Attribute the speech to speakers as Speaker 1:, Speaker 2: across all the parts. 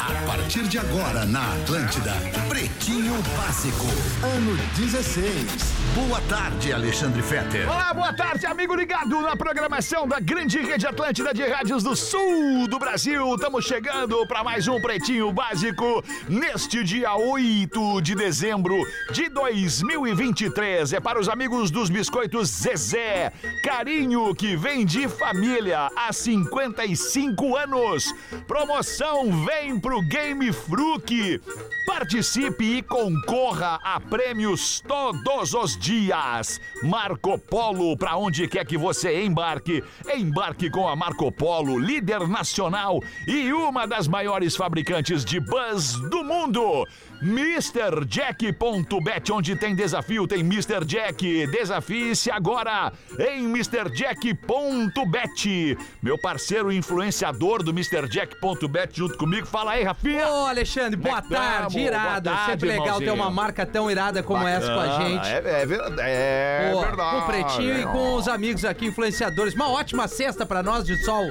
Speaker 1: A partir de agora na Atlântida, Pretinho Básico,
Speaker 2: Ano 16.
Speaker 1: Boa tarde, Alexandre Fetter.
Speaker 3: Olá, boa tarde, amigo ligado na programação da grande rede Atlântida de rádios do sul do Brasil. Estamos chegando para mais um Pretinho Básico neste dia 8 de dezembro de 2023. É para os amigos dos biscoitos Zezé, carinho que vem de família há 55 anos. Promoção vem pro Game Fruque. Participe e concorra a prêmios todos os dias. Marco Polo, para onde quer que você embarque, embarque com a Marco Polo, líder nacional e uma das maiores fabricantes de bus do mundo. MrJack.bet, onde tem desafio, tem Mr. Jack. Desafie-se agora em MrJack.bet. Meu parceiro influenciador do MrJack.bet junto comigo. Fala aí, Rafinha.
Speaker 4: Ô, Alexandre, boa
Speaker 3: Como é que tamo?
Speaker 4: tarde,
Speaker 3: Boa
Speaker 4: irado.
Speaker 3: tarde,
Speaker 4: Sempre legal
Speaker 3: irmãozinho.
Speaker 4: ter uma marca tão irada como essa com a gente.
Speaker 3: Ah, É, é ver- é
Speaker 4: Pô,
Speaker 3: verdade.
Speaker 4: Com o Pretinho e com os amigos aqui, influenciadores. Uma ótima sexta pra nós de sol.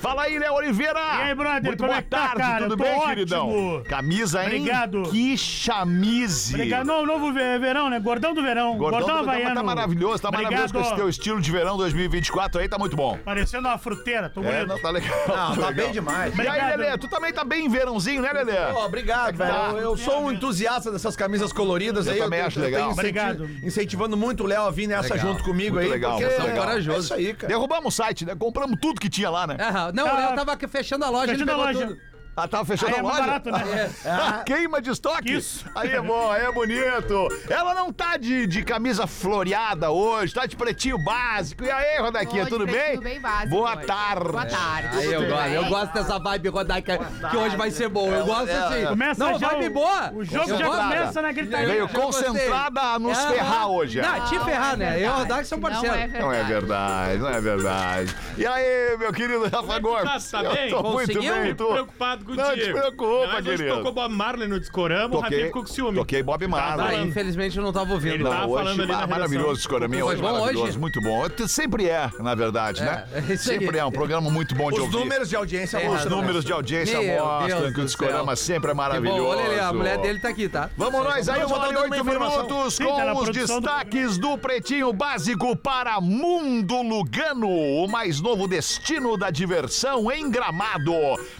Speaker 3: Fala aí, Léo Oliveira!
Speaker 5: E aí, brother,
Speaker 3: Muito
Speaker 5: como
Speaker 3: boa
Speaker 5: é que tá,
Speaker 3: tarde,
Speaker 5: cara?
Speaker 3: tudo
Speaker 5: Tô
Speaker 3: bem,
Speaker 5: ótimo.
Speaker 3: queridão? Camisa, hein?
Speaker 5: Obrigado.
Speaker 3: Que chamise!
Speaker 5: Obrigado. Não, novo ve- verão, né? Gordão do verão.
Speaker 3: Gordão,
Speaker 5: Gordão,
Speaker 3: Gordão
Speaker 5: havaiano.
Speaker 3: tá maravilhoso, tá
Speaker 5: Obrigado.
Speaker 3: maravilhoso com esse teu estilo de verão 2024 aí, tá muito bom.
Speaker 5: Parecendo uma fruteira, tô
Speaker 3: É,
Speaker 5: bonito.
Speaker 3: não, tá legal. tá legal.
Speaker 6: demais.
Speaker 3: E aí,
Speaker 5: Obrigado.
Speaker 3: Lelê, tu também tá bem verãozinho, né, Lelê?
Speaker 6: Pô, obrigado, velho.
Speaker 3: tá.
Speaker 6: Eu, eu sou um entusiasta dessas camisas coloridas
Speaker 3: Eu
Speaker 6: aí.
Speaker 3: também acho legal.
Speaker 5: Obrigado.
Speaker 6: Incentivando muito o Léo a vir nessa
Speaker 4: Legal.
Speaker 6: junto comigo
Speaker 3: Muito
Speaker 6: aí.
Speaker 3: legal,
Speaker 6: porque
Speaker 3: muito
Speaker 6: é-
Speaker 3: legal.
Speaker 6: É isso aí, cara.
Speaker 3: Derrubamos o site, né? Compramos tudo que tinha lá, né?
Speaker 4: Ah, não,
Speaker 5: Ah,
Speaker 4: o Léo tava fechando a loja,
Speaker 5: fechando a
Speaker 4: ele pegou
Speaker 5: loja.
Speaker 4: tudo.
Speaker 3: Ah, tava
Speaker 5: Aí
Speaker 3: fechando
Speaker 5: é
Speaker 3: a
Speaker 5: mais
Speaker 3: loja?
Speaker 5: barato, né?
Speaker 7: É
Speaker 3: Ah, Queima de estoque?
Speaker 5: Isso.
Speaker 3: Aí é bom, aí é bonito. Ela não tá de, de camisa floreada hoje, tá de pretinho básico. E aí, Rodaquinha,
Speaker 8: Hoje,
Speaker 3: tudo bem?
Speaker 8: pretinho bem básico
Speaker 3: Boa
Speaker 8: hoje.
Speaker 3: tarde.
Speaker 8: Boa tarde.
Speaker 4: Aí eu
Speaker 8: tudo
Speaker 4: gosto,
Speaker 8: bem?
Speaker 4: eu gosto dessa vibe rodaica que hoje vai ser bom. Eu gosto assim.
Speaker 5: Começa
Speaker 4: não,
Speaker 5: já
Speaker 4: vibe
Speaker 5: o-
Speaker 4: boa.
Speaker 5: o jogo
Speaker 4: Eu
Speaker 5: já
Speaker 4: gosto.
Speaker 5: começa na gritaria.
Speaker 3: Veio
Speaker 4: Já gostei.
Speaker 3: concentrada a nos
Speaker 4: Aham.
Speaker 3: ferrar hoje, é.
Speaker 4: Não, te ferrar, né? Eu e o Rodak
Speaker 8: Rodak
Speaker 4: são parceiros.
Speaker 8: Não é
Speaker 3: Não é
Speaker 8: verdade.
Speaker 3: verdade, não é verdade. E aí, meu querido Rafa Gomes?
Speaker 7: tá? Tá
Speaker 3: Eu
Speaker 7: bem?
Speaker 3: Tô muito
Speaker 4: Conseguiu?
Speaker 3: bem,
Speaker 7: Fico
Speaker 3: tu?
Speaker 7: preocupado com
Speaker 3: Não
Speaker 7: o
Speaker 3: te
Speaker 7: Diego.
Speaker 3: preocupa,
Speaker 7: Mas hoje
Speaker 3: querido.
Speaker 7: tocou Bob Marley no Discorama, o Rafinha ficou com ciúme.
Speaker 3: toquei Bob Marley.
Speaker 7: Tá
Speaker 4: Ah,
Speaker 7: falando.
Speaker 4: infelizmente eu não tava ouvindo.
Speaker 7: Ele tava
Speaker 3: hoje,
Speaker 7: falando ali
Speaker 3: ma-
Speaker 7: na
Speaker 3: maravilhoso
Speaker 7: redação.
Speaker 3: esse escoraminha
Speaker 4: Foi
Speaker 3: hoje,
Speaker 4: bom
Speaker 3: maravilhoso,
Speaker 4: hoje?
Speaker 3: muito bom. Tu Sempre é, na verdade,
Speaker 4: É,
Speaker 3: né?
Speaker 4: é isso aí.
Speaker 3: sempre é um programa muito bom de
Speaker 6: Os
Speaker 3: ouvir.
Speaker 6: números de audiência
Speaker 4: Tem
Speaker 3: Os
Speaker 6: mostram.
Speaker 4: razão.
Speaker 3: números de audiência
Speaker 4: é Meu
Speaker 3: mostram
Speaker 4: Deus
Speaker 3: que o
Speaker 4: do
Speaker 3: Discorama sempre é
Speaker 4: Que
Speaker 3: maravilhoso.
Speaker 4: bom, olha ali, a mulher dele tá aqui, tá?
Speaker 3: Vamos nós aí,
Speaker 6: Vamos
Speaker 3: uma
Speaker 6: só
Speaker 3: hora e
Speaker 6: dar uma
Speaker 3: oito
Speaker 6: informação.
Speaker 3: minutos
Speaker 5: Sim, tá na
Speaker 3: com os
Speaker 5: produção do
Speaker 3: destaques do Pretinho Básico para Mundo Lugano, o mais novo destino da diversão em Gramado.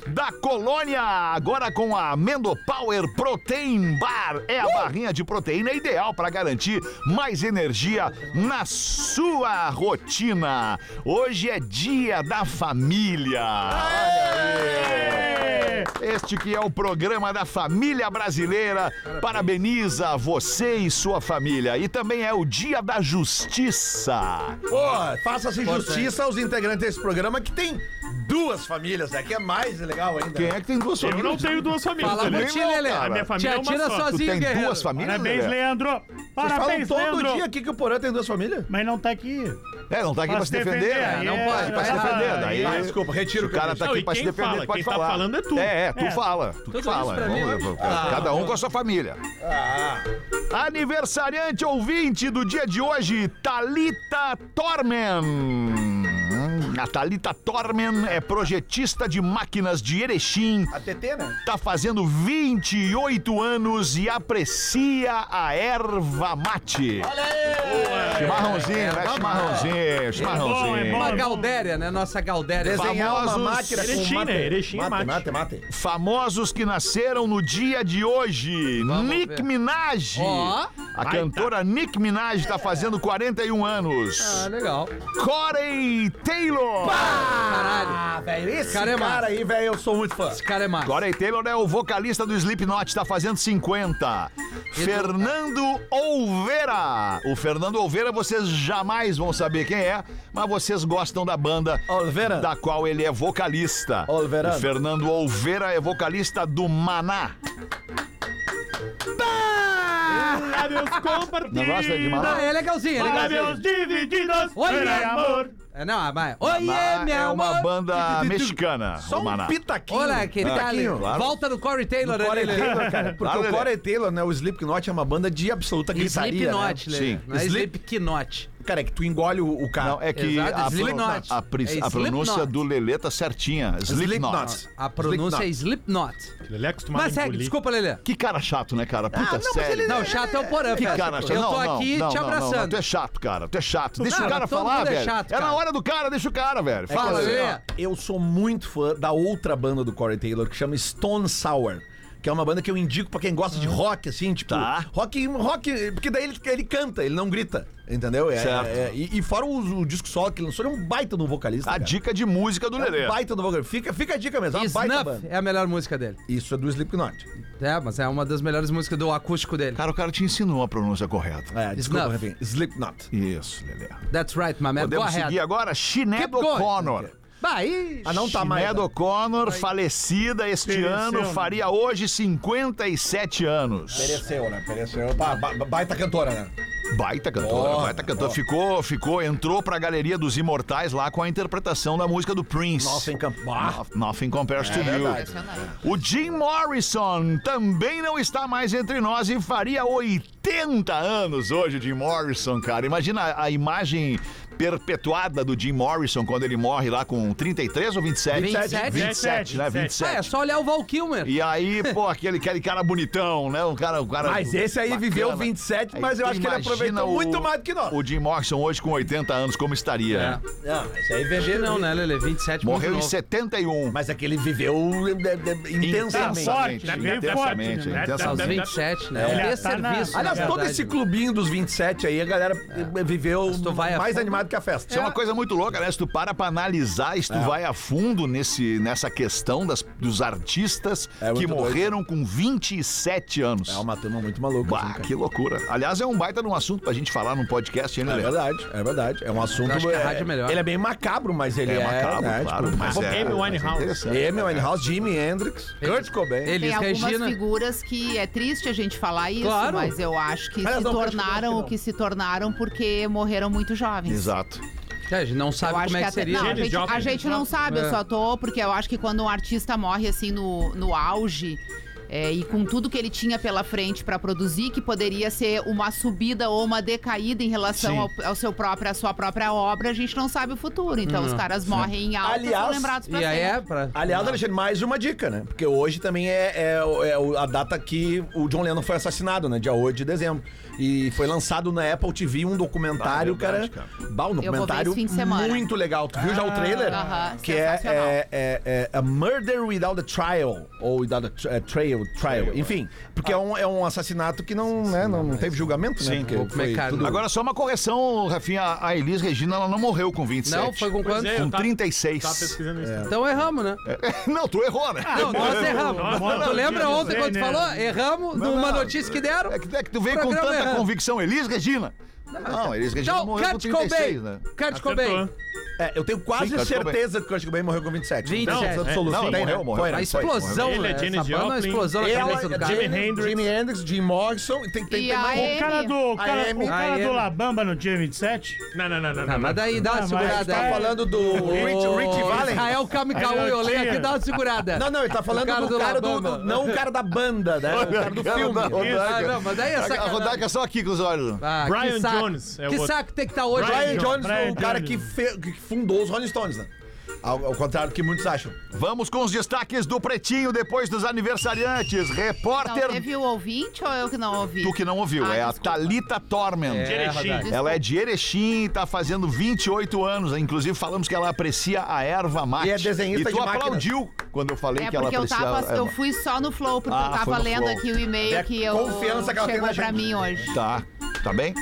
Speaker 3: Da Colônia, agora com a Amendo Power Protein Bar. É a barrinha de proteína ideal para garantir mais energia na sua rotina. Hoje é dia da família. Olha aí. Este que é o programa da família brasileira parabeniza você e sua família. E também é o dia da justiça.
Speaker 6: Pô, faça-se justiça aos integrantes desse programa que tem duas famílias, né? Que é mais legal ainda.
Speaker 3: Quem é que tem duas
Speaker 7: Eu não
Speaker 3: famílias?
Speaker 7: tenho duas famílias.
Speaker 4: Fala
Speaker 7: Lelê.
Speaker 4: por ti, Lelê.
Speaker 7: A minha família
Speaker 4: Te
Speaker 7: é uma
Speaker 4: atira
Speaker 7: só.
Speaker 3: Tu
Speaker 4: sozinho,
Speaker 3: tem
Speaker 4: guerreiro.
Speaker 3: duas famílias?
Speaker 5: Parabéns,
Speaker 3: Lelê?
Speaker 5: Leandro.
Speaker 6: Vocês assim, falam
Speaker 5: Parabéns,
Speaker 6: todo
Speaker 5: Leandro.
Speaker 6: dia aqui que o Porã tem duas famílias.
Speaker 5: Mas não tá aqui.
Speaker 3: É, não tá aqui
Speaker 5: Pra
Speaker 3: pra
Speaker 5: se
Speaker 3: se defender.
Speaker 5: defender,
Speaker 3: né?
Speaker 5: aí é-
Speaker 3: Não pode, pra se
Speaker 5: é-
Speaker 3: defender. Daí...
Speaker 6: Ah, desculpa, retiro
Speaker 3: o cara tá
Speaker 7: Não,
Speaker 3: aqui
Speaker 7: e
Speaker 3: pra se
Speaker 7: quem
Speaker 3: defender,
Speaker 7: fala?
Speaker 3: pode
Speaker 7: Quem tá
Speaker 3: falar.
Speaker 7: falando é tu.
Speaker 3: É, é, tu
Speaker 5: É.
Speaker 3: fala. Tu que
Speaker 4: isso
Speaker 3: fala.
Speaker 4: pra mim
Speaker 3: Vamos-
Speaker 4: hoje.
Speaker 3: Cada um com a sua família. Aniversariante ouvinte do dia de hoje, Talita Tormen. Hum, A Thalita Tormen é projetista de máquinas de Erechim,
Speaker 6: A TT, né?
Speaker 3: tá fazendo 28 anos e aprecia a erva mate. Chimarrãozinho, né? Chimarrãozinho, chimarrãozinho.
Speaker 5: É bom, é bom.
Speaker 4: Uma Galdéria, né? Nossa Galdéria. é
Speaker 6: Desenhar uma
Speaker 3: Famosos-
Speaker 6: máquina com
Speaker 7: Erechim,
Speaker 6: mate.
Speaker 7: né? Erechim é
Speaker 6: mate,
Speaker 7: mate.
Speaker 6: mate, mate.
Speaker 3: Famosos que nasceram no dia de hoje.
Speaker 4: Vamos
Speaker 3: Nick
Speaker 4: ver.
Speaker 3: Minaj.
Speaker 4: Ó.
Speaker 3: A cantora Nick Minaj está fazendo 41 anos.
Speaker 4: Ah, legal.
Speaker 3: Corey Taylor.
Speaker 4: Caralho.
Speaker 6: Ah, velho, esse
Speaker 4: Cara é
Speaker 6: cara,
Speaker 4: massa.
Speaker 6: aí, velho, eu sou muito fã.
Speaker 4: Esse cara é massa.
Speaker 3: Corey Taylor é o vocalista do Slipknot, está fazendo 50. Fernando Oliveira. O Fernando Oliveira vocês jamais vão saber quem é, mas vocês gostam da banda
Speaker 6: Oliveira.
Speaker 3: da qual ele é vocalista.
Speaker 6: Oliveira.
Speaker 3: O Fernando Oliveira é vocalista do Maná.
Speaker 7: Lá meus
Speaker 3: Não gosta de
Speaker 7: compartidos.
Speaker 3: malandro?
Speaker 4: Ah, Não, é legalzinho, é
Speaker 5: Para
Speaker 4: legalzinho.
Speaker 5: meus divididos,
Speaker 4: Oi,
Speaker 5: por
Speaker 4: meu
Speaker 5: amor.
Speaker 4: É, não, mas... Oiê,
Speaker 3: Maná
Speaker 4: meu
Speaker 3: é uma
Speaker 4: amor.
Speaker 3: banda mexicana.
Speaker 6: Só um
Speaker 3: Romaná.
Speaker 6: pitaquinho.
Speaker 4: Olha, que tá ali.
Speaker 6: Pitaquinho, claro.
Speaker 4: Volta no Corey Taylor. né,
Speaker 6: Corey
Speaker 4: Lelê?
Speaker 6: Taylor, cara. Porque
Speaker 3: Claro,
Speaker 6: o
Speaker 3: Lelê.
Speaker 6: Corey Taylor, né? O Slipknot é uma banda de absoluta gritaria,
Speaker 4: Slipknot,
Speaker 6: né?
Speaker 4: Lelê.
Speaker 3: Sim.
Speaker 4: Não é
Speaker 6: Slip-
Speaker 4: Slipknot.
Speaker 6: Cara, é que tu engole o, o cara.
Speaker 3: Não, é que
Speaker 4: Exato,
Speaker 3: a,
Speaker 4: Slipknot.
Speaker 3: a pri-
Speaker 4: É
Speaker 3: a pronúncia
Speaker 4: Slipknot.
Speaker 3: do Lelê tá certinha. Slipknot.
Speaker 6: Slipknot.
Speaker 4: A pronúncia é Slipknot.
Speaker 7: Ele é acostumado
Speaker 4: Mas
Speaker 7: a
Speaker 4: segue,
Speaker 7: engolir.
Speaker 4: desculpa, Lelê.
Speaker 3: Que cara chato, né, cara? Puta sério.
Speaker 4: Ah, Não, chato é o porã,
Speaker 3: Que
Speaker 4: festa.
Speaker 3: cara chato.
Speaker 4: Eu
Speaker 3: Não,
Speaker 4: tô
Speaker 3: não,
Speaker 4: aqui
Speaker 3: não,
Speaker 4: te
Speaker 3: não, não,
Speaker 4: abraçando.
Speaker 3: não. Tu é chato, cara. Tu é chato. Deixa
Speaker 4: Não,
Speaker 3: o cara
Speaker 4: todo
Speaker 3: falar,
Speaker 4: mundo é
Speaker 3: velho.
Speaker 4: chato,
Speaker 3: é na
Speaker 4: cara.
Speaker 3: hora do cara, deixa o cara, velho.
Speaker 6: É que
Speaker 3: Fala,
Speaker 4: Fala,
Speaker 6: assim,
Speaker 3: velho.
Speaker 4: Lelê.
Speaker 6: ó, eu sou muito fã da outra banda do Corey Taylor que chama Stone Sour. Que é uma banda que eu indico pra quem gosta de rock, assim, tipo.
Speaker 3: Ah. Tá.
Speaker 6: Rock, rock. Porque daí ele, ele canta, ele não grita. Entendeu? É,
Speaker 3: Certo.
Speaker 6: é- e, e fora o, o disco solo que ele lançou, ele é um baita no vocalista.
Speaker 3: A
Speaker 6: cara.
Speaker 3: dica de música do
Speaker 6: É
Speaker 3: Lelê.
Speaker 6: um baita do vocalista. Fica, fica a dica
Speaker 3: Tá
Speaker 6: mesmo. É uma baita
Speaker 4: Snuff
Speaker 6: banda.
Speaker 4: é a melhor música dele.
Speaker 6: Isso é do Slipknot.
Speaker 4: É, mas é uma das melhores músicas do acústico dele.
Speaker 3: Cara, o cara te ensinou a pronúncia correta.
Speaker 6: É, desculpa,
Speaker 4: Snuff.
Speaker 6: Rafinha. Slipknot.
Speaker 3: Isso, Lelê.
Speaker 4: That's right, my man. Go
Speaker 3: Podemos
Speaker 4: ahead.
Speaker 3: seguir agora? Chinedo
Speaker 4: É. Keep going.
Speaker 3: O'Connor.
Speaker 4: Bah, e-
Speaker 6: Ah, não tá mais.
Speaker 3: Chinedo
Speaker 4: né?
Speaker 3: O'Connor, falecida este
Speaker 5: Pereceu,
Speaker 3: ano,
Speaker 5: né?
Speaker 4: um-
Speaker 3: faria hoje 57 anos.
Speaker 6: Pereceu, né? Pereceu. Ba- ba- baita cantora, né?
Speaker 3: Baita cantora, baita cantora. Ficou, ficou, entrou pra galeria dos imortais lá com a interpretação da música do Prince.
Speaker 6: Nothing Camp- Bah.
Speaker 3: No- Nothing compares to you. O Jim Morrison também não está mais entre nós e faria 80 anos hoje, o Jim Morrison, cara. Imagina a- a imagem perpetuada do Jim Morrison quando ele morre lá com 33 ou 27?
Speaker 4: 27.
Speaker 3: 27, né? 27.
Speaker 4: Ah, é só olhar o Val Kilmer.
Speaker 3: E aí, pô, aquele, aquele cara bonitão, né? Um cara, um cara
Speaker 6: Mas esse aí
Speaker 3: bacana.
Speaker 6: viveu 27, mas eu
Speaker 3: tu
Speaker 6: acho que ele
Speaker 3: imagina
Speaker 6: aproveitou muito mais do que nós. É.
Speaker 3: O Jim Morrison hoje com 80 anos, como estaria? né?
Speaker 6: Não, esse aí
Speaker 4: Hoje
Speaker 6: viveu.
Speaker 4: não, né, Lelê? 27 muito
Speaker 3: Morreu em
Speaker 4: novo.
Speaker 3: 71.
Speaker 6: Mas é que ele viveu eh, eh, intensamente.
Speaker 5: Tá forte, né? Bem
Speaker 3: intensamente,
Speaker 5: forte, né?
Speaker 4: Aos
Speaker 3: intensamente.
Speaker 5: Deve-
Speaker 4: 27, né?
Speaker 5: É,
Speaker 4: É,
Speaker 5: tá na-
Speaker 4: desserviço. na
Speaker 6: Aliás, todo
Speaker 4: verdade. né? É.
Speaker 6: esse clubinho dos 27 aí, a galera eh, viveu
Speaker 4: tu vai a
Speaker 6: mais
Speaker 4: fundo.
Speaker 6: animado que a festa.
Speaker 3: Isso é uma coisa muito louca, né? Se tu para pra analisar, se tu vai a fundo nesse, nessa questão das, dos artistas
Speaker 6: É muito
Speaker 3: que
Speaker 6: doido.
Speaker 3: morreram com 27 anos.
Speaker 6: É uma turma muito maluca. assim,
Speaker 3: Bah,
Speaker 6: cara.
Speaker 3: que loucura. Aliás, é um baita de um assunto pra gente falar num podcast, hein,
Speaker 6: É
Speaker 3: Lelê?
Speaker 6: verdade, é verdade. É um assunto.
Speaker 4: acho que a
Speaker 6: eh,
Speaker 4: rádio é melhor.
Speaker 6: Ele é bem macabro, mas ele é.
Speaker 3: É macabro,
Speaker 6: né,
Speaker 3: claro.
Speaker 6: tipo,
Speaker 3: mas
Speaker 7: vamos-
Speaker 3: é,
Speaker 7: Amy
Speaker 3: mas é
Speaker 7: Winehouse.
Speaker 3: interessante.
Speaker 6: Amy Winehouse, Jimi Hendrix, Kurt Cobain.
Speaker 4: Elis
Speaker 8: Tem algumas
Speaker 4: Regina.
Speaker 8: figuras que é triste a gente falar isso,
Speaker 4: Claro.
Speaker 8: mas eu acho que
Speaker 6: Mas
Speaker 8: se
Speaker 6: não, eu acho que
Speaker 8: tornaram
Speaker 6: não.
Speaker 8: o que se tornaram porque morreram muito jovens.
Speaker 3: Exato.
Speaker 4: É, a gente não sabe
Speaker 8: Eu acho
Speaker 4: como é
Speaker 8: que
Speaker 4: que
Speaker 8: até-
Speaker 4: seria.
Speaker 8: Não, a
Speaker 7: Janis
Speaker 8: gente, a
Speaker 7: Joplin.
Speaker 8: gente não sabe,
Speaker 4: É.
Speaker 8: eu só tô, porque eu acho que quando um artista morre assim no, no auge. é, e com tudo que ele tinha pela frente pra produzir, que poderia ser uma subida ou uma decaída em relação ao, ao seu próprio, à sua própria obra, a gente não sabe o futuro. Então os caras morrem em alta e são
Speaker 6: Aliás,
Speaker 8: lembrados pra
Speaker 4: Uhum. E aí é
Speaker 8: sempre.
Speaker 4: pra...
Speaker 6: Aliás, Alexandre, mais uma dica, né? Porque hoje também é, é o- é o- a data que o John Lennon foi assassinado, né? Dia 8 de dezembro. E foi lançado na Apple TV um documentário,
Speaker 3: Ah, verdade,
Speaker 6: cara.
Speaker 3: cara.
Speaker 6: Bah, um
Speaker 8: ver
Speaker 6: documentário
Speaker 8: esse fim de semana.
Speaker 6: muito legal. Tu viu já o trailer?
Speaker 8: aham,
Speaker 6: que é,
Speaker 8: sensacional.
Speaker 6: é, é, é a Murder Without a Trial. Ou Without a tr- é, Trail, Trial. Enfim, porque é, um, é um assassinato que não, né, não, não teve julgamento, né? Porque
Speaker 4: Como é que é?
Speaker 3: Agora, só uma correção, Rafinha. A Elis Regina, ela não morreu com 27.
Speaker 4: Não, foi com
Speaker 7: Pois
Speaker 4: quanto?
Speaker 7: é, eu
Speaker 3: Com
Speaker 7: tava-
Speaker 3: 36.
Speaker 7: Tava pesquisando isso.
Speaker 3: É.
Speaker 4: Então erramos, né?
Speaker 3: Não, tu errou, né?
Speaker 4: Não, nós erramos.
Speaker 7: Nós erramos.
Speaker 4: Tu lembra ontem
Speaker 5: Dizer,
Speaker 4: quando tu
Speaker 5: né?
Speaker 4: falou? Erramos numa
Speaker 3: não.
Speaker 4: notícia que deram.
Speaker 3: É que, é que tu veio com
Speaker 4: Programa
Speaker 3: tanta
Speaker 4: errado.
Speaker 3: convicção. Elis Regina. Não, Elis Regina
Speaker 4: Tchau,
Speaker 3: morreu com
Speaker 4: Kurt Cobain.
Speaker 3: 36, né?
Speaker 4: Kurt Cobain.
Speaker 7: Acertou.
Speaker 6: É, eu tenho quase
Speaker 3: Sim, Kurt
Speaker 6: certeza que o Kurt Cobain morreu com 27.
Speaker 4: 27.
Speaker 6: Não, absoluto.
Speaker 3: Não,
Speaker 6: Tem,
Speaker 3: morreu,
Speaker 6: né?
Speaker 3: morreu.
Speaker 6: Foi, né?
Speaker 4: A
Speaker 6: Foi, morreu.
Speaker 4: explosão,
Speaker 7: Ele é
Speaker 4: né? Essa
Speaker 7: Janis
Speaker 4: banda é uma
Speaker 7: Joplin.
Speaker 4: explosão na
Speaker 6: Ela,
Speaker 4: cabeça do cara.
Speaker 6: Jimi Hendrix.
Speaker 7: Hendrix.
Speaker 6: Jimi Hendrix, Jim Morrison, e tem, tem,
Speaker 8: E
Speaker 6: tem
Speaker 8: a
Speaker 6: mais um
Speaker 8: Amy?
Speaker 5: O cara do, o cara,
Speaker 6: AM.
Speaker 5: o cara
Speaker 4: AM.
Speaker 5: do Labamba no dia 27?
Speaker 7: Não, não, não, não.
Speaker 4: Ah,
Speaker 7: não.
Speaker 4: mas daí dá uma
Speaker 5: Não, mas
Speaker 4: segurada.
Speaker 5: tá
Speaker 4: aí.
Speaker 6: falando do Rich,
Speaker 4: Ô,
Speaker 6: Rich Valen.
Speaker 4: Israel Kamikawa e Olê aqui dá uma segurada.
Speaker 6: Não, não, ele tá falando
Speaker 4: cara
Speaker 6: do,
Speaker 4: do
Speaker 6: cara do,
Speaker 4: Labamba.
Speaker 6: do- Não o cara da banda, né? O cara do filme.
Speaker 4: Ah, não, mas daí é
Speaker 3: A
Speaker 4: sacanagem.
Speaker 3: Rodaica só aqui com os olhos.
Speaker 4: Ah,
Speaker 7: Brian
Speaker 4: que saco.
Speaker 7: Jones é o
Speaker 4: que
Speaker 7: outro.
Speaker 4: saco tem que estar hoje.
Speaker 7: Brian
Speaker 6: Brian
Speaker 4: hein?
Speaker 6: Jones,
Speaker 7: Brian
Speaker 6: o cara
Speaker 7: Jones.
Speaker 6: que, fe- que fundou os Rolling Stones, né? Ao, ao contrário do que muitos acham.
Speaker 3: Vamos com os destaques do Pretinho depois dos aniversariantes.
Speaker 8: Não,
Speaker 3: Repórter,
Speaker 8: teve o ouvinte ou eu que não ouvi?
Speaker 3: tu que não ouviu,
Speaker 8: Ah,
Speaker 3: é a
Speaker 8: desculpa.
Speaker 3: Thalita Torment.
Speaker 4: É,
Speaker 7: Erechim.
Speaker 4: Rodaica.
Speaker 3: Ela é de Erechim e tá fazendo 28 anos. Inclusive, falamos que ela aprecia a erva mate.
Speaker 6: E é desenhista
Speaker 3: E tu
Speaker 6: de máquinas.
Speaker 3: aplaudiu quando eu falei
Speaker 8: É
Speaker 3: que ela
Speaker 8: porque eu
Speaker 3: aprecia
Speaker 8: tava,
Speaker 3: a erva
Speaker 8: eu fui só no flow, porque
Speaker 3: Ah,
Speaker 8: eu
Speaker 3: foi
Speaker 8: tava
Speaker 3: no
Speaker 8: lendo
Speaker 3: flow.
Speaker 8: aqui o
Speaker 6: É a
Speaker 8: e-mail que eu
Speaker 6: confiança que ela tem
Speaker 8: chegou
Speaker 6: na
Speaker 8: pra
Speaker 6: gente.
Speaker 8: mim hoje.
Speaker 3: Tá, tá bem?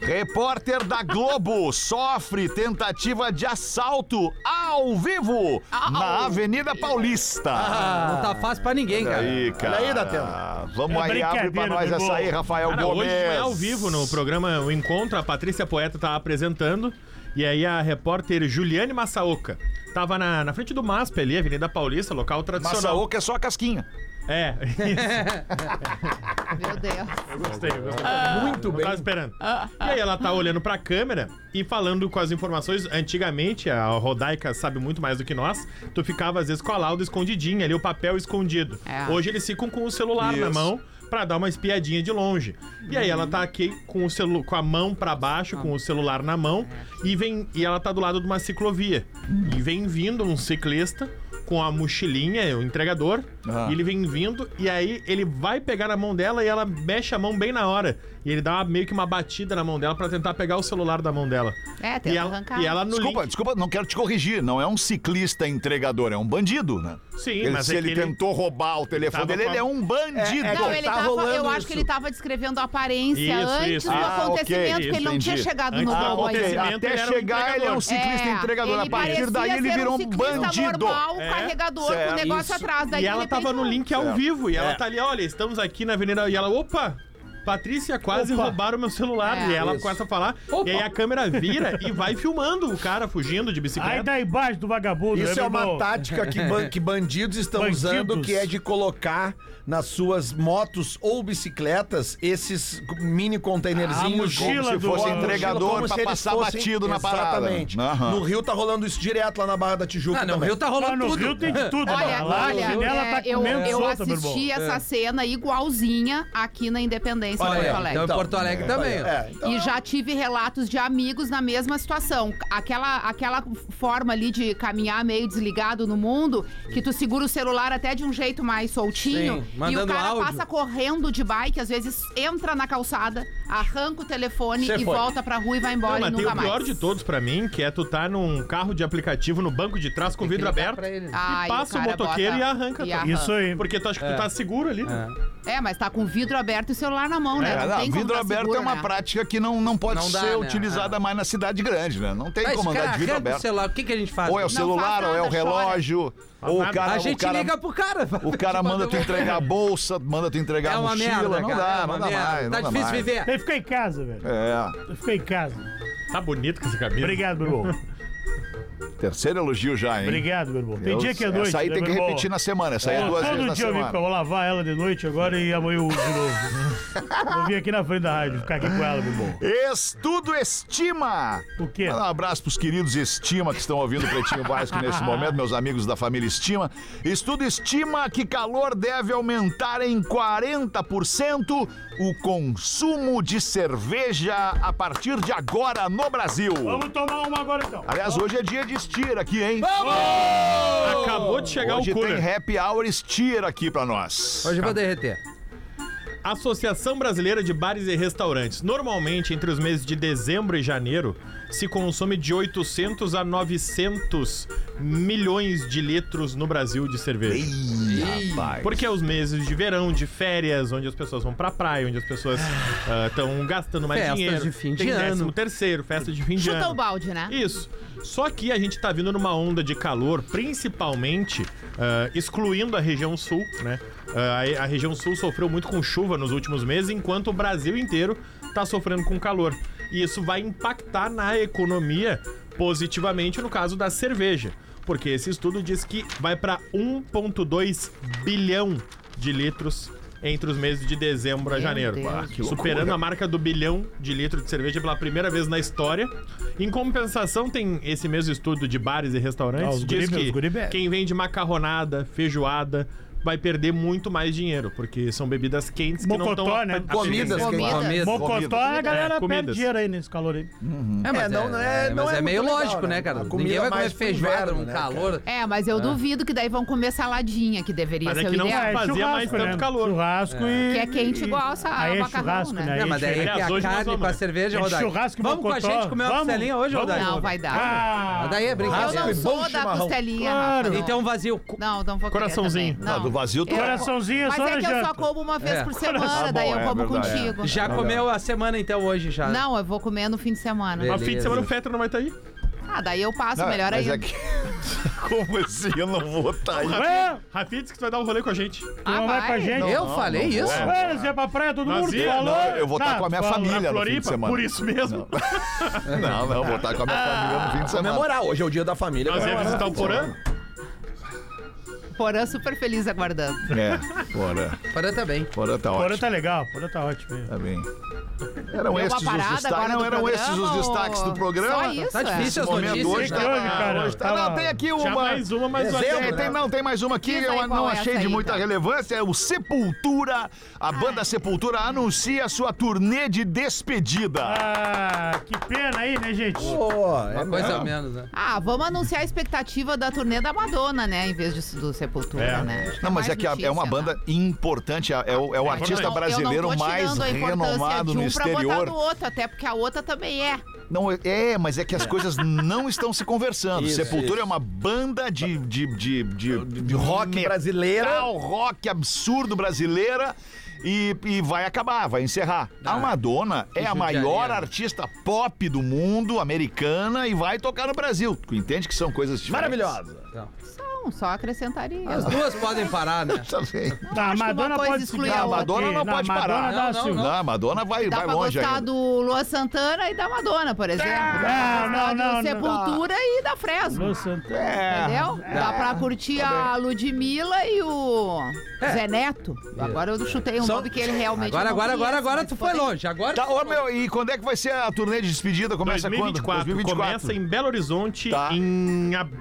Speaker 3: Repórter da Globo sofre tentativa de assalto ao vivo
Speaker 8: Au. Ah,
Speaker 3: na Avenida Paulista.
Speaker 4: Não tá fácil pra ninguém, cara.
Speaker 3: Aí, cara.
Speaker 6: Olha aí, Datena.
Speaker 3: Vamos aí,
Speaker 5: É
Speaker 3: abre pra
Speaker 5: brincadeira,
Speaker 3: nós
Speaker 5: meu
Speaker 3: essa aí,
Speaker 5: bom.
Speaker 3: Rafael
Speaker 7: Cara,
Speaker 3: Gomes.
Speaker 7: hoje de manhã, Tá ao vivo no programa O Encontro, a Patrícia Poeta tá apresentando. E aí a repórter Juliane Massaoka tava na, na frente do MASP ali, Avenida Paulista, local tradicional.
Speaker 3: Massa oca é só a casquinha.
Speaker 7: É, isso.
Speaker 8: Meu Deus.
Speaker 7: Eu gostei, eu gostei. Muito
Speaker 6: bem.
Speaker 7: Tava esperando. E aí ela tá olhando pra câmera e falando com as informações. Antigamente, a Rodaica sabe muito mais do que nós. Tu ficava, às vezes, com a lauda escondidinha ali, o papel escondido.
Speaker 8: É.
Speaker 7: Hoje eles ficam com o celular na
Speaker 6: Isso.
Speaker 7: mão pra dar uma espiadinha de longe. E aí ela tá aqui com, o celu com a mão pra baixo, com o celular na mão, e vem e ela tá do lado de uma ciclovia. E vem vindo um ciclista com a mochilinha, o entregador,
Speaker 3: Ah.
Speaker 7: e ele vem vindo, e aí ele vai pegar na mão dela e ela mexe a mão bem na hora. E ele dá uma- meio que uma batida na mão dela pra tentar pegar o celular da mão dela.
Speaker 8: É, tenta
Speaker 7: E ela,
Speaker 8: arrancar.
Speaker 7: e ela no
Speaker 3: Desculpa,
Speaker 7: link-
Speaker 3: desculpa, não quero te corrigir. Não é um ciclista entregador, é um bandido, né?
Speaker 7: Sim,
Speaker 3: Ele-
Speaker 7: mas
Speaker 3: se
Speaker 7: é
Speaker 3: ele,
Speaker 7: que ele-
Speaker 3: tentou roubar o telefone
Speaker 7: Tava
Speaker 3: dele,
Speaker 7: com a-
Speaker 3: ele é um bandido.
Speaker 6: É
Speaker 8: Não,
Speaker 6: que
Speaker 8: ele
Speaker 6: tá
Speaker 8: tava, eu
Speaker 6: rolando
Speaker 8: acho que ele
Speaker 6: isso.
Speaker 8: tava descrevendo a aparência
Speaker 7: Isso,
Speaker 8: antes
Speaker 7: isso,
Speaker 8: do
Speaker 7: isso.
Speaker 3: Ah, ok,
Speaker 8: acontecimento, porque ele não tinha
Speaker 3: entendi.
Speaker 8: chegado
Speaker 7: Antes
Speaker 8: no
Speaker 7: do
Speaker 8: gol
Speaker 7: acontecimento.
Speaker 8: ainda.
Speaker 7: Ele
Speaker 3: Até
Speaker 7: era um
Speaker 3: chegar, ele é um
Speaker 7: entregador.
Speaker 3: ciclista
Speaker 8: É,
Speaker 3: entregador. A
Speaker 8: ele
Speaker 3: partir daí,
Speaker 8: parecia
Speaker 3: ele
Speaker 8: ser
Speaker 3: virou um
Speaker 8: ciclista
Speaker 3: bandido.
Speaker 8: normal, né?
Speaker 7: É,
Speaker 8: carregador com o
Speaker 3: certo.
Speaker 8: negócio
Speaker 6: Isso.
Speaker 8: atrás. Daí,
Speaker 7: E
Speaker 8: Tá de
Speaker 7: ela tava
Speaker 8: repente,
Speaker 7: no
Speaker 8: não.
Speaker 7: link ao vivo. E ela
Speaker 6: É.
Speaker 7: tá ali, olha, estamos aqui na Avenida. E ela, opa! Patrícia, quase
Speaker 5: Opa.
Speaker 7: roubaram meu celular.
Speaker 8: É.
Speaker 7: e ela
Speaker 6: Isso.
Speaker 7: começa a falar. E aí a câmera vira e vai filmando o cara fugindo de
Speaker 5: Aí
Speaker 7: bicicleta.
Speaker 5: dá embaixo do vagabundo.
Speaker 6: Isso é
Speaker 5: meu irmão.
Speaker 6: uma tática que, ban- que bandidos estão
Speaker 5: Bandidos.
Speaker 6: usando, que é de colocar nas suas motos ou bicicletas esses mini
Speaker 5: A
Speaker 6: containerzinhos
Speaker 5: mochila
Speaker 6: como se
Speaker 5: do-
Speaker 6: fosse
Speaker 5: a mochila
Speaker 3: entregador
Speaker 6: como
Speaker 3: pra
Speaker 6: se eles
Speaker 3: passar
Speaker 6: fossem-
Speaker 3: batido na parada.
Speaker 6: Exatamente.
Speaker 3: Aham.
Speaker 6: No Rio tá rolando isso direto lá na Barra da Tijuca
Speaker 4: Ah, não, o
Speaker 6: também.
Speaker 4: Rio tá
Speaker 5: Lá
Speaker 4: rolando
Speaker 5: no
Speaker 4: tudo.
Speaker 5: Rio tem de tudo.
Speaker 8: Olha,
Speaker 5: lá
Speaker 8: olha,
Speaker 5: a chinela
Speaker 8: é,
Speaker 5: tá
Speaker 8: eu,
Speaker 5: comendo
Speaker 8: eu
Speaker 5: solta, meu irmão.
Speaker 8: assisti
Speaker 4: É.
Speaker 8: essa cena igualzinha aqui na Independência
Speaker 6: Olha
Speaker 8: do
Speaker 6: aí,
Speaker 8: Porto Alegre.
Speaker 6: então,
Speaker 4: Então, em Porto Alegre também. ó.
Speaker 6: É, então-
Speaker 8: E já tive relatos de amigos na mesma situação. Aquela, aquela forma ali de caminhar meio desligado no mundo, que tu segura o celular até de um jeito mais soltinho.
Speaker 4: Sim,
Speaker 8: e o
Speaker 4: mandando
Speaker 8: cara
Speaker 4: áudio.
Speaker 8: passa correndo de bike, às vezes entra na calçada, arranca o telefone
Speaker 6: Cê
Speaker 8: e
Speaker 6: foi.
Speaker 8: volta pra rua e vai
Speaker 7: Não,
Speaker 8: embora
Speaker 7: mas
Speaker 8: e
Speaker 7: tem
Speaker 8: nunca
Speaker 7: o pior
Speaker 8: mais.
Speaker 7: de todos pra mim, que é tu tá num carro de aplicativo no banco de trás com o
Speaker 4: Tem que
Speaker 7: vidro
Speaker 4: ligar
Speaker 7: aberto.
Speaker 4: pra ele.
Speaker 8: Ai, o
Speaker 7: passa o
Speaker 8: cara
Speaker 7: motoqueiro
Speaker 8: bota-
Speaker 7: e arranca
Speaker 8: e
Speaker 7: tudo.
Speaker 8: arranca.
Speaker 5: Isso aí.
Speaker 7: Porque tu acha que tu tá seguro ali, né?
Speaker 8: É, mas tá com o vidro aberto e o celular na mão, né?
Speaker 3: É,
Speaker 8: não
Speaker 3: não,
Speaker 8: tem como
Speaker 3: vidro
Speaker 8: tá
Speaker 3: aberto
Speaker 8: seguro,
Speaker 3: é uma
Speaker 8: né?
Speaker 3: prática que não, não pode
Speaker 4: Não dá,
Speaker 3: ser
Speaker 4: né?
Speaker 3: utilizada mais na cidade grande, né? Não tem
Speaker 4: Mas
Speaker 3: como
Speaker 4: esse cara
Speaker 3: andar de vidro
Speaker 4: arranca o
Speaker 3: aberto.
Speaker 4: celular, o que, que a gente faz?
Speaker 3: Ou é o
Speaker 8: faz
Speaker 3: celular,
Speaker 8: nada,
Speaker 3: ou é o
Speaker 8: chora.
Speaker 3: relógio. Ou o
Speaker 7: nada.
Speaker 3: cara,
Speaker 4: a
Speaker 3: o
Speaker 4: gente
Speaker 3: cara-
Speaker 4: liga pro cara.
Speaker 3: O cara manda
Speaker 5: um-
Speaker 3: tu entregar a bolsa, manda tu entregar
Speaker 4: É
Speaker 3: a
Speaker 4: uma
Speaker 3: mochila.
Speaker 4: merda,
Speaker 3: não
Speaker 4: cara.
Speaker 3: dá,
Speaker 4: é uma
Speaker 3: não dá
Speaker 4: merda.
Speaker 3: mais.
Speaker 4: Tá
Speaker 3: não dá
Speaker 4: difícil
Speaker 3: mais.
Speaker 4: viver.
Speaker 5: Daí fica em casa, velho.
Speaker 3: É.
Speaker 5: Fica em casa.
Speaker 7: Tá bonito com essa camisa.
Speaker 5: Obrigado, meu irmão.
Speaker 3: Terceiro elogio já, hein?
Speaker 5: Obrigado, meu irmão. Tem
Speaker 3: Eu-
Speaker 5: dia que é noite.
Speaker 3: Essa aí
Speaker 5: né,
Speaker 3: tem que
Speaker 5: meu irmão?
Speaker 3: repetir na semana. Essa aí é
Speaker 5: Pô,
Speaker 3: duas vezes
Speaker 5: Todo
Speaker 3: na
Speaker 5: dia eu vim pra
Speaker 3: semana.
Speaker 5: eu lavar ela de noite agora e amanhã eu uso de novo. Vou vir aqui na frente da rádio, ficar aqui com ela, meu irmão.
Speaker 3: Estudo Estima!
Speaker 5: O quê?
Speaker 3: Manda um abraço pros queridos Estima que estão ouvindo o Pretinho Básico nesse momento, meus amigos da família Estima. Estudo estima que calor deve aumentar em 40% o consumo de cerveja a partir de agora no Brasil.
Speaker 5: Vamos tomar uma agora então.
Speaker 3: Aliás, hoje é dia de estir aqui, hein?
Speaker 7: Acabou de chegar
Speaker 3: Hoje
Speaker 7: o cooler.
Speaker 3: tem happy hour estir aqui pra nós.
Speaker 4: Hoje eu vou derreter.
Speaker 7: Associação Brasileira de Bares e Restaurantes. Normalmente, entre os meses de dezembro e janeiro, se consome de 800 a 900 milhões de litros no Brasil de cerveja.
Speaker 3: Ih, rapaz.
Speaker 7: Porque é os meses de verão, de férias, onde as pessoas vão pra praia, onde as pessoas estão gastando mais
Speaker 4: Festas
Speaker 7: dinheiro.
Speaker 4: de fim de
Speaker 7: Tem
Speaker 4: ano.
Speaker 7: décimo terceiro, festa de fim de ano.
Speaker 8: Chuta o balde, né?
Speaker 7: Isso. Só que a gente tá vindo numa onda de calor, principalmente ah, excluindo a região sul, né? Ah, a, a região sul sofreu muito com chuva nos últimos meses, enquanto o Brasil inteiro tá sofrendo com calor. E isso vai impactar na economia positivamente no caso da cerveja, porque esse estudo diz que vai para 1,2 bilhão de litros entre os meses de dezembro a
Speaker 8: Meu
Speaker 7: janeiro.
Speaker 8: Deus.
Speaker 7: Ah, que superando a marca do bilhão de litros de cerveja pela primeira vez na história. Em compensação, tem esse mesmo estudo de bares e
Speaker 5: Ah,
Speaker 7: restaurantes
Speaker 5: os
Speaker 7: diz
Speaker 5: guri- os guri
Speaker 7: que
Speaker 5: bebe.
Speaker 7: quem vende macarronada, feijoada, vai perder muito mais dinheiro, porque são bebidas quentes que não
Speaker 5: Mocotó,
Speaker 7: estão
Speaker 5: né?
Speaker 6: Comidas,
Speaker 8: Comida.
Speaker 6: quem-
Speaker 4: Comida.
Speaker 5: Mocotó, a galera
Speaker 7: É, comidas.
Speaker 5: perde dinheiro aí nesse calor aí.
Speaker 4: É, mas
Speaker 6: É, não, não é-
Speaker 4: mas
Speaker 6: não é
Speaker 4: meio
Speaker 6: muito legal,
Speaker 4: lógico,
Speaker 6: né?
Speaker 4: né, cara?
Speaker 6: A comida
Speaker 4: Ninguém vai comer
Speaker 6: mais pro
Speaker 4: feijoada,
Speaker 6: inverno,
Speaker 4: um
Speaker 6: né,
Speaker 4: calor.
Speaker 8: É, mas eu duvido que daí vão comer saladinha, que deveria
Speaker 7: Mas é
Speaker 8: ser o
Speaker 7: que não
Speaker 8: ideal.
Speaker 7: vai fazia
Speaker 5: churrasco,
Speaker 7: mais tanto calor.
Speaker 5: Churrasco e.
Speaker 8: Que é quente
Speaker 5: e-
Speaker 8: igual essa-
Speaker 5: Aí é
Speaker 8: macarrão,
Speaker 5: churrasco,
Speaker 8: né?
Speaker 5: né? Aí
Speaker 4: Não,
Speaker 5: é
Speaker 4: mas daí é que
Speaker 5: diferente.
Speaker 7: aliás,
Speaker 4: a
Speaker 7: hoje nós
Speaker 4: carne
Speaker 7: vamos,
Speaker 4: pra
Speaker 7: né?
Speaker 4: cerveja,
Speaker 5: É
Speaker 4: Rodaica.
Speaker 5: churrasco e
Speaker 4: Vamos com a
Speaker 5: mocotó.
Speaker 4: gente comer uma
Speaker 5: Vamos,
Speaker 4: costelinha hoje,
Speaker 5: vamos.
Speaker 4: Rodaica?
Speaker 8: Não, vai dar.
Speaker 5: Ah,
Speaker 4: Mas Daí é
Speaker 8: eu
Speaker 4: brincadeira.
Speaker 8: não
Speaker 6: raspa e bom
Speaker 8: sou da
Speaker 6: chimarrão.
Speaker 8: costelinha,
Speaker 5: Claro.
Speaker 8: Rafa, não.
Speaker 4: Então vazio.
Speaker 8: Não, não vou comer
Speaker 7: Coraçãozinho.
Speaker 8: também,
Speaker 3: Ah, do
Speaker 8: Não.
Speaker 3: vazio tu.
Speaker 5: Coraçãozinho é
Speaker 8: Mas
Speaker 5: só na
Speaker 8: é que eu só
Speaker 5: janta.
Speaker 8: como uma vez
Speaker 4: É.
Speaker 8: por semana, daí
Speaker 3: Ah,
Speaker 8: eu
Speaker 3: bom,
Speaker 8: como
Speaker 3: é verdade.
Speaker 8: contigo.
Speaker 4: Já comeu a semana então hoje já.
Speaker 8: Não, eu vou comer no fim de semana.
Speaker 4: Beleza.
Speaker 7: A fim de semana o Fetter não vai estar aí.
Speaker 8: Ah, daí eu passo,
Speaker 3: Não,
Speaker 8: melhor
Speaker 3: mas
Speaker 8: ainda.
Speaker 3: é que- Como assim? Eu não vou estar aí.
Speaker 5: Ué,
Speaker 7: Rafinha disse que tu vai dar um rolê com a gente.
Speaker 5: tu não vai com a gente?
Speaker 4: Eu
Speaker 3: não,
Speaker 4: falei
Speaker 3: não
Speaker 4: isso?
Speaker 3: vou.
Speaker 5: Ué, você ia pra praia, todo
Speaker 7: Nós
Speaker 5: mundo
Speaker 7: ia,
Speaker 5: falou.
Speaker 3: não, eu vou estar
Speaker 5: Tá,
Speaker 3: com a minha
Speaker 5: fala.
Speaker 3: família no fim de
Speaker 7: Floripa,
Speaker 3: semana.
Speaker 7: por isso mesmo.
Speaker 3: Não, não, vou estar com a minha família no fim de semana.
Speaker 6: Comemorar, hoje é o dia da família.
Speaker 7: Nós ia
Speaker 6: comemorar.
Speaker 7: visitar o Porã.
Speaker 8: Porã super feliz aguardando.
Speaker 3: É. Porã.
Speaker 4: Porã também.
Speaker 3: Porã tá
Speaker 5: Porã
Speaker 3: ótimo.
Speaker 5: tá legal, porã tá ótimo. aí.
Speaker 3: Tá bem. Eram
Speaker 8: Deu uma
Speaker 3: estes os
Speaker 8: parada
Speaker 3: destaques.
Speaker 8: agora
Speaker 3: Não,
Speaker 8: do
Speaker 3: eram estes os
Speaker 8: programa,
Speaker 3: destaques do
Speaker 8: ou-
Speaker 3: programa.
Speaker 8: Só isso,
Speaker 4: Tá difícil
Speaker 8: é.
Speaker 4: as
Speaker 3: momento
Speaker 4: notícias,
Speaker 3: hoje
Speaker 4: né?
Speaker 3: tá-
Speaker 5: Grande, cara.
Speaker 3: hoje tá-
Speaker 5: Tava-
Speaker 3: Não, tem aqui
Speaker 7: Já
Speaker 3: uma.
Speaker 7: mais uma, mais uma.
Speaker 3: Tem,
Speaker 7: aqui,
Speaker 3: É, tem-
Speaker 7: né?
Speaker 3: não, tem mais uma aqui
Speaker 8: Diz
Speaker 3: que eu
Speaker 8: aí
Speaker 3: não
Speaker 8: qual é
Speaker 3: achei
Speaker 8: essa
Speaker 3: de
Speaker 8: aí,
Speaker 3: muita
Speaker 8: então.
Speaker 3: relevância. É o Sepultura. A banda Sepultura anuncia sua turnê de despedida.
Speaker 5: Ah, que pena aí, né, gente?
Speaker 6: Pô, é
Speaker 4: Uma coisa a menos, né?
Speaker 8: Ah, vamos anunciar a expectativa da turnê da Madonna, né? Em vez disso do Sepultura, né? Acho que
Speaker 3: Não, mas
Speaker 8: mais
Speaker 3: é que a- é uma
Speaker 8: notícia, né?
Speaker 3: banda importante. É, é o, é o artista
Speaker 8: Não, eu
Speaker 3: brasileiro
Speaker 8: não tô
Speaker 3: mais
Speaker 8: tirando a importância
Speaker 3: renomado
Speaker 8: de
Speaker 3: no
Speaker 8: um pra botar
Speaker 3: exterior.
Speaker 8: no outro, até porque a outra também é.
Speaker 3: Não, é- é, mas é que as coisas não estão se conversando.
Speaker 6: Isso,
Speaker 3: Sepultura
Speaker 6: isso.
Speaker 3: é uma banda de, de, de, de,
Speaker 6: de rock
Speaker 3: metal,
Speaker 6: brasileira.
Speaker 3: Tá rock absurdo brasileira. E, e vai acabar, vai encerrar.
Speaker 8: Ah.
Speaker 3: A Madonna é a
Speaker 4: judiaria,
Speaker 3: maior
Speaker 4: né?
Speaker 3: artista pop do mundo, americana, e vai tocar no Brasil. Tu entende que são coisas diferentes?
Speaker 6: maravilhosa.
Speaker 8: Não, só acrescentaria.
Speaker 3: Ah,
Speaker 4: As duas podem parar, né?
Speaker 3: Tá bem.
Speaker 5: Tá, a
Speaker 8: acho que uma
Speaker 5: Madonna
Speaker 8: coisa
Speaker 5: pode
Speaker 8: exclui
Speaker 5: subir.
Speaker 8: a
Speaker 5: a
Speaker 8: outra.
Speaker 3: Madonna não pode
Speaker 5: Madonna
Speaker 3: parar.
Speaker 5: Dá
Speaker 4: Não,
Speaker 5: não,
Speaker 3: Não, a Madonna vai,
Speaker 8: Dá
Speaker 3: vai
Speaker 8: pra
Speaker 3: longe
Speaker 8: gostar
Speaker 3: ainda.
Speaker 8: do Luan Santana e da Madonna, por exemplo.
Speaker 5: Não,
Speaker 8: Dá pra
Speaker 5: não,
Speaker 8: gostar
Speaker 5: não,
Speaker 8: do Sepultura e da Fresno.
Speaker 3: É.
Speaker 8: Entendeu? Dá pra curtir
Speaker 3: Tá
Speaker 8: a Ludmilla e o Zé Neto. Agora eu chutei um nome que ele realmente
Speaker 4: É. Agora,
Speaker 8: não
Speaker 4: agora,
Speaker 8: conhece,
Speaker 4: agora, agora
Speaker 8: mas
Speaker 4: tu foi
Speaker 8: poderia-
Speaker 4: longe. Agora
Speaker 3: Tá,
Speaker 4: tu
Speaker 3: ô
Speaker 4: foi longe.
Speaker 3: meu, e quando é que vai ser a turnê de despedida? Começa quando?
Speaker 7: 2024. Começa em Belo Horizonte
Speaker 3: Tá.
Speaker 7: em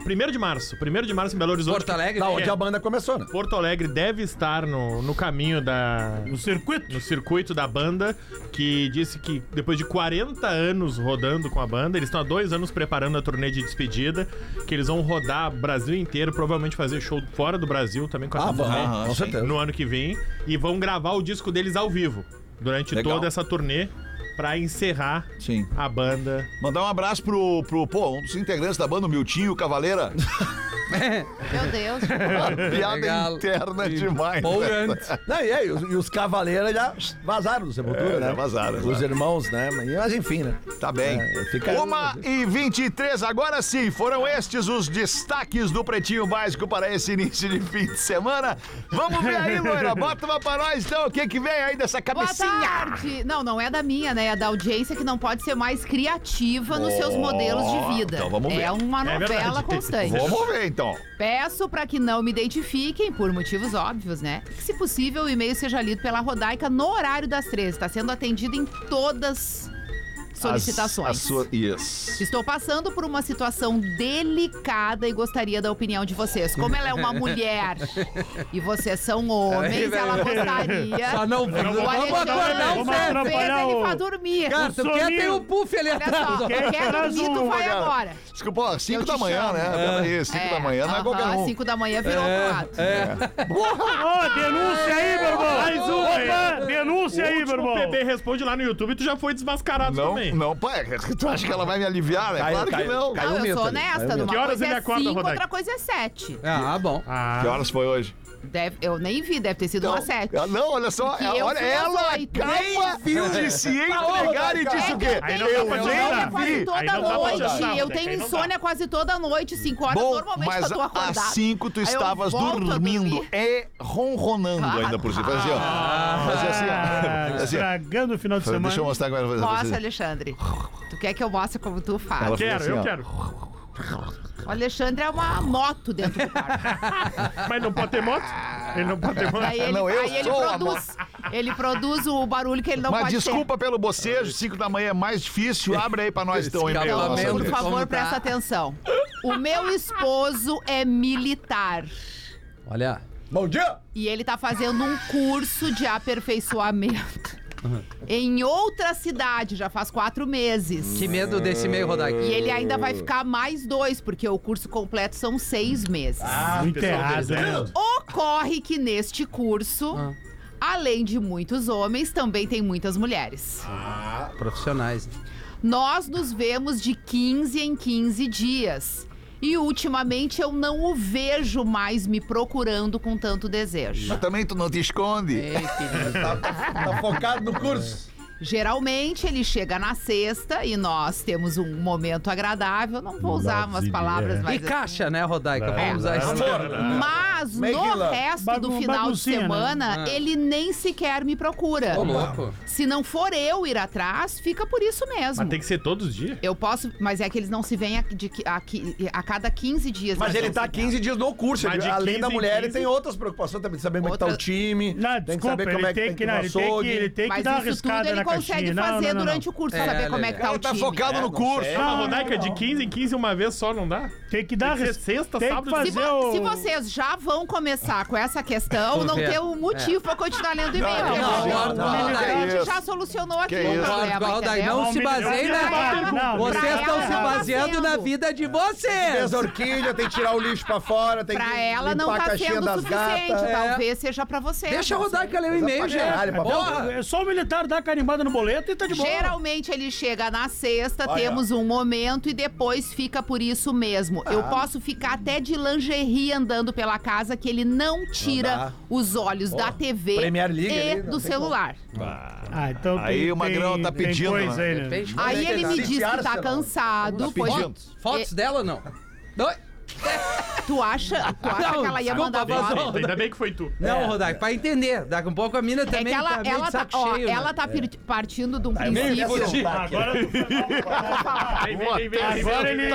Speaker 7: 1 de março. 1 de março em Belo Horizonte.
Speaker 4: Porto Alegre.
Speaker 6: Da
Speaker 4: né?
Speaker 6: onde a banda começou, né?
Speaker 7: Porto Alegre deve estar no, no caminho da.
Speaker 5: No circuito?
Speaker 7: No circuito da banda, que disse que depois de 40 anos rodando com a banda, eles estão há dois anos preparando a turnê de despedida, que eles vão rodar o Brasil inteiro, provavelmente fazer show fora do Brasil também com a
Speaker 6: Ah,
Speaker 7: turnê,
Speaker 6: vão, com certeza.
Speaker 7: no ano que vem, e vão gravar o disco deles ao vivo, durante
Speaker 3: Legal.
Speaker 7: toda essa turnê, pra encerrar
Speaker 3: Sim.
Speaker 7: a banda.
Speaker 3: Mandar um abraço pro, pro pô, um dos integrantes da banda, o Miltinho Cavaleira.
Speaker 8: Meu Deus.
Speaker 3: Piada
Speaker 4: Legal.
Speaker 3: interna
Speaker 4: E
Speaker 3: demais.
Speaker 4: Paul
Speaker 3: né?
Speaker 4: Grant.
Speaker 6: Não, e aí, os, e os cavaleiros já vazaram do Sepultura,
Speaker 3: É,
Speaker 6: né?
Speaker 3: já vazaram,
Speaker 6: Os
Speaker 3: já.
Speaker 6: irmãos, né? Mas enfim, né?
Speaker 3: Tá bem.
Speaker 6: É, fica-
Speaker 3: Uma e 23, agora sim, foram estes os destaques do Pretinho Básico para esse início de fim de semana. Vamos ver aí, Loira, bota uma pra nós então, o que que vem aí dessa
Speaker 8: Boa
Speaker 3: cabecinha?
Speaker 8: tarde! Não, não é da minha, né? É da audiência que não pode ser mais criativa nos seus modelos de vida.
Speaker 3: então vamos ver.
Speaker 8: É uma novela
Speaker 7: É verdade.
Speaker 8: constante.
Speaker 3: Vamos ver então.
Speaker 8: Peço para que não me identifiquem, por motivos óbvios, né? Que, se possível, o e-mail seja lido pela Rodaica no horário das 13. Está sendo atendido em todas solicitações.
Speaker 3: As- as suas- Isso.
Speaker 8: Estou passando por uma situação delicada e gostaria da opinião de vocês. Como ela é uma mulher e vocês são
Speaker 3: É
Speaker 8: homens,
Speaker 4: Peraí,
Speaker 8: ela
Speaker 4: peraí.
Speaker 8: gostaria.
Speaker 4: Só Ah, não-
Speaker 8: do
Speaker 4: não vamos
Speaker 8: Alexandre
Speaker 4: acordar o
Speaker 8: Vamos
Speaker 4: Zé.
Speaker 5: atrapalhar
Speaker 8: ele
Speaker 5: o-
Speaker 8: pra dormir.
Speaker 4: Cara, tu
Speaker 5: O
Speaker 4: quer
Speaker 5: Soninho.
Speaker 4: tem um puff ali
Speaker 8: Olha só,
Speaker 4: atrás. ó.
Speaker 8: quer
Speaker 5: Faz
Speaker 8: dormir, tu
Speaker 5: um,
Speaker 8: vai
Speaker 3: Olha,
Speaker 8: agora.
Speaker 3: Desculpa, ó,
Speaker 8: Eu
Speaker 3: 5
Speaker 8: te
Speaker 3: da manhã,
Speaker 8: chamo.
Speaker 3: né? Pera aí, 5 da manhã não é
Speaker 8: aham,
Speaker 3: qualquer um.
Speaker 8: Cinco da manhã virou
Speaker 4: É,
Speaker 8: prato.
Speaker 4: é.
Speaker 5: Ô, denúncia aí, meu irmão!
Speaker 7: Mais uma
Speaker 5: Opa, denúncia aí, meu
Speaker 7: O
Speaker 5: irmão!
Speaker 7: PB responde lá no YouTube, tu já foi desmascarado
Speaker 3: Não,
Speaker 7: também.
Speaker 3: não, pai, tu acha que ela vai me aliviar? né?
Speaker 6: Caiu,
Speaker 3: claro que
Speaker 6: caiu,
Speaker 3: não.
Speaker 6: caiu.
Speaker 8: Não,
Speaker 6: o
Speaker 8: eu
Speaker 6: mito
Speaker 8: sou
Speaker 6: ali.
Speaker 8: honesta.
Speaker 6: Caiu o
Speaker 8: Numa
Speaker 7: mito. Que horas
Speaker 8: coisa
Speaker 7: ele
Speaker 8: é
Speaker 7: acorda,
Speaker 8: 5,
Speaker 7: Rodaica?
Speaker 8: outra coisa é 7.
Speaker 4: Ah, bom.
Speaker 7: Ah,
Speaker 3: Que horas foi hoje?
Speaker 8: Deve, eu nem vi, deve ter sido uma 7.
Speaker 3: Ah, Não, olha só,
Speaker 8: Tá Que
Speaker 3: ela-
Speaker 8: eu
Speaker 3: olha,
Speaker 8: fui às
Speaker 3: ela
Speaker 8: oito.
Speaker 3: acaba de
Speaker 5: Tá
Speaker 3: se entregar e disse o quê?
Speaker 5: Aí não
Speaker 3: Eu
Speaker 5: dá pra
Speaker 3: nem
Speaker 5: tirar.
Speaker 8: é quase
Speaker 3: vi.
Speaker 8: toda
Speaker 5: Aí não dá pra tirar,
Speaker 8: noite. Eu
Speaker 5: né?
Speaker 8: tenho
Speaker 5: Aí não dá.
Speaker 8: insônia quase toda noite, 5 horas
Speaker 3: Bom,
Speaker 8: normalmente
Speaker 3: mas
Speaker 8: que eu tô acordada.
Speaker 3: às 5 tu
Speaker 8: Aí eu
Speaker 3: estavas
Speaker 8: volto a
Speaker 3: dormindo
Speaker 8: dormir.
Speaker 3: e ronronando
Speaker 8: Ah,
Speaker 3: ainda por cima. Fazia assim, ó. Fazia assim, ó.
Speaker 5: Ah,
Speaker 3: Fazia assim, ó.
Speaker 5: estragando o final de semana.
Speaker 3: Deixa eu mostrar como ela fazia.
Speaker 8: Mostra,
Speaker 3: Fazia-
Speaker 8: Alexandre. Tu quer que eu mostre como tu faz?
Speaker 3: Ela-
Speaker 5: Quero,
Speaker 3: Assim, ó.
Speaker 5: eu quero.
Speaker 8: O Alexandre é uma moto dentro do carro.
Speaker 7: mas não pode ter moto? Ele não pode ter moto?
Speaker 8: Aí ele,
Speaker 3: Não, eu
Speaker 8: aí ele
Speaker 3: sou a
Speaker 8: produz. Ele produz o barulho que ele não
Speaker 3: Mas
Speaker 8: pode
Speaker 3: desculpa pelo bocejo, 5 da manhã é mais difícil. Abre aí pra nós então o e-mail.
Speaker 8: ter.
Speaker 4: Lamento
Speaker 8: Então, por
Speaker 4: como
Speaker 8: favor,
Speaker 4: tá.
Speaker 8: presta atenção. O meu esposo é militar.
Speaker 4: Olha.
Speaker 6: Bom dia!
Speaker 8: E ele tá fazendo um curso de aperfeiçoamento.
Speaker 3: Uhum.
Speaker 8: Em outra cidade, já faz quatro meses.
Speaker 4: Que medo desse meio, Rodaica.
Speaker 8: E ele ainda vai ficar mais dois, porque o curso completo são seis meses.
Speaker 3: Ah.
Speaker 5: Muito errado, né?
Speaker 8: Ocorre que neste curso,
Speaker 3: Ah.
Speaker 8: além de muitos homens, também tem muitas mulheres.
Speaker 4: Profissionais. né?
Speaker 8: Nós nos vemos de 15 em 15 dias. E ultimamente eu não o vejo mais me procurando com tanto desejo. É,
Speaker 3: Mas também tu não te esconde.
Speaker 6: Tá, tá focado no curso.
Speaker 8: Geralmente ele chega na sexta e nós temos um momento agradável. Não vou usar umas
Speaker 7: Brasileira.
Speaker 8: palavras mais.
Speaker 4: E caixa, né, Rodaica?
Speaker 8: É.
Speaker 4: Vamos usar isso.
Speaker 8: Mas
Speaker 6: Make it
Speaker 8: no
Speaker 6: love.
Speaker 8: resto do
Speaker 5: Bagun-
Speaker 8: final de
Speaker 5: baguncinha, né?
Speaker 8: semana,
Speaker 4: Ah.
Speaker 8: ele nem sequer me procura.
Speaker 4: Ô, louco.
Speaker 8: Se não for eu ir atrás, fica por isso mesmo.
Speaker 7: Mas tem que ser todos os dias.
Speaker 8: Eu posso, mas é que eles não se veem a, de qui- a qui- a cada 15 dias.
Speaker 6: Mas
Speaker 8: né,
Speaker 6: ele
Speaker 8: gente?
Speaker 6: tá 15 dias no curso.
Speaker 7: Mas
Speaker 6: ele-
Speaker 7: de
Speaker 6: além
Speaker 7: 15
Speaker 6: da
Speaker 7: em
Speaker 6: mulher,
Speaker 7: 15.
Speaker 6: ele tem outras preocupações também. de Saber como é que tá o
Speaker 8: Outra-
Speaker 6: time.
Speaker 5: Não,
Speaker 6: tem que
Speaker 5: desculpa,
Speaker 6: saber como
Speaker 5: ele
Speaker 6: é que
Speaker 5: tem que,
Speaker 6: ir
Speaker 5: não,
Speaker 6: no
Speaker 5: ele tem que,
Speaker 6: açougue.
Speaker 5: ele tem que
Speaker 8: Mas
Speaker 5: dar uma
Speaker 8: isso tudo
Speaker 5: arriscada
Speaker 8: ele
Speaker 5: na
Speaker 8: consegue
Speaker 5: caixinha. Não,
Speaker 8: fazer
Speaker 5: não, não,
Speaker 8: durante
Speaker 5: não.
Speaker 8: o curso,
Speaker 4: É,
Speaker 8: saber como é que tá o
Speaker 3: Ele tá
Speaker 8: time.
Speaker 3: focado no curso.
Speaker 7: Não, mas Rodaica, É de 15 em 15 uma vez só não dá?
Speaker 5: Tem É que dar
Speaker 7: Tem que ser
Speaker 5: res-
Speaker 7: sexta,
Speaker 5: tem que
Speaker 7: sábado e
Speaker 8: Se,
Speaker 5: fazer
Speaker 8: vo-
Speaker 5: o...
Speaker 8: se vocês já vão começar com essa questão,
Speaker 4: Tô
Speaker 8: não
Speaker 4: vendo.
Speaker 8: tem um motivo pra continuar lendo e-mail.
Speaker 3: Não,
Speaker 8: porque
Speaker 3: não,
Speaker 8: o
Speaker 4: não, não,
Speaker 8: a
Speaker 3: que
Speaker 8: gente
Speaker 3: isso.
Speaker 8: já solucionou aqui
Speaker 3: Que
Speaker 8: o
Speaker 3: isso.
Speaker 4: Concordo com a
Speaker 8: problema,
Speaker 4: Rodaica.
Speaker 8: entendeu?
Speaker 4: Não se
Speaker 5: Não,
Speaker 4: baseiem
Speaker 5: não,
Speaker 4: na...
Speaker 5: não, não.
Speaker 4: Vocês
Speaker 8: Pra
Speaker 4: estão
Speaker 8: ela
Speaker 4: se
Speaker 8: não tá
Speaker 4: baseando
Speaker 8: sendo.
Speaker 4: na vida de vocês.
Speaker 6: Fez orquídea, tem que tirar o lixo pra fora, tem que
Speaker 8: Pra ela não
Speaker 6: limpar a
Speaker 8: tá
Speaker 6: caixinha
Speaker 8: sendo
Speaker 6: das
Speaker 8: suficiente,
Speaker 6: gatas.
Speaker 8: talvez seja pra você.
Speaker 4: Deixa a Rodaica ler o e-mail,
Speaker 6: pra
Speaker 4: gente.
Speaker 6: caralho, pra
Speaker 4: Porra.
Speaker 5: É só o militar dar a carimbada no boleto e tá de boa.
Speaker 8: Geralmente ele chega na sexta,
Speaker 6: Vai,
Speaker 8: temos um momento e depois fica por isso mesmo. Eu posso ficar até de lingerie andando pela casa que ele não tira
Speaker 6: dá.
Speaker 8: os olhos da TV
Speaker 6: Premier League
Speaker 8: e
Speaker 6: ali, não
Speaker 8: do
Speaker 6: tem
Speaker 8: celular.
Speaker 5: Ah, então
Speaker 3: Aí
Speaker 5: tem,
Speaker 3: o Magrão
Speaker 5: tem-
Speaker 3: tá
Speaker 5: tem
Speaker 3: pedindo,
Speaker 5: coisa
Speaker 3: né?
Speaker 5: aí, né?
Speaker 4: Depende.
Speaker 8: Aí ele me
Speaker 6: City
Speaker 8: diz que tá
Speaker 6: Arsenal.
Speaker 8: cansado. pois-
Speaker 4: Fotos, fotos dela ou não? Dois.
Speaker 8: Tu acha, tu acha
Speaker 4: Não,
Speaker 8: que ela ia
Speaker 4: desculpa,
Speaker 8: mandar
Speaker 4: mas
Speaker 8: fora?
Speaker 4: ó,
Speaker 7: Ainda bem que foi tu.
Speaker 4: Não, Rodaica, pra entender. Daqui a pouco a mina
Speaker 8: É
Speaker 4: também
Speaker 8: que ela,
Speaker 4: tá meio
Speaker 8: ela
Speaker 4: de
Speaker 8: tá,
Speaker 4: saco
Speaker 8: ó,
Speaker 4: cheio.
Speaker 8: ela
Speaker 4: né?
Speaker 8: tá pir- partindo de um
Speaker 6: meio
Speaker 8: princípio.
Speaker 6: dessa-
Speaker 5: Agora,
Speaker 7: Vem, vem, vem, vem,
Speaker 5: agora ele...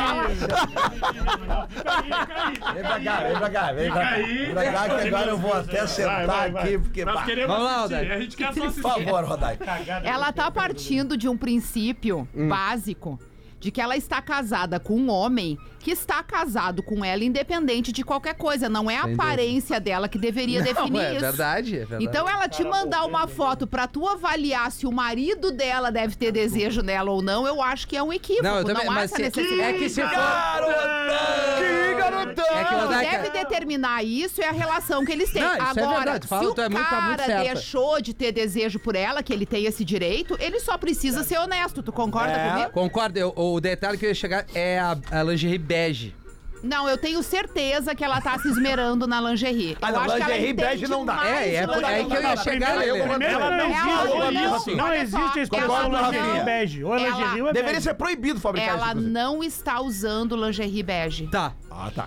Speaker 6: Vem pra cá, vem pra cá, vem pra cá. Vem pra cá que agora eu vou até sentar
Speaker 5: vai, vai.
Speaker 6: aqui, porque... bah,
Speaker 4: Vamos lá, Rodaica.
Speaker 7: gente quer só
Speaker 6: Por favor, Rodaica.
Speaker 8: Ela tá partindo de um princípio
Speaker 4: Hum.
Speaker 8: básico de que ela está casada com um homem que está casado com ela independente de qualquer coisa. Não é a
Speaker 4: Sem
Speaker 8: aparência dela que deveria definir
Speaker 4: Não, é
Speaker 8: isso.
Speaker 4: verdade, é verdade.
Speaker 8: tá Então ela te mandar uma foto pra tu avaliar se o marido dela deve ter desejo nela ou não, eu acho que é um equívoco. Não,
Speaker 4: Não, eu também,
Speaker 8: há
Speaker 4: mas
Speaker 8: essa
Speaker 4: se,
Speaker 8: necessidade.
Speaker 4: é que se for...
Speaker 3: Que garotão!
Speaker 4: É que
Speaker 8: O que
Speaker 4: Rodaica-
Speaker 8: deve determinar isso é a relação que eles têm.
Speaker 4: Não, isso é
Speaker 8: Agora,
Speaker 4: verdade. Fala,
Speaker 8: se o
Speaker 4: tu é muito- tá muito
Speaker 8: cara
Speaker 4: certa.
Speaker 8: deixou de ter desejo por ela, que ele tem esse direito, ele só precisa ser honesto. Tu concorda
Speaker 4: É.
Speaker 8: comigo?
Speaker 4: Concordo, eu- o detalhe que eu ia chegar é a, a lingerie bege.
Speaker 8: Não, eu tenho certeza que ela tá se esmerando na lingerie.
Speaker 6: Ah,
Speaker 8: eu
Speaker 6: não,
Speaker 8: acho que
Speaker 6: lingerie
Speaker 8: ela
Speaker 6: bege não dá.
Speaker 8: entende
Speaker 4: É, é,
Speaker 8: mais
Speaker 4: por-
Speaker 8: de
Speaker 4: é que eu ia
Speaker 8: lingerie.
Speaker 4: chegar,
Speaker 6: Primeiro eu
Speaker 4: Lelê.
Speaker 6: vou-
Speaker 5: Primeiro, não
Speaker 8: Ela
Speaker 5: existe,
Speaker 8: não-
Speaker 5: isso.
Speaker 8: olha
Speaker 5: não
Speaker 8: só,
Speaker 5: existe a
Speaker 8: ela
Speaker 5: expressão lingerie
Speaker 8: não-
Speaker 5: bege. Ou é
Speaker 8: ela-
Speaker 5: lingerie ou é
Speaker 6: Deveria
Speaker 5: bege.
Speaker 6: ser proibido fabricar
Speaker 8: Ela
Speaker 6: isso.
Speaker 8: não está usando lingerie bege.
Speaker 4: Tá.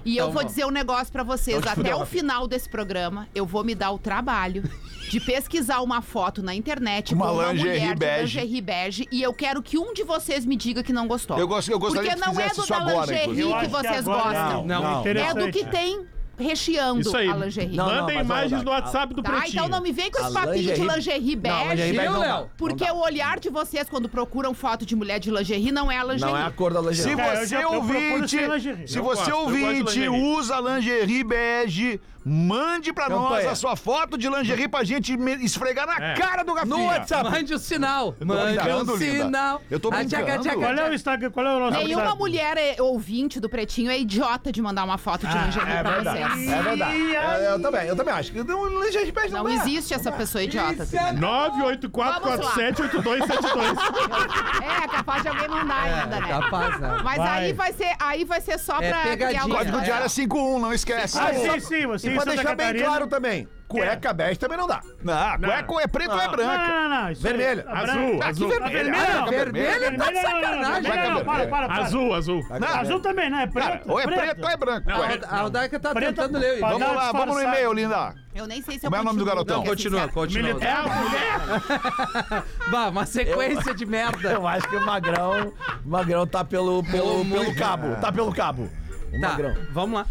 Speaker 8: E eu
Speaker 4: Então,
Speaker 8: vou
Speaker 4: ó.
Speaker 8: dizer um negócio pra vocês.
Speaker 6: te
Speaker 8: Até
Speaker 6: fudeu,
Speaker 8: o
Speaker 6: Rafinha.
Speaker 8: final desse programa, eu vou me dar o trabalho de pesquisar uma foto na internet
Speaker 3: Uma
Speaker 8: com uma
Speaker 3: lingerie
Speaker 8: mulher de
Speaker 3: bege.
Speaker 8: lingerie bege. E eu quero que um de vocês me diga que não gostou.
Speaker 3: Eu, gosto, eu gostaria
Speaker 8: Porque
Speaker 3: que
Speaker 8: não é
Speaker 3: fizesse
Speaker 8: do
Speaker 3: isso
Speaker 8: da
Speaker 3: agora, inclusive.
Speaker 8: lingerie
Speaker 5: Eu
Speaker 8: que
Speaker 5: acho que
Speaker 8: vocês
Speaker 5: agora
Speaker 8: gostam.
Speaker 4: Não,
Speaker 6: não.
Speaker 8: É do
Speaker 5: Interessante.
Speaker 8: que tem recheando
Speaker 7: Isso aí.
Speaker 8: a lingerie.
Speaker 6: Não,
Speaker 7: Manda
Speaker 6: mas,
Speaker 7: imagens
Speaker 6: Rodaica,
Speaker 7: no WhatsApp do
Speaker 8: Tá, então
Speaker 7: Pretinho.
Speaker 8: não me vem com esse
Speaker 6: A
Speaker 8: papinho de
Speaker 6: lingerie-
Speaker 8: lingerie
Speaker 6: Não, a lingerie
Speaker 8: bege.
Speaker 6: bege
Speaker 4: Viu,
Speaker 6: não dá.
Speaker 4: Léo?
Speaker 8: Porque o olhar de vocês quando procuram foto de mulher de lingerie não é a lingerie.
Speaker 6: Não é a cor da
Speaker 3: Se
Speaker 6: lingerie.
Speaker 5: Cara, eu
Speaker 3: você
Speaker 5: já- eu procuro
Speaker 3: ouvinte,
Speaker 5: sem lingerie.
Speaker 3: se
Speaker 7: Eu
Speaker 3: você
Speaker 7: gosto, eu gosto de
Speaker 3: ouvinte
Speaker 7: lingerie.
Speaker 3: usa lingerie bege, mande pra nós
Speaker 6: Campanha.
Speaker 3: a sua foto de lingerie pra gente me- esfregar na
Speaker 7: É.
Speaker 3: cara do Gafinha.
Speaker 6: No WhatsApp.
Speaker 4: Mande o sinal. Mande
Speaker 3: brincando,
Speaker 4: o
Speaker 3: linda.
Speaker 4: sinal.
Speaker 3: Eu tô
Speaker 4: Ah, tchaca,
Speaker 3: brincando.
Speaker 4: tchaca,
Speaker 5: Qual é o
Speaker 4: tchaca.
Speaker 5: Instagram? Qual é o nosso
Speaker 8: Nenhuma
Speaker 5: WhatsApp?
Speaker 8: mulher é- ouvinte do Pretinho é idiota de mandar uma foto de lingerie
Speaker 6: É
Speaker 8: pra
Speaker 6: verdade,
Speaker 8: vocês.
Speaker 6: é verdade. Eu, eu também, eu também acho. que Não, lingerie bege não
Speaker 8: Não
Speaker 6: dá.
Speaker 8: existe essa pessoa idiota.
Speaker 4: Isso é-
Speaker 7: 984478272.
Speaker 8: É, capaz de alguém mandar ainda, né?
Speaker 4: Capaz, né?
Speaker 8: Mas
Speaker 5: Vai.
Speaker 8: aí vai ser, aí vai ser só
Speaker 4: É
Speaker 8: pra
Speaker 4: pegadinha.
Speaker 8: criar
Speaker 3: Código
Speaker 4: É.
Speaker 3: de área 51, não esquece.
Speaker 5: Ah, sim, sim, você
Speaker 6: E
Speaker 5: em
Speaker 6: pra
Speaker 5: Santa
Speaker 6: deixar bem
Speaker 5: Catarina.
Speaker 6: claro também, cueca bege também não dá.
Speaker 3: Não, cueca ou é preto ou é
Speaker 5: Não,
Speaker 3: branca.
Speaker 5: não, Ah, não, não. isso aí-
Speaker 6: Vermelha,
Speaker 5: Ah,
Speaker 7: azul,
Speaker 5: branca.
Speaker 7: azul.
Speaker 5: Ah, Vermelha, não.
Speaker 4: Vermelho tá de
Speaker 5: Vermelha, não, não, não.
Speaker 4: sacanagem.
Speaker 5: Vermelha, não. Para, para, para.
Speaker 7: Azul, azul.
Speaker 3: Não,
Speaker 5: Azul também, não. É
Speaker 3: Cara,
Speaker 5: preto.
Speaker 3: ou é preto ou é branco.
Speaker 4: A Roda- A Rodaica tá
Speaker 5: Preta-
Speaker 4: tentando ler.
Speaker 5: Pra-
Speaker 3: Vamos lá,
Speaker 5: Não,
Speaker 3: vamos no
Speaker 5: disfarçado.
Speaker 3: e-mail, linda.
Speaker 8: Eu nem sei se eu
Speaker 3: Como é o nome do
Speaker 8: continuo,
Speaker 3: garotão?
Speaker 4: Não,
Speaker 8: pra ser
Speaker 4: continua,
Speaker 8: sincera.
Speaker 4: continua.
Speaker 5: Militar, é mulher.
Speaker 4: Bah, uma sequência de merda.
Speaker 6: Eu acho que o Magrão, o Magrão tá pelo, pelo,
Speaker 4: Pelo
Speaker 6: pelo
Speaker 4: muito.
Speaker 6: cabo, tá pelo cabo. O
Speaker 4: Tá,
Speaker 6: Magrão.
Speaker 4: vamos lá.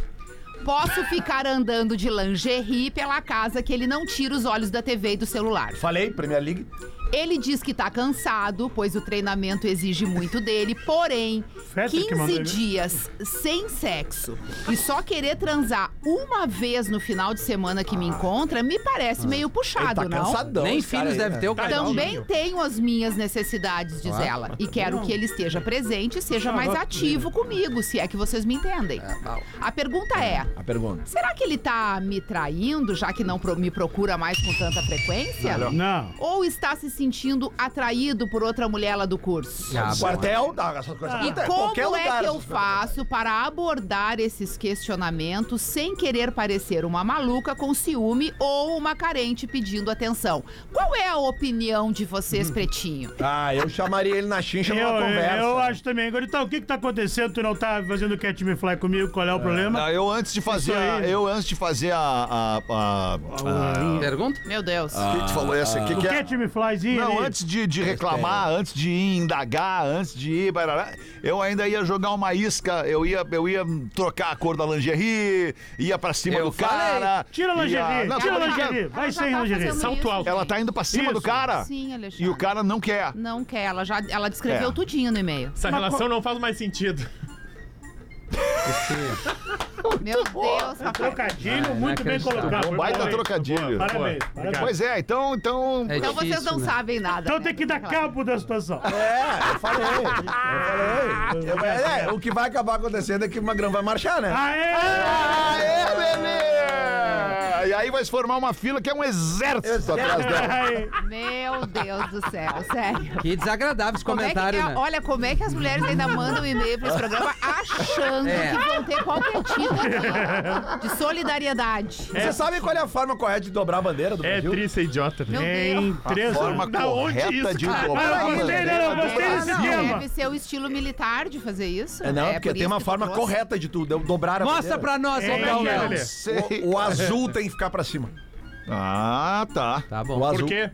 Speaker 8: Posso ficar andando de lingerie pela casa que ele não tira os olhos da TV e do celular.
Speaker 6: Falei, Premier League.
Speaker 8: Ele diz que tá cansado, pois o treinamento exige muito dele, porém,
Speaker 5: Feta que
Speaker 8: 15
Speaker 5: mandou, né?
Speaker 8: dias sem sexo e só querer transar uma vez no final de semana que me encontra, me parece meio puxado,
Speaker 6: Tá
Speaker 8: não?
Speaker 6: cansadão.
Speaker 4: Nem
Speaker 6: esse cara
Speaker 4: filhos
Speaker 6: aí,
Speaker 4: deve
Speaker 6: né?
Speaker 4: ter o casal.
Speaker 8: Também tenho as minhas necessidades, diz ela. E quero que ele esteja presente e seja mais ativo comigo, se é que vocês me entendem. A pergunta é:
Speaker 6: A pergunta.
Speaker 8: será que ele tá me traindo, já que não pro- me procura mais com tanta frequência?
Speaker 5: Não.
Speaker 8: Ou está se sentindo atraído por outra mulher lá do curso?
Speaker 4: Ah,
Speaker 6: O
Speaker 4: bom.
Speaker 6: quartel, tá, essas coisas
Speaker 8: E
Speaker 6: acontecem.
Speaker 8: como
Speaker 6: Qualquer
Speaker 8: é
Speaker 6: lugar
Speaker 8: que eu
Speaker 6: essas-
Speaker 8: faço para abordar esses questionamentos sem querer parecer uma maluca com ciúme ou uma carente pedindo atenção? Qual é a opinião de vocês,
Speaker 3: Hum.
Speaker 8: Pretinho?
Speaker 6: Ah, eu chamaria ele na chincha
Speaker 5: Eu,
Speaker 6: numa conversa. né?
Speaker 5: eu acho também. Agora, então, o que que tá acontecendo? Tu não tá fazendo Cat Me Fly comigo? Qual é o problema?
Speaker 3: Ah, eu antes de fazer, a,
Speaker 5: aí.
Speaker 3: eu antes de fazer a, a- a- a-
Speaker 4: Pergunta?
Speaker 8: Meu Deus.
Speaker 3: o que tu falou essa aqui
Speaker 5: O
Speaker 3: que é?
Speaker 5: Cat Me Flyzinho
Speaker 3: Não,
Speaker 5: ali.
Speaker 3: antes de, de reclamar, antes de ir indagar, antes de ir, barará, eu ainda ia jogar uma isca, eu ia, eu ia trocar a cor da lingerie, ia pra cima
Speaker 4: Eu
Speaker 3: do cara.
Speaker 5: Tira a
Speaker 3: ia-
Speaker 5: lingerie,
Speaker 3: Não,
Speaker 5: tira a
Speaker 3: tô brincando.
Speaker 5: lingerie.
Speaker 8: Ela
Speaker 5: Vai
Speaker 8: já
Speaker 5: sem
Speaker 8: tá
Speaker 5: lingerie.
Speaker 8: fazendo
Speaker 7: Salto
Speaker 8: isso,
Speaker 7: alto.
Speaker 3: Ela
Speaker 8: gente.
Speaker 3: tá indo pra cima do
Speaker 5: Isso.
Speaker 3: cara
Speaker 8: Sim, Alexandre.
Speaker 3: e o cara não quer.
Speaker 8: Não quer, ela já ela descreveu
Speaker 3: É.
Speaker 8: tudinho no e-mail.
Speaker 7: Essa relação não faz mais sentido.
Speaker 8: Meu Deus, papai.
Speaker 5: Trocadilho, muito bem
Speaker 4: inacreditável.
Speaker 5: colocado. Então, Foi
Speaker 3: Baita
Speaker 5: bom, hein?
Speaker 3: trocadilho.
Speaker 5: Parabéns, parabéns.
Speaker 3: Pois é, então, então
Speaker 4: É
Speaker 8: Então vocês
Speaker 4: difícil,
Speaker 8: não
Speaker 4: né?
Speaker 8: sabem nada.
Speaker 5: Então
Speaker 8: né?
Speaker 5: tem que dar cabo da situação.
Speaker 6: É, eu falei. Eu falei. Eu- é, é, o que vai acabar acontecendo é que o Magrão vai marchar,
Speaker 5: Ah,
Speaker 6: né?
Speaker 5: Aê!
Speaker 3: Aê, Lelê! É. E aí vai se formar uma fila que é um exército atrás dela.
Speaker 5: Aê!
Speaker 8: Meu Deus do céu, sério.
Speaker 4: Que desagradável esse
Speaker 8: Como é que-
Speaker 4: comentário,
Speaker 8: é,
Speaker 4: né?
Speaker 8: Olha, como é que as mulheres ainda mandam e-mail pra esse programa achando
Speaker 4: É.
Speaker 8: que vão ter qualquer tipo de solidariedade.
Speaker 6: Você sabe qual é a forma correta de dobrar a bandeira do
Speaker 7: É
Speaker 6: Brasil?
Speaker 7: triste, idiota.
Speaker 5: né?
Speaker 8: Meu Deus.
Speaker 5: Tem três
Speaker 3: Forma
Speaker 5: Da onde
Speaker 3: correta
Speaker 5: isso,
Speaker 3: de
Speaker 5: cara?
Speaker 3: dobrar
Speaker 5: Ah, eu
Speaker 3: a
Speaker 5: gostei,
Speaker 3: bandeira.
Speaker 5: não, eu gostei
Speaker 8: Ah,
Speaker 5: desse
Speaker 8: não,
Speaker 5: tema.
Speaker 8: deve ser o estilo militar de fazer isso.
Speaker 6: É, não,
Speaker 8: É
Speaker 6: porque
Speaker 8: por
Speaker 6: tem
Speaker 8: isso
Speaker 6: uma
Speaker 8: que tu
Speaker 6: forma
Speaker 8: trouxe.
Speaker 6: correta de tu de- dobrar a
Speaker 4: Mostra
Speaker 6: bandeira.
Speaker 4: pra nós,
Speaker 5: É,
Speaker 4: ô Léo.
Speaker 5: Lelê.
Speaker 4: Léo.
Speaker 3: Sei.
Speaker 6: O, o azul tem que ficar pra cima.
Speaker 3: Ah, tá.
Speaker 4: Tá
Speaker 6: O
Speaker 4: bom.
Speaker 6: azul.
Speaker 7: Por quê?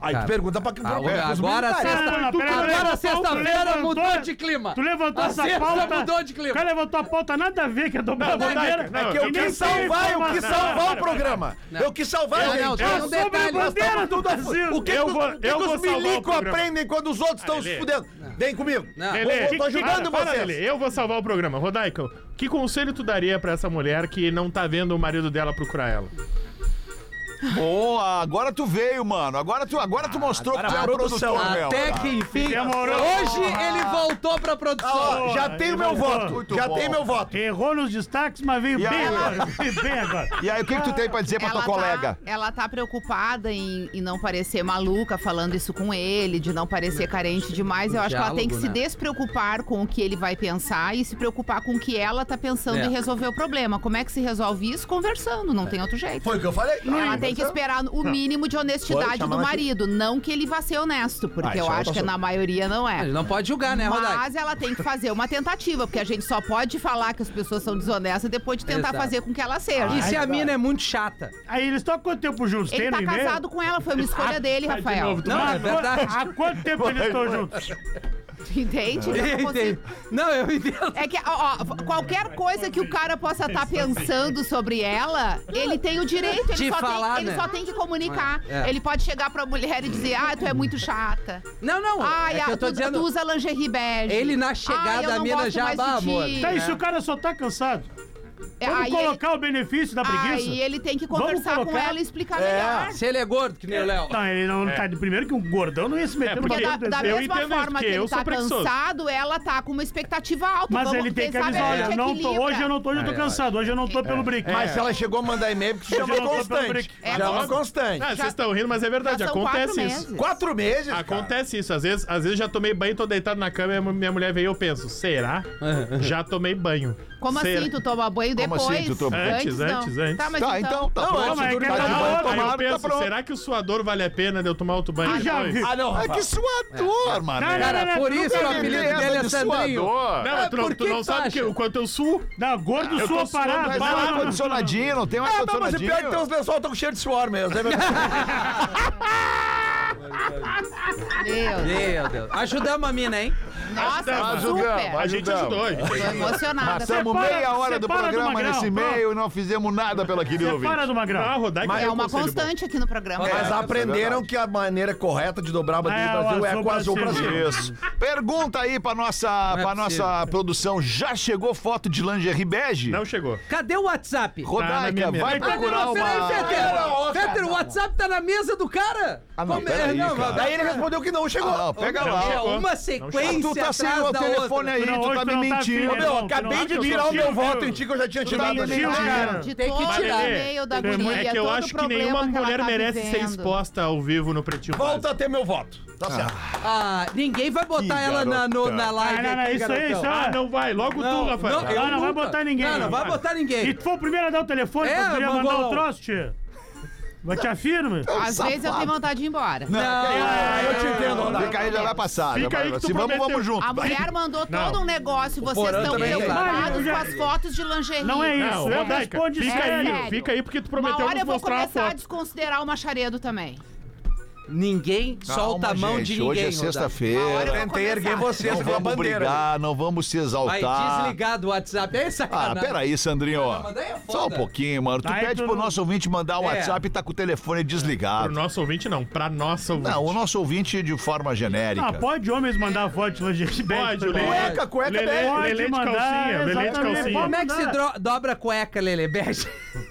Speaker 6: Aí
Speaker 4: Tá.
Speaker 6: tu pergunta pra,
Speaker 4: Ah,
Speaker 6: pra,
Speaker 4: ô,
Speaker 6: pra
Speaker 4: agora a
Speaker 6: militares.
Speaker 4: sexta,
Speaker 5: Não, não, peraí, peraí,
Speaker 4: agora
Speaker 5: peraí,
Speaker 4: a sexta-feira
Speaker 5: tu levantou-
Speaker 4: mudou de clima.
Speaker 5: Tu levantou
Speaker 4: A
Speaker 5: essa
Speaker 4: sexta
Speaker 5: pauta.
Speaker 4: mudou de clima.
Speaker 5: O cara levantou a pauta nada a ver, que é dobrar a
Speaker 7: Não, não,
Speaker 5: bandeira.
Speaker 7: não, é
Speaker 6: Que eu
Speaker 5: E nem
Speaker 6: quis
Speaker 5: tem
Speaker 6: salvar, eu quis
Speaker 5: informação.
Speaker 6: salvar o programa.
Speaker 4: Não.
Speaker 6: Eu quis salvar,
Speaker 4: Não,
Speaker 6: gente.
Speaker 4: não,
Speaker 5: É
Speaker 4: Tem um
Speaker 5: sobre a
Speaker 4: detalhe, nós
Speaker 5: bandeira do
Speaker 6: assim. O
Speaker 5: Brasil.
Speaker 6: que,
Speaker 7: Eu
Speaker 6: que-
Speaker 7: vou-
Speaker 6: o que
Speaker 7: eu
Speaker 6: que
Speaker 7: vou
Speaker 6: os
Speaker 7: salvar o
Speaker 6: milico
Speaker 7: programa.
Speaker 6: aprendem quando os outros estão se
Speaker 7: Lelê.
Speaker 6: fudendo? Vem comigo.
Speaker 4: Não.
Speaker 6: Eu
Speaker 7: Lelê,
Speaker 6: vou- tô ajudando
Speaker 7: para, para, Lelê,
Speaker 6: vocês.
Speaker 7: Eu vou salvar o programa. Rodaico, que conselho tu daria pra essa mulher que não tá vendo o marido dela procurar ela?
Speaker 3: Bom, agora tu veio, mano. Agora tu, agora tu mostrou que tu é um
Speaker 6: produção.
Speaker 3: produtor, meu.
Speaker 4: Até que enfim,
Speaker 5: Demorou. Ah.
Speaker 4: hoje ele voltou pra produção.
Speaker 3: Ah,
Speaker 6: Ó, já tem o meu voto.
Speaker 3: Muito
Speaker 6: Já
Speaker 3: bom.
Speaker 6: tem meu voto.
Speaker 5: Errou nos destaques, mas veio
Speaker 3: E
Speaker 5: bem
Speaker 3: aí?
Speaker 5: agora. Veio bem agora.
Speaker 3: E aí, o que, que tu tem pra dizer pra tua colega?
Speaker 8: Tá, ela tá preocupada em, em não parecer maluca falando isso com ele, de não parecer carente demais. Eu acho que ela tem que se
Speaker 4: Diálogo, né?
Speaker 8: despreocupar com o que ele vai pensar e se preocupar com o que ela tá pensando
Speaker 4: É.
Speaker 8: e resolver o problema. Como é que se resolve isso? Conversando, não tem outro jeito.
Speaker 6: Foi o que eu falei.
Speaker 8: Ela
Speaker 3: tá
Speaker 8: tem que esperar o mínimo de
Speaker 6: Pode
Speaker 8: honestidade
Speaker 6: chamar
Speaker 8: do
Speaker 6: ela aqui.
Speaker 8: marido. Não que ele vá ser honesto,
Speaker 6: Ah,
Speaker 8: porque
Speaker 6: isso
Speaker 8: eu
Speaker 6: ela
Speaker 8: acho que
Speaker 6: passou.
Speaker 8: na maioria não
Speaker 4: Ele
Speaker 8: é.
Speaker 4: não pode julgar, né, Rodaico?
Speaker 8: Mas ela tem que fazer uma tentativa, porque a gente só pode falar que as pessoas são desonestas depois de tentar
Speaker 4: Exato.
Speaker 8: fazer com que ela seja.
Speaker 4: E se a mina é muito chata?
Speaker 5: Aí eles estão há quanto tempo juntos?
Speaker 8: Ele
Speaker 5: Tem no
Speaker 8: tá
Speaker 5: e-mail?
Speaker 8: casado com ela, foi uma escolha dele, Rafael.
Speaker 7: novo, tu
Speaker 4: Não,
Speaker 5: Há
Speaker 4: é verdade.
Speaker 5: quanto- Há quanto tempo eles estão juntos?
Speaker 8: Entende? Eu não
Speaker 4: Eu
Speaker 8: consigo-
Speaker 4: entendo. Não, eu entendo.
Speaker 8: É que, ó, ó, qualquer coisa que o cara possa estar pensando sobre ela, ele tem o direito, ele,
Speaker 4: De
Speaker 8: só,
Speaker 4: falar,
Speaker 8: tem, ele
Speaker 4: né?
Speaker 8: só tem que comunicar.
Speaker 4: É.
Speaker 8: Ele pode chegar pra mulher e dizer, ah, tu é muito chata.
Speaker 4: Não, não.
Speaker 8: Ai,
Speaker 4: é que
Speaker 8: ah,
Speaker 4: eu tô
Speaker 8: tu,
Speaker 4: dizendo.
Speaker 8: tu usa lingerie bege.
Speaker 4: Ele na chegada,
Speaker 8: Ai, eu
Speaker 4: a
Speaker 8: não
Speaker 4: mina
Speaker 8: gosto
Speaker 4: já,
Speaker 8: mais
Speaker 4: "Bah,
Speaker 8: de
Speaker 4: amor."
Speaker 8: ti."
Speaker 5: Tá, e se o cara só tá cansado?
Speaker 8: É,
Speaker 5: Vamos
Speaker 8: aí
Speaker 5: colocar o benefício da
Speaker 8: ele,
Speaker 5: preguiça?
Speaker 8: Aí ele tem que conversar com
Speaker 5: colocar-
Speaker 8: ela e explicar melhor.
Speaker 4: Se ele é gordo, que nem o Léo.
Speaker 5: Não, ele não tá. Primeiro que um gordão não ia se meter
Speaker 7: É,
Speaker 5: no
Speaker 7: porque
Speaker 8: Porque da,
Speaker 5: bagulho
Speaker 8: da
Speaker 5: desse.
Speaker 7: eu
Speaker 8: mesma
Speaker 7: entendo isso,
Speaker 8: forma que
Speaker 7: porque eu
Speaker 8: ele
Speaker 7: sou
Speaker 8: tá
Speaker 7: preguiçoso.
Speaker 8: cansado, ela tá com uma expectativa alta.
Speaker 5: Mas
Speaker 8: Vamos-
Speaker 5: ele tem
Speaker 8: quem
Speaker 5: que
Speaker 8: sabe a
Speaker 5: avisar,
Speaker 8: gente
Speaker 5: olha, não tô,
Speaker 8: equilibra.
Speaker 5: hoje eu não tô, hoje eu tô
Speaker 4: É,
Speaker 5: cansado, hoje eu não tô pelo break.
Speaker 6: Mas se ela chegou a mandar e-mail, porque já
Speaker 5: Já
Speaker 6: é uma
Speaker 5: não tô pelo
Speaker 6: constante.
Speaker 5: break.
Speaker 8: É,
Speaker 6: Já é uma
Speaker 8: vamos-
Speaker 6: constante.
Speaker 7: Ah,
Speaker 8: Já-
Speaker 7: vocês estão rindo, mas é verdade,
Speaker 8: Já são quatro
Speaker 7: acontece
Speaker 8: meses.
Speaker 7: isso.
Speaker 6: Quatro meses.
Speaker 7: Ah,
Speaker 6: cara.
Speaker 7: Acontece isso, às vezes, às vezes já tomei banho, tô deitado na cama e a minha mulher vem e eu penso, será? já tomei banho.
Speaker 8: Como
Speaker 7: Será?
Speaker 8: assim? Tu toma banho
Speaker 3: Como
Speaker 8: depois?
Speaker 3: assim tu toma-
Speaker 7: Antes, antes, antes.
Speaker 8: Tá, mas
Speaker 3: Tá, então, tá
Speaker 6: Não,
Speaker 3: bom.
Speaker 6: mas
Speaker 5: é que
Speaker 3: tá
Speaker 5: é
Speaker 3: de
Speaker 5: da
Speaker 3: banho
Speaker 5: hora,
Speaker 7: Aí eu
Speaker 3: tomado, tá
Speaker 7: penso,
Speaker 3: pronto.
Speaker 7: será que o suador vale a pena de eu tomar outro banho
Speaker 5: Ah, já
Speaker 7: depois?
Speaker 5: vi.
Speaker 6: Ah, não,
Speaker 3: É que
Speaker 6: rapaz.
Speaker 3: suador, mano.
Speaker 5: Cara,
Speaker 4: Cara,
Speaker 5: não,
Speaker 4: por
Speaker 5: não,
Speaker 4: isso que o
Speaker 5: não,
Speaker 4: apelido
Speaker 3: Beleza
Speaker 4: dele é
Speaker 3: de
Speaker 4: Sandrinho.
Speaker 3: suador.
Speaker 7: Não,
Speaker 4: Ah,
Speaker 7: mas tu, não-
Speaker 4: por
Speaker 7: tu
Speaker 4: que
Speaker 7: não
Speaker 4: tu
Speaker 7: sabe que,
Speaker 4: acha?
Speaker 7: o quanto eu suo.
Speaker 5: Não, gordo sua parada.
Speaker 3: Mas não é ar-condicionadinho, não tem um
Speaker 6: Ah, não, mas o pior é que tem
Speaker 3: ar-condicionadinho.
Speaker 6: uns lençol tão cheios de suor mesmo. né?
Speaker 8: Meu Deus.
Speaker 4: Meu Deus. Ajudamos a mina, hein?
Speaker 3: Tá,
Speaker 8: Nossa,
Speaker 7: A
Speaker 8: super.
Speaker 7: gente ajudou. hein?
Speaker 8: Tô emocionada.
Speaker 3: Matamos
Speaker 5: Separa-
Speaker 3: meia hora do
Speaker 5: separa do
Speaker 3: programa
Speaker 5: Magrão,
Speaker 3: nesse
Speaker 5: pronto.
Speaker 3: e-mail e não fizemos nada pela querida
Speaker 5: Para
Speaker 3: ouvinte.
Speaker 5: do
Speaker 7: Ah,
Speaker 5: Magrão.
Speaker 7: Rodaica
Speaker 8: É
Speaker 7: deu um
Speaker 8: uma
Speaker 7: conselho bom.
Speaker 8: constante aqui no programa.
Speaker 3: é um
Speaker 6: Mas aprenderam
Speaker 3: verdade.
Speaker 6: que a maneira correta de dobrar a bandeira
Speaker 5: É,
Speaker 6: do Brasil
Speaker 5: o
Speaker 6: é
Speaker 5: azul
Speaker 6: com azul
Speaker 5: pra
Speaker 6: pra
Speaker 5: cima.
Speaker 6: cima.
Speaker 3: Isso. Pergunta aí pra nossa,
Speaker 4: Não é
Speaker 3: pra nossa produção. Já chegou foto de lingerie bege?
Speaker 7: Não chegou.
Speaker 4: Cadê o WhatsApp?
Speaker 7: Tá na
Speaker 3: Rodaica,
Speaker 7: minha mesa.
Speaker 3: vai
Speaker 7: Ah, não,
Speaker 3: procurar
Speaker 4: Cadê você aí,
Speaker 3: uma...
Speaker 4: Fetter? Fetter, o WhatsApp tá na mesa do cara.
Speaker 3: Ah, não,
Speaker 4: Como é?
Speaker 3: peraí,
Speaker 4: Não,
Speaker 3: cara.
Speaker 4: mas-
Speaker 6: Daí ele respondeu que não chegou.
Speaker 3: Ah, não, pega
Speaker 7: Não
Speaker 3: lá.
Speaker 4: É
Speaker 7: chegou.
Speaker 4: uma
Speaker 7: Não chegou.
Speaker 4: sequência
Speaker 6: Tu
Speaker 3: tá sem
Speaker 4: atrás
Speaker 3: o
Speaker 4: da
Speaker 3: telefone
Speaker 4: outra.
Speaker 3: aí,
Speaker 5: Não,
Speaker 3: tu
Speaker 5: hoje
Speaker 3: tá
Speaker 5: tu
Speaker 3: me
Speaker 5: não tá
Speaker 3: mentindo.
Speaker 5: afim, né?
Speaker 6: Meu,
Speaker 5: não,
Speaker 6: acabei
Speaker 5: não,
Speaker 6: de
Speaker 5: não,
Speaker 6: tirar
Speaker 5: não,
Speaker 6: o meu
Speaker 5: não,
Speaker 6: voto
Speaker 5: não.
Speaker 6: em ti que eu já tinha
Speaker 5: tá
Speaker 6: tirado ali.
Speaker 5: mentindo, cara.
Speaker 8: De
Speaker 7: Tem que
Speaker 8: todo
Speaker 7: tirar.
Speaker 8: o e-mail da
Speaker 5: Tem muito-
Speaker 8: guria,
Speaker 7: É que eu
Speaker 8: todo
Speaker 7: acho que
Speaker 8: problema
Speaker 7: nenhuma
Speaker 8: ela
Speaker 7: mulher
Speaker 8: tá
Speaker 7: merece ser
Speaker 8: vivendo.
Speaker 7: exposta ao vivo no Pretinho
Speaker 6: Volta a ter meu voto. Tá certo.
Speaker 4: Ah, ninguém vai botar ela na, no- na live.
Speaker 5: Ah, não, não,
Speaker 4: aqui,
Speaker 5: isso aí,
Speaker 4: garotão.
Speaker 5: isso aí.
Speaker 7: Básico. Ah, não vai. Logo
Speaker 4: Não,
Speaker 7: tu, Rafael.
Speaker 4: não, eu
Speaker 5: Não, não vai
Speaker 4: nunca.
Speaker 5: botar ninguém.
Speaker 4: Não, não vai botar ninguém.
Speaker 5: E tu foi o primeiro a dar o telefone,
Speaker 4: É,
Speaker 5: tu poderia mandar
Speaker 4: Mangolão.
Speaker 5: o troço, tia. Mas te afirma.
Speaker 8: Às vezes eu tenho vontade de ir embora.
Speaker 4: Não,
Speaker 6: Ah, eu te entendo, Ronaldo.
Speaker 3: Fica aí, já vai passar.
Speaker 7: Fica
Speaker 3: já vai-
Speaker 7: aí que tu
Speaker 3: Se vamos,
Speaker 7: prometeu.
Speaker 3: vamos junto.
Speaker 8: A mulher mandou todo um negócio, vocês
Speaker 6: Porã
Speaker 8: estão
Speaker 6: também tá. tem.
Speaker 5: Mas
Speaker 8: preocupados
Speaker 5: eu já-
Speaker 8: com as fotos de lingerie.
Speaker 5: Não é isso,
Speaker 7: Não,
Speaker 5: é
Speaker 7: Rodaica,
Speaker 5: responde
Speaker 7: fica
Speaker 5: sério.
Speaker 8: sério.
Speaker 7: aí, fica aí porque tu
Speaker 8: Uma
Speaker 7: prometeu
Speaker 8: hora
Speaker 7: nos
Speaker 8: eu vou
Speaker 7: mostrar a
Speaker 8: começar a
Speaker 7: foto.
Speaker 8: desconsiderar o Macharedo também.
Speaker 4: ninguém solta a mão de ninguém.
Speaker 3: Hoje é
Speaker 4: Rodaica.
Speaker 8: Uma hora
Speaker 3: sexta-feira.
Speaker 8: eu vou
Speaker 6: Tentei
Speaker 8: começar.
Speaker 6: erguer você
Speaker 3: Não
Speaker 6: com a
Speaker 3: vamos
Speaker 6: bandeira.
Speaker 3: brigar, não vamos se
Speaker 4: Vai
Speaker 3: exaltar.
Speaker 4: desligar do WhatsApp. É
Speaker 3: Ah,
Speaker 4: sacanagem.
Speaker 3: peraí, Sandrinho. ó.
Speaker 4: mas daí é foda.
Speaker 3: Só um pouquinho, mano. Tu
Speaker 7: Tá,
Speaker 5: Daí
Speaker 7: é
Speaker 3: pede
Speaker 5: tu
Speaker 3: pro
Speaker 5: não-
Speaker 3: nosso ouvinte mandar o
Speaker 4: É.
Speaker 3: WhatsApp e tá com o telefone
Speaker 7: Pro
Speaker 3: desligado.
Speaker 7: nosso ouvinte, não. Pra nossa ouvinte.
Speaker 3: Não, o nosso ouvinte de forma genérica.
Speaker 5: Ah, pode homens mandar foto de lingerie bege
Speaker 7: Pode,
Speaker 5: também.
Speaker 7: Lelê.
Speaker 6: Cueca, cueca
Speaker 7: Lelê,
Speaker 6: deve.
Speaker 5: Pode
Speaker 7: Lelê de
Speaker 5: mandar,
Speaker 7: calcinha, Lelê de
Speaker 5: exatamente.
Speaker 7: calcinha.
Speaker 4: Como é que se dro- dobra a cueca, Lele? Beijo.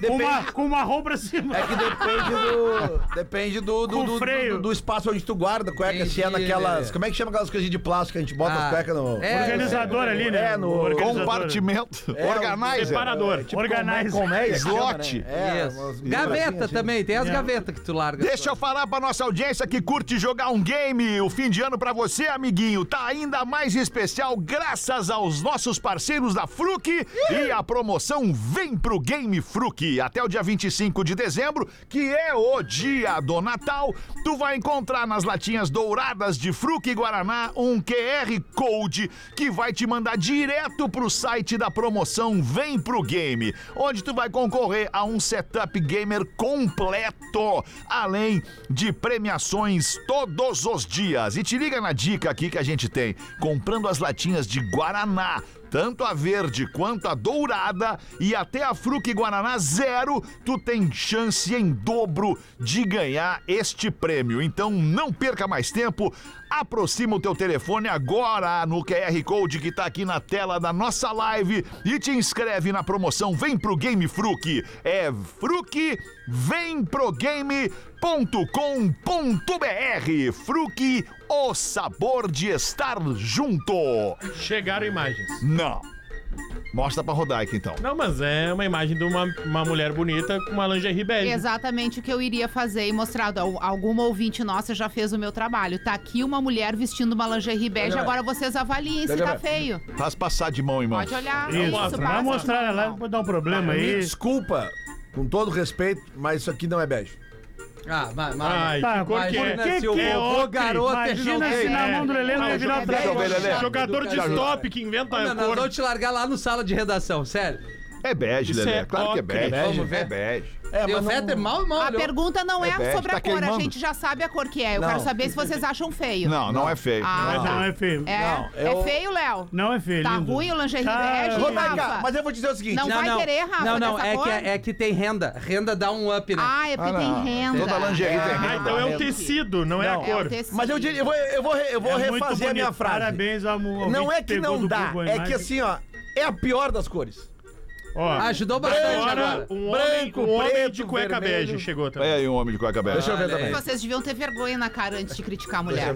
Speaker 5: Com uma, com uma roupa pra cima.
Speaker 6: É que depende do. Depende do, do,
Speaker 5: Com
Speaker 6: do,
Speaker 5: freio.
Speaker 6: do- do espaço onde tu guarda a cueca, se é
Speaker 4: Entendi,
Speaker 6: naquelas.
Speaker 4: Lelê.
Speaker 6: Como é que chama aquelas coisinhas de plástico que a gente bota
Speaker 4: Ah,
Speaker 6: as cuecas no.
Speaker 4: é,
Speaker 5: Organizador ali, né?
Speaker 6: É, no-
Speaker 5: Organizador.
Speaker 3: Compartimento.
Speaker 6: É,
Speaker 3: Organizer.
Speaker 7: Separador.
Speaker 5: Organize.
Speaker 6: Como é que chama,
Speaker 3: Slot.
Speaker 6: né? É, umas-
Speaker 4: Isso. Gaveta
Speaker 6: umas-
Speaker 4: também, tem as gavetas que tu larga.
Speaker 3: Deixa eu falar pra nossa audiência que curte jogar um game. O fim de ano pra você, amiguinho, tá ainda mais especial graças aos nossos parceiros da Fruc e a promoção Vem pro Game Fruc. Até o dia 25 de dezembro, que é o dia do Natal, tu vai encontrar nas latinhas douradas de Fruc e Guaraná um QR Code que vai te mandar direto pro site da promoção Vem pro Game, onde tu vai concorrer a um setup gamer completo, além de premiações todos os dias. E te liga na dica aqui que a gente tem: comprando as latinhas de Guaraná. Tanto a verde quanto a dourada e até a Fruc Guaraná Zero, tu tem chance em dobro de ganhar este prêmio. Então não perca mais tempo, aproxima o teu telefone agora no QR Code que tá aqui na tela da nossa live e te inscreve na promoção Vem Pro Game Fruc. É Fruc Vem Pro Game.com.br Fruc, o sabor de estar junto.
Speaker 7: Chegaram imagens.
Speaker 3: Não. Mostra pra Rodaica, então.
Speaker 7: Não, mas é uma imagem de uma, uma mulher bonita com uma lingerie bege.
Speaker 8: Exatamente o que eu iria fazer e mostrar. Al- Alguma ouvinte nossa já fez o meu trabalho. Tá aqui uma mulher vestindo uma lingerie bege.
Speaker 6: Pega,
Speaker 8: Agora vocês avaliem se
Speaker 6: Pega,
Speaker 8: tá
Speaker 6: vai.
Speaker 8: feio.
Speaker 3: Faz passar de mão em mão.
Speaker 8: Pode olhar.
Speaker 5: Isso,
Speaker 8: Isso,
Speaker 5: não vai
Speaker 8: passa.
Speaker 5: mostrar
Speaker 8: Não,
Speaker 5: lá,
Speaker 8: não.
Speaker 5: pode dar um problema
Speaker 6: Me
Speaker 5: aí.
Speaker 6: desculpa, com todo respeito, mas isso aqui não é bege.
Speaker 4: Ah, mas.
Speaker 7: Ai,
Speaker 5: Tá,
Speaker 7: que cor que é?
Speaker 5: por que
Speaker 4: se o
Speaker 5: que é
Speaker 4: vovô
Speaker 5: ocre?
Speaker 4: garoto
Speaker 5: Imagina
Speaker 4: ele
Speaker 5: se
Speaker 4: não
Speaker 5: na
Speaker 4: tem.
Speaker 5: mão do Lelê não ia virar
Speaker 4: jogador
Speaker 5: bege.
Speaker 4: chato do
Speaker 7: Jogador de
Speaker 4: cara.
Speaker 7: stop que inventa é
Speaker 4: Não,
Speaker 7: a
Speaker 4: não, nós
Speaker 7: cor.
Speaker 4: vamos te largar lá no sala de redação, sério.
Speaker 3: É bege,
Speaker 7: Isso
Speaker 3: Lelê.
Speaker 7: é
Speaker 3: claro que é
Speaker 7: ocre.
Speaker 3: bege.
Speaker 4: Vamos ver.
Speaker 3: É bege.
Speaker 6: É,
Speaker 4: Teu
Speaker 6: mas não-
Speaker 4: feto é mal, mal.
Speaker 8: A
Speaker 4: olhou.
Speaker 8: pergunta não é,
Speaker 3: É bege,
Speaker 8: sobre
Speaker 3: tá
Speaker 8: a cor,
Speaker 3: queimando.
Speaker 8: a gente já sabe a cor que é. Eu
Speaker 6: Não.
Speaker 8: quero saber se vocês acham feio.
Speaker 3: Não, não é feio.
Speaker 8: Ah,
Speaker 5: Não é feio.
Speaker 8: É,
Speaker 6: Não,
Speaker 8: é
Speaker 6: eu-
Speaker 8: feio, Léo?
Speaker 5: Não é feio,
Speaker 8: Tá
Speaker 5: lindo.
Speaker 8: ruim o lingerie
Speaker 5: Tá.
Speaker 8: bege,
Speaker 6: Rodaica,
Speaker 8: Rafa?
Speaker 6: mas eu vou dizer o seguinte.
Speaker 8: Não vai querer, Rafa,
Speaker 4: Não, não,
Speaker 8: dessa
Speaker 4: é
Speaker 8: cor?
Speaker 4: que, é que tem renda. Renda dá um up, né?
Speaker 8: Ah, é porque
Speaker 3: Ah,
Speaker 8: tem
Speaker 3: não.
Speaker 8: renda.
Speaker 3: Toda lingerie tem
Speaker 7: Ah,
Speaker 3: renda. né?
Speaker 7: então é o tecido, não é a
Speaker 6: Não.
Speaker 8: É
Speaker 7: cor.
Speaker 8: o tecido.
Speaker 6: Mas eu, diria- eu vou, eu vou, re- eu vou
Speaker 5: É muito
Speaker 6: refazer a minha
Speaker 5: bonito.
Speaker 6: frase.
Speaker 5: Parabéns ao ao
Speaker 6: Não
Speaker 5: ouvinte
Speaker 6: é
Speaker 5: que
Speaker 6: que
Speaker 5: pegou
Speaker 6: não
Speaker 5: do
Speaker 6: dá,
Speaker 5: Google a
Speaker 6: é
Speaker 5: imagem.
Speaker 6: que assim, ó, é a pior das cores.
Speaker 5: Ó,
Speaker 4: Ajudou bastante agora.
Speaker 7: Agora, um homem,
Speaker 6: Branco,
Speaker 7: um homem
Speaker 6: preto,
Speaker 7: de cueca
Speaker 6: vermelho.
Speaker 7: bege chegou também.
Speaker 3: Olha aí um homem de cueca bege.
Speaker 6: Deixa eu ver também.
Speaker 8: Vocês deviam ter vergonha na cara antes de criticar a mulher.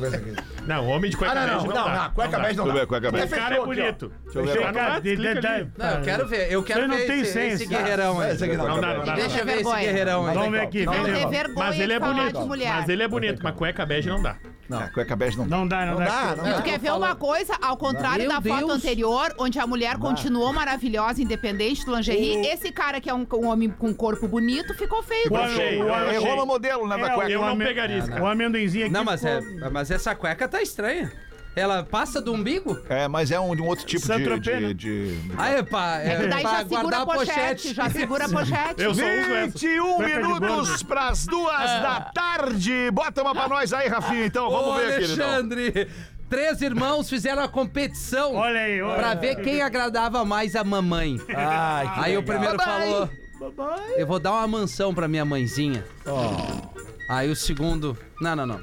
Speaker 7: Não, homem de cueca
Speaker 6: Ah, não, não,
Speaker 7: bege
Speaker 6: não,
Speaker 7: não,
Speaker 6: não,
Speaker 7: dá.
Speaker 6: não, cueca
Speaker 7: dá.
Speaker 6: bege não
Speaker 3: Deixa eu
Speaker 6: dá.
Speaker 3: ver a cueca
Speaker 7: O
Speaker 3: bege.
Speaker 7: cara é bonito.
Speaker 3: eu ver.
Speaker 7: Deixa eu
Speaker 5: Cara,
Speaker 7: ver.
Speaker 5: de- de-
Speaker 7: Clica
Speaker 5: de-
Speaker 7: ali.
Speaker 4: Não, eu quero ver. Eu quero
Speaker 5: Você não
Speaker 4: ver
Speaker 5: tem
Speaker 4: esse,
Speaker 5: senso.
Speaker 4: esse guerreirão aí.
Speaker 6: Esse aqui
Speaker 7: Não dá, não
Speaker 4: Deixa
Speaker 7: dá.
Speaker 4: eu ver esse
Speaker 8: Tá, vergonha.
Speaker 4: guerreirão aí.
Speaker 5: Vamos ver aqui,
Speaker 8: Não
Speaker 5: vem,
Speaker 8: ter
Speaker 5: Lelê.
Speaker 8: vergonha
Speaker 7: Mas ele é
Speaker 8: de falar
Speaker 7: bonito.
Speaker 8: de mulher.
Speaker 7: Mas ele é bonito, mas cueca bege não dá.
Speaker 3: Não, cueca bege não.
Speaker 5: Não dá, não,
Speaker 6: Não dá,
Speaker 5: dá.
Speaker 6: Ah, não
Speaker 8: Tu
Speaker 6: dá.
Speaker 8: quer ver uma coisa? Ao contrário
Speaker 4: Meu
Speaker 8: da foto
Speaker 4: Deus.
Speaker 8: anterior, onde a mulher continuou maravilhosa, independente do lingerie, esse cara que é um, um homem com corpo bonito ficou feio.
Speaker 5: O-
Speaker 7: Achei.
Speaker 5: o-
Speaker 7: Eu
Speaker 3: Errou no É, modelo, né, da
Speaker 5: É,
Speaker 3: cueca.
Speaker 7: Eu não
Speaker 5: ame-
Speaker 7: pegaria isso, cara.
Speaker 5: O amendoinzinho aqui.
Speaker 4: Não, mas, é,
Speaker 5: ficou-
Speaker 4: mas essa cueca tá estranha. Ela passa do umbigo?
Speaker 3: É, mas é um, de um outro tipo de,
Speaker 5: Santropena.
Speaker 3: de, de-
Speaker 4: Ah, é pra, é
Speaker 8: É que daí
Speaker 4: pra
Speaker 8: já segura
Speaker 4: guardar
Speaker 8: a
Speaker 4: a
Speaker 8: pochete,
Speaker 4: pochete.
Speaker 8: já segura a pochete.
Speaker 7: Eu um só uso essa.
Speaker 3: 21
Speaker 5: Cueca de
Speaker 3: minutos pras duas da tarde. Bota uma pra nós aí, Rafinha, então.
Speaker 4: Ô,
Speaker 3: Vamos ver, queridão.
Speaker 4: Alexandre! Três irmãos fizeram a competição
Speaker 5: Olha aí, olha
Speaker 4: pra
Speaker 5: aí.
Speaker 4: ver quem agradava mais a mamãe.
Speaker 8: Ah.
Speaker 6: Ai, que
Speaker 4: Aí o
Speaker 6: legal.
Speaker 4: primeiro falou: Eu vou dar uma mansão pra minha mãezinha.
Speaker 8: Oh.
Speaker 4: Aí o segundo: Não, não, não.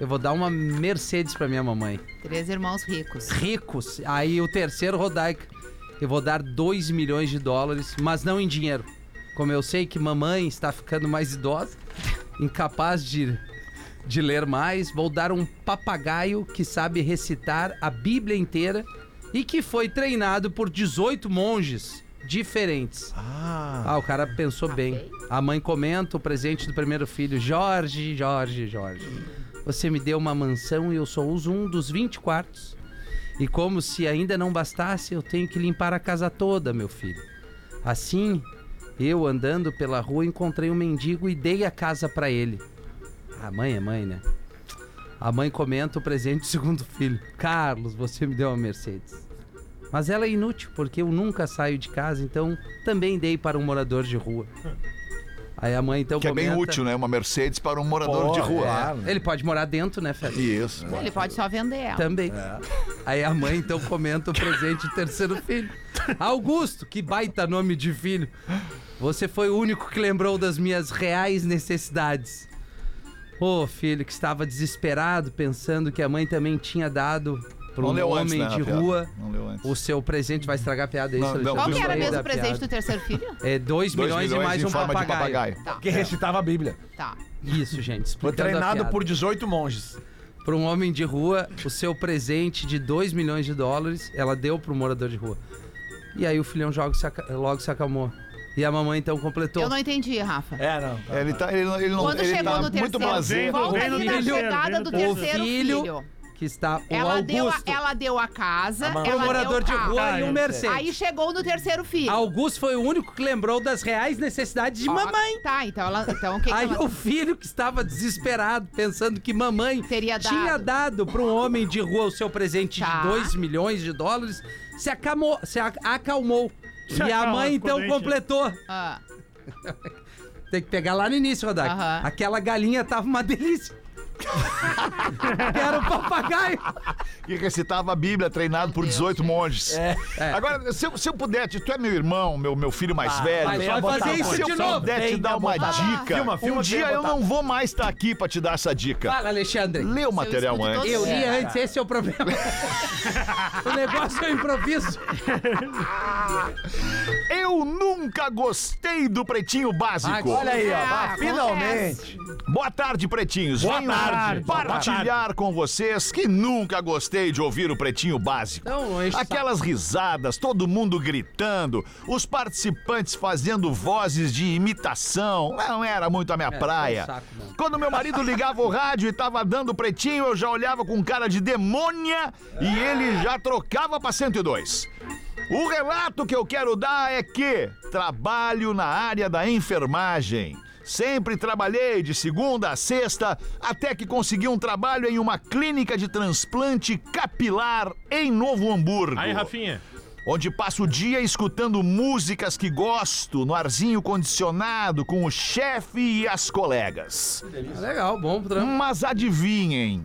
Speaker 4: Eu vou dar uma Mercedes pra minha mamãe.
Speaker 8: Três irmãos ricos.
Speaker 4: Ricos. Aí o terceiro, Rodaica: Eu vou dar 2 milhões de dólares, mas não em dinheiro. Como eu sei que mamãe está ficando mais idosa, incapaz de de ler mais, vou dar um papagaio que sabe recitar a Bíblia inteira e que foi treinado por 18 monges diferentes. Ah, o cara pensou bem. A mãe comenta o presente do primeiro filho, Jorge, Jorge, Jorge. Você me deu uma mansão e eu só uso um dos 20 quartos. E como se ainda não bastasse, eu tenho que limpar a casa toda, meu filho. Assim, eu andando pela rua encontrei um mendigo e dei a casa pra ele. A mãe é mãe, né? A mãe comenta o presente do segundo filho. Carlos, você me deu uma Mercedes. Mas ela é inútil, porque eu nunca saio de casa, então também dei para um morador de rua. Aí a mãe então
Speaker 3: Que é
Speaker 4: comenta...
Speaker 3: bem útil, né? Uma Mercedes para um morador de rua.
Speaker 4: É, ele pode morar dentro, né,
Speaker 3: é.
Speaker 4: Fede?
Speaker 3: Isso.
Speaker 8: Ele pode só vender ela.
Speaker 4: Também.
Speaker 8: É.
Speaker 4: Aí a mãe então comenta o presente do terceiro filho. Augusto, que baita nome de filho. Você foi o único que lembrou das minhas reais necessidades. Ô filho, que estava desesperado, pensando que a mãe também tinha dado para um
Speaker 3: Não leu
Speaker 4: homem
Speaker 3: antes, né,
Speaker 4: de
Speaker 3: a piada?
Speaker 4: rua
Speaker 3: Não leu antes.
Speaker 4: o seu presente. Vai estragar a piada aí,
Speaker 3: Não,
Speaker 4: Solito?
Speaker 3: não,
Speaker 8: Qual que
Speaker 3: Isso
Speaker 8: era
Speaker 3: aí
Speaker 8: mesmo
Speaker 4: da
Speaker 8: o presente
Speaker 4: piada.
Speaker 8: do terceiro filho?
Speaker 4: É
Speaker 3: Dois
Speaker 4: 2 milhões, e mais
Speaker 3: em
Speaker 4: um
Speaker 3: forma
Speaker 4: papagaio.
Speaker 3: de papagaio.
Speaker 8: Tá,
Speaker 6: Que recitava a Bíblia.
Speaker 8: tá.
Speaker 4: Isso, gente.
Speaker 6: Foi
Speaker 4: explicando a
Speaker 6: treinado
Speaker 4: piada.
Speaker 6: por 18 monges.
Speaker 4: para um homem de rua o seu presente de 2 milhões de dólares, ela deu para um morador de rua. E aí o filhão joga, se aca- logo se acalmou. E a mamãe então completou.
Speaker 8: Eu não entendi, Rafa.
Speaker 6: É, não.
Speaker 3: Ele tá, ele, não- ele não,
Speaker 8: Quando
Speaker 3: ele
Speaker 8: chegou
Speaker 3: tá
Speaker 8: no
Speaker 3: muito
Speaker 8: terceiro,
Speaker 3: prazer.
Speaker 5: Vem,
Speaker 8: volta
Speaker 5: vem
Speaker 8: ali
Speaker 5: no
Speaker 8: na
Speaker 5: terceiro,
Speaker 8: chegada
Speaker 5: vem
Speaker 8: do
Speaker 5: no
Speaker 8: terceiro
Speaker 4: filho.
Speaker 8: filho.
Speaker 4: Que está o
Speaker 8: Ela deu, a,
Speaker 4: Augusto.
Speaker 8: ela deu a casa,
Speaker 6: mãe.
Speaker 4: um
Speaker 8: ela deu
Speaker 4: morador
Speaker 8: o
Speaker 4: de
Speaker 8: carro.
Speaker 4: rua e um
Speaker 5: Aí
Speaker 4: Mercedes.
Speaker 8: Aí chegou no terceiro filho.
Speaker 4: Augusto foi o único que lembrou das reais necessidades de
Speaker 8: Ó,
Speaker 4: mamãe.
Speaker 8: Tá, então ela. Então o que, que
Speaker 4: Aí
Speaker 8: ela-
Speaker 4: o filho que estava desesperado, pensando que mamãe
Speaker 8: Teria
Speaker 4: tinha dado para um homem de rua o seu presente
Speaker 8: Tá.
Speaker 4: de 2 milhões de dólares, se, acamou, se a- acalmou.
Speaker 5: Se
Speaker 4: e a
Speaker 5: acalma,
Speaker 4: mãe então
Speaker 5: corrente.
Speaker 4: completou.
Speaker 8: Ah,
Speaker 4: Tem que pegar lá no início, Rodak.
Speaker 8: Aham.
Speaker 4: Aquela galinha tava uma delícia. Era o papagaio.
Speaker 3: que recitava a Bíblia, treinado por
Speaker 8: Deus,
Speaker 3: 18 monges.
Speaker 4: É.
Speaker 3: Agora, se eu, se eu puder, te- tu é meu irmão, meu, meu filho mais velho.
Speaker 4: mas vai
Speaker 6: botar
Speaker 4: fazer
Speaker 6: a
Speaker 4: isso
Speaker 3: se É, eu um
Speaker 4: de novo.
Speaker 3: puder te
Speaker 6: Vem
Speaker 3: dar
Speaker 6: a
Speaker 3: uma
Speaker 6: botar.
Speaker 3: dica,
Speaker 6: Filma, filma,
Speaker 3: um
Speaker 6: vem
Speaker 3: dia
Speaker 6: a
Speaker 3: eu
Speaker 6: botar.
Speaker 3: não vou mais estar aqui pra te dar essa dica.
Speaker 4: Fala, Alexandre.
Speaker 3: Lê o material
Speaker 8: escuto
Speaker 3: antes.
Speaker 8: todos
Speaker 4: Eu
Speaker 8: É.
Speaker 4: li antes, esse é o problema. o negócio é o improviso.
Speaker 3: Eu nunca gostei do Pretinho Básico.
Speaker 4: Ah, olha
Speaker 6: Aí, ó.
Speaker 8: Ah,
Speaker 6: bah, finalmente.
Speaker 3: Boa tarde, pretinhos. Boa
Speaker 5: tarde.
Speaker 3: Partilhar com vocês que nunca gostei de ouvir o Pretinho Básico.
Speaker 4: Não, não enche o
Speaker 3: Aquelas risadas, todo mundo gritando, os participantes fazendo vozes de imitação. Não era muito a minha praia.
Speaker 4: foi um saco, mano.
Speaker 3: Quando meu marido ligava o rádio e tava dando pretinho, eu já olhava com cara de demônia e ele já trocava pra 102. O relato que eu quero dar é que trabalho na área da enfermagem. Sempre trabalhei de segunda a sexta até que consegui um trabalho em uma clínica de transplante capilar em Novo Hamburgo
Speaker 7: Aí, Rafinha.
Speaker 3: onde passo o dia escutando músicas que gosto no arzinho condicionado com o chefe e as colegas.
Speaker 4: Legal, bom trampo.
Speaker 3: Mas adivinhem.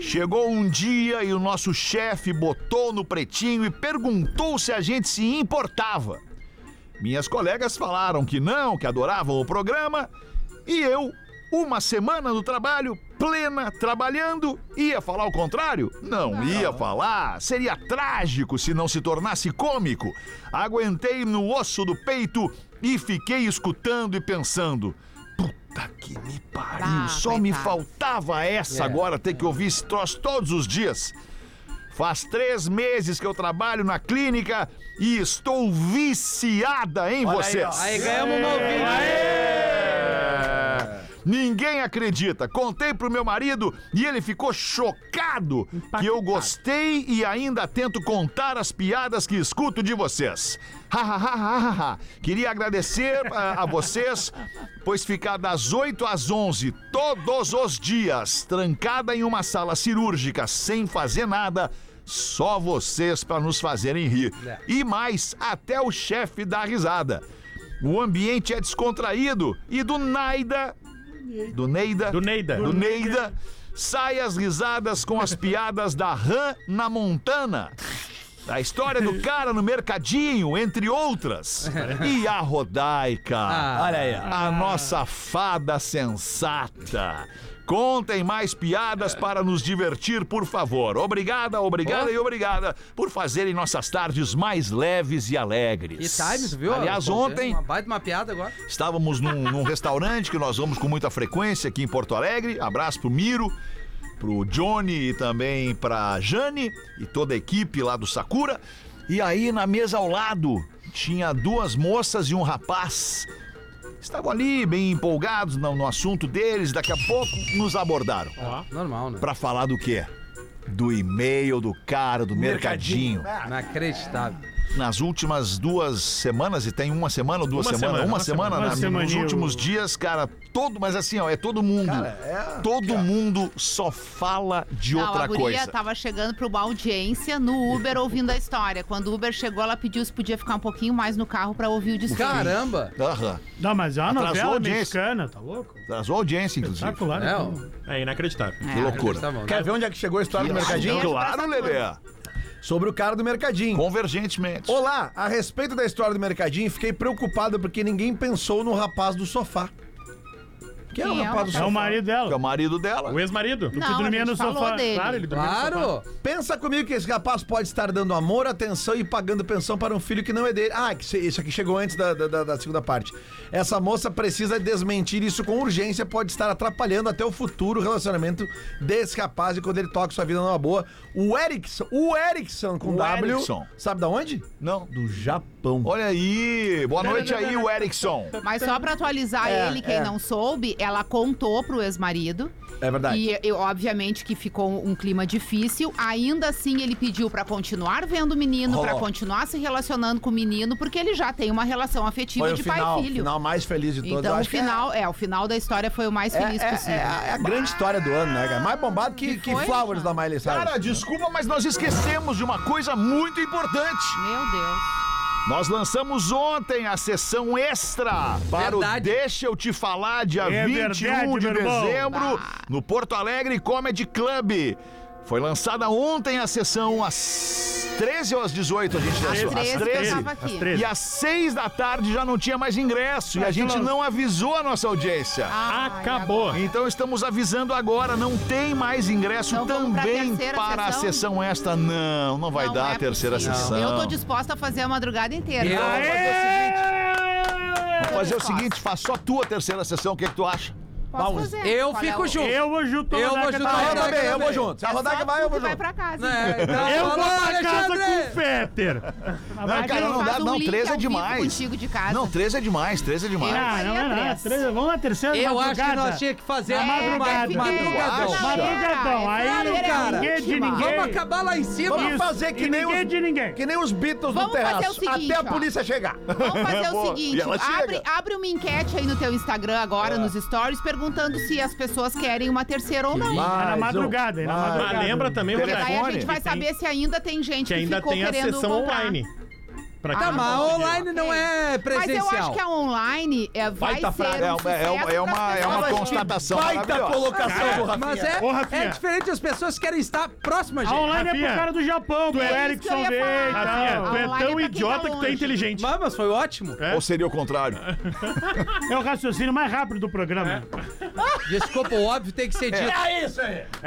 Speaker 3: Chegou um dia e o nosso chefe botou no pretinho e perguntou se a gente se importava. Minhas colegas falaram que não, que adoravam o programa, e eu, uma semana no trabalho, plena, trabalhando, ia falar o contrário? Não ia falar. Seria trágico se não se tornasse cômico. Aguentei no osso do peito e fiquei escutando e pensando. Puta que me pariu,
Speaker 8: Ah,
Speaker 3: só me
Speaker 8: coitado. É.
Speaker 3: faltava essa agora ter que ouvir esse troço todos os dias. Faz três meses que eu trabalho na clínica e estou viciada em vocês.
Speaker 4: Aí ganhamos uma ouvinte.
Speaker 3: É. Ninguém acredita. Contei pro meu marido e ele ficou chocado que eu gostei e ainda tento contar as piadas que escuto de vocês. Ha, ha, ha, ha, ha, ha. Queria agradecer ah, a, a vocês, pois ficar das 8 às 11 todos os dias, trancada em uma sala cirúrgica sem fazer nada, só vocês para nos fazerem rir.
Speaker 4: É.
Speaker 3: E mais, até o chefe dá risada. O ambiente é descontraído e do Naida. Do Neida.
Speaker 7: Do Neida.
Speaker 3: Do Neida. Sai as risadas com as piadas da Ram na Montana. A história do cara no mercadinho, entre outras. E a Rodaica.
Speaker 4: Ah.
Speaker 6: Olha aí, ó.
Speaker 3: A nossa fada sensata. Contem mais piadas para nos divertir, por favor. Obrigada,
Speaker 4: Oh.
Speaker 3: obrigada e obrigada por fazerem nossas tardes mais leves e
Speaker 4: E
Speaker 3: alegres.
Speaker 4: Times, viu?
Speaker 3: Aliás,
Speaker 4: Pô, tem
Speaker 3: ontem
Speaker 4: Uma baita uma piada agora.
Speaker 3: Estávamos num, num restaurante que nós vamos com muita frequência aqui em Porto Alegre. Abraço pro Miro, pro Johnny e também pra Jane e toda a equipe lá do Sakura. E aí na mesa ao lado tinha duas moças e um rapaz. Estavam ali bem empolgados no, no assunto deles, daqui a pouco nos abordaram.
Speaker 4: Normal, né?
Speaker 3: Pra falar do quê? Do e-mail do cara do mercadinho.
Speaker 4: Inacreditável.
Speaker 3: Nas últimas duas semanas, e tem uma semana ou duas
Speaker 7: Uma
Speaker 3: semanas,
Speaker 7: semana,
Speaker 3: uma
Speaker 7: uma
Speaker 3: semana,
Speaker 7: semana.
Speaker 3: na-
Speaker 5: Uma
Speaker 3: nos
Speaker 5: semaninha,
Speaker 3: últimos
Speaker 5: o-
Speaker 3: dias, cara, todo, mas assim, ó, é todo mundo. todo mundo só fala de
Speaker 8: Não,
Speaker 3: outra
Speaker 8: a guria tá-
Speaker 3: coisa.
Speaker 8: tava chegando pra uma audiência no Uber ouvindo a história. Quando o Uber chegou, ela pediu se podia ficar um pouquinho mais no carro pra ouvir o discurso.
Speaker 4: Caramba!
Speaker 3: Aham.
Speaker 5: Não, mas é uma
Speaker 3: Atrasou a
Speaker 5: novela
Speaker 3: audiência.
Speaker 5: mexicana, tá louco?
Speaker 3: Trazou audiência, inclusive.
Speaker 5: Espetacular.
Speaker 4: É, ó.
Speaker 7: É inacreditável.
Speaker 3: Que loucura.
Speaker 4: Tá bom, né?
Speaker 6: Quer ver onde é que chegou a história do mercadinho?
Speaker 8: Beijo pra
Speaker 3: Claro,
Speaker 8: Saturno.
Speaker 3: Lelê.
Speaker 6: Sobre o cara do mercadinho.
Speaker 3: Convergentemente.
Speaker 6: Olá, a respeito da história do mercadinho, fiquei preocupado porque ninguém pensou no rapaz do sofá. Quem é o
Speaker 8: Quem é o
Speaker 6: rapaz do
Speaker 8: rapaz?
Speaker 5: É
Speaker 6: sofá?
Speaker 5: o marido
Speaker 3: Que é o
Speaker 5: dela.
Speaker 3: marido dela.
Speaker 7: O ex-marido.
Speaker 8: Não,
Speaker 5: que
Speaker 8: a
Speaker 5: dormia
Speaker 8: gente
Speaker 5: no
Speaker 8: falou
Speaker 5: sofá.
Speaker 8: dele.
Speaker 5: Claro, ele dormia no sofá.
Speaker 4: Claro!
Speaker 6: Pensa comigo que esse rapaz pode estar dando amor, atenção e pagando pensão para um filho que não é dele. Ah, que se- isso aqui chegou antes da, da- da- da segunda parte. Essa moça precisa desmentir isso com urgência, pode estar atrapalhando até o futuro relacionamento desse rapaz e quando ele toca sua vida numa boa. O Erickson, o Erickson com
Speaker 3: O
Speaker 6: W,
Speaker 3: Erickson.
Speaker 6: sabe da onde?
Speaker 3: Não.
Speaker 6: Do Japão.
Speaker 3: Olha aí. Boa noite aí, o Erickson.
Speaker 8: Mas só pra atualizar
Speaker 6: É,
Speaker 8: ele, quem
Speaker 6: é.
Speaker 8: não soube, ela contou pro ex-marido.
Speaker 6: É verdade.
Speaker 8: E eu, obviamente que ficou um clima difícil. Ainda assim, ele pediu pra continuar vendo o menino,
Speaker 6: Ó.
Speaker 8: pra continuar se relacionando com o menino, porque ele já tem uma relação afetiva
Speaker 6: Foi o
Speaker 8: de pai
Speaker 6: final,
Speaker 8: e filho.
Speaker 6: final mais feliz de todos. Eu
Speaker 8: Então o
Speaker 6: acho que é-
Speaker 8: final, é... o final da história foi o mais
Speaker 6: É,
Speaker 8: feliz
Speaker 6: é-
Speaker 8: possível.
Speaker 6: é a, é a grande história do ano, né, cara? Mais bombado que,
Speaker 8: Que
Speaker 6: que,
Speaker 8: foi,
Speaker 6: Flowers da
Speaker 8: cara?
Speaker 6: Miley Cyrus.
Speaker 3: Cara, desculpa, mas nós esquecemos de uma coisa muito importante.
Speaker 8: Meu Deus.
Speaker 3: Nós lançamos ontem a sessão extra para o
Speaker 4: Verdade.
Speaker 3: Deixa Eu Te Falar, dia
Speaker 5: É
Speaker 3: 21
Speaker 5: verdade,
Speaker 3: de
Speaker 5: meu irmão.
Speaker 3: dezembro,
Speaker 8: Ah.
Speaker 3: no Porto Alegre Comedy Club. Foi lançada ontem a sessão às 13 ou às 18, a gente lançou?
Speaker 8: Às tá. 13, que eu tava aqui.
Speaker 5: Às 13.
Speaker 3: E às 6 da tarde já não tinha mais ingresso e a gente não avisou a nossa audiência.
Speaker 5: Ah.
Speaker 8: Ai,
Speaker 7: Acabou.
Speaker 3: Então estamos avisando agora, não tem mais ingresso
Speaker 8: Então vamos pra
Speaker 3: também
Speaker 8: terceira
Speaker 3: para
Speaker 8: sessão?
Speaker 3: a sessão extra. Não, não vai
Speaker 8: Não
Speaker 3: dar
Speaker 8: é
Speaker 3: a terceira
Speaker 8: possível.
Speaker 3: sessão.
Speaker 8: Eu tô disposta a fazer a madrugada inteira. Então,
Speaker 4: Eu-
Speaker 3: Vamos fazer o
Speaker 6: É,
Speaker 3: seguinte. Vamos fazer o seguinte, faz só tu a terceira sessão, o que, que tu acha?
Speaker 8: Posso fazer.
Speaker 4: Eu
Speaker 8: Qual é
Speaker 4: fico
Speaker 8: o-
Speaker 4: junto.
Speaker 5: Eu vou junto.
Speaker 4: Eu vou junto.
Speaker 6: Ah, eu
Speaker 4: Vai,
Speaker 6: também,
Speaker 4: vai,
Speaker 6: eu
Speaker 4: vai.
Speaker 6: vou junto. Se a
Speaker 8: É
Speaker 6: rodar
Speaker 8: só
Speaker 6: que vai, eu
Speaker 8: tu
Speaker 6: vou
Speaker 8: que vai
Speaker 6: junto.
Speaker 8: pra casa.
Speaker 4: É, então,
Speaker 5: Eu vou
Speaker 4: fala,
Speaker 5: pra casa
Speaker 4: Alexandre!
Speaker 5: com o Fetter.
Speaker 3: Não, cara, não
Speaker 8: Faz
Speaker 3: dá,
Speaker 8: um
Speaker 3: não,
Speaker 8: link
Speaker 3: três é
Speaker 8: ao vivo
Speaker 3: demais.
Speaker 8: contigo de casa.
Speaker 3: Não, três é demais, três é demais.
Speaker 8: Ah,
Speaker 5: Ah, não é nada.
Speaker 8: três.
Speaker 5: Três- Vamos na terceira
Speaker 4: Eu acho que
Speaker 5: madrugada.
Speaker 4: nós tinha que fazer
Speaker 8: É,
Speaker 4: madrugada.
Speaker 5: madrugada.
Speaker 4: madrugadão.
Speaker 3: Eu acho.
Speaker 5: Madrugadão, aí
Speaker 8: Claro,
Speaker 5: ninguém
Speaker 4: cara.
Speaker 5: é de ninguém.
Speaker 4: Vamos acabar lá em cima.
Speaker 6: Vamos fazer que
Speaker 5: E
Speaker 6: nem,
Speaker 5: ninguém
Speaker 6: os,
Speaker 5: de ninguém.
Speaker 6: que nem os Beatles no
Speaker 8: Vamos fazer
Speaker 6: terraço.
Speaker 8: o seguinte,
Speaker 6: até a
Speaker 8: ó.
Speaker 6: polícia chegar.
Speaker 8: Vamos fazer o
Speaker 3: Boa. E
Speaker 8: seguinte:
Speaker 3: ela
Speaker 8: abre,
Speaker 3: chega.
Speaker 8: abre uma enquete aí no teu Instagram agora, nos stories, perguntando se as pessoas querem uma terceira ou não.
Speaker 5: É na
Speaker 6: Mais um,
Speaker 5: madrugada, é na
Speaker 6: mais um.
Speaker 7: Mas
Speaker 5: madrugada.
Speaker 7: lembra também,
Speaker 8: Porque daí
Speaker 7: Rodaico,
Speaker 8: a gente vai
Speaker 7: que tem-
Speaker 8: saber se ainda tem gente que,
Speaker 7: que ainda
Speaker 8: ficou
Speaker 7: tem a
Speaker 8: querendo
Speaker 7: sessão
Speaker 8: comprar.
Speaker 7: online. Pra quem
Speaker 8: Ah,
Speaker 4: Tá,
Speaker 7: não
Speaker 4: mas a
Speaker 7: conseguiu.
Speaker 4: online não é
Speaker 8: Mas eu acho
Speaker 4: presencial.
Speaker 8: que a online é, vai
Speaker 6: Baita
Speaker 8: ser
Speaker 6: frase.
Speaker 3: É
Speaker 8: um
Speaker 3: uma- é uma-
Speaker 8: sucesso
Speaker 3: é uma-
Speaker 8: pras
Speaker 3: é uma
Speaker 8: pessoas.
Speaker 3: constatação
Speaker 6: Baita
Speaker 3: maravilhosa.
Speaker 6: colocação do Rafinha.
Speaker 4: Mas é,
Speaker 5: Ô, Rafinha.
Speaker 4: é diferente, as pessoas querem estar próximas,
Speaker 5: A
Speaker 4: gente.
Speaker 5: online é
Speaker 7: Rafinha,
Speaker 5: pro cara do Japão, pro
Speaker 8: é isso que eu
Speaker 5: Erickson
Speaker 8: ia
Speaker 5: veio e
Speaker 8: falar.
Speaker 5: tal.
Speaker 7: Rafinha, tu é
Speaker 8: online é pra
Speaker 7: tão
Speaker 8: quem tá
Speaker 7: idiota que tu é
Speaker 8: longe.
Speaker 7: inteligente.
Speaker 4: Mas, mas foi ótimo.
Speaker 7: É.
Speaker 3: Ou seria o contrário?
Speaker 5: É o raciocínio mais rápido do programa.
Speaker 4: Desculpa, o óbvio tem que ser dito.
Speaker 8: Qual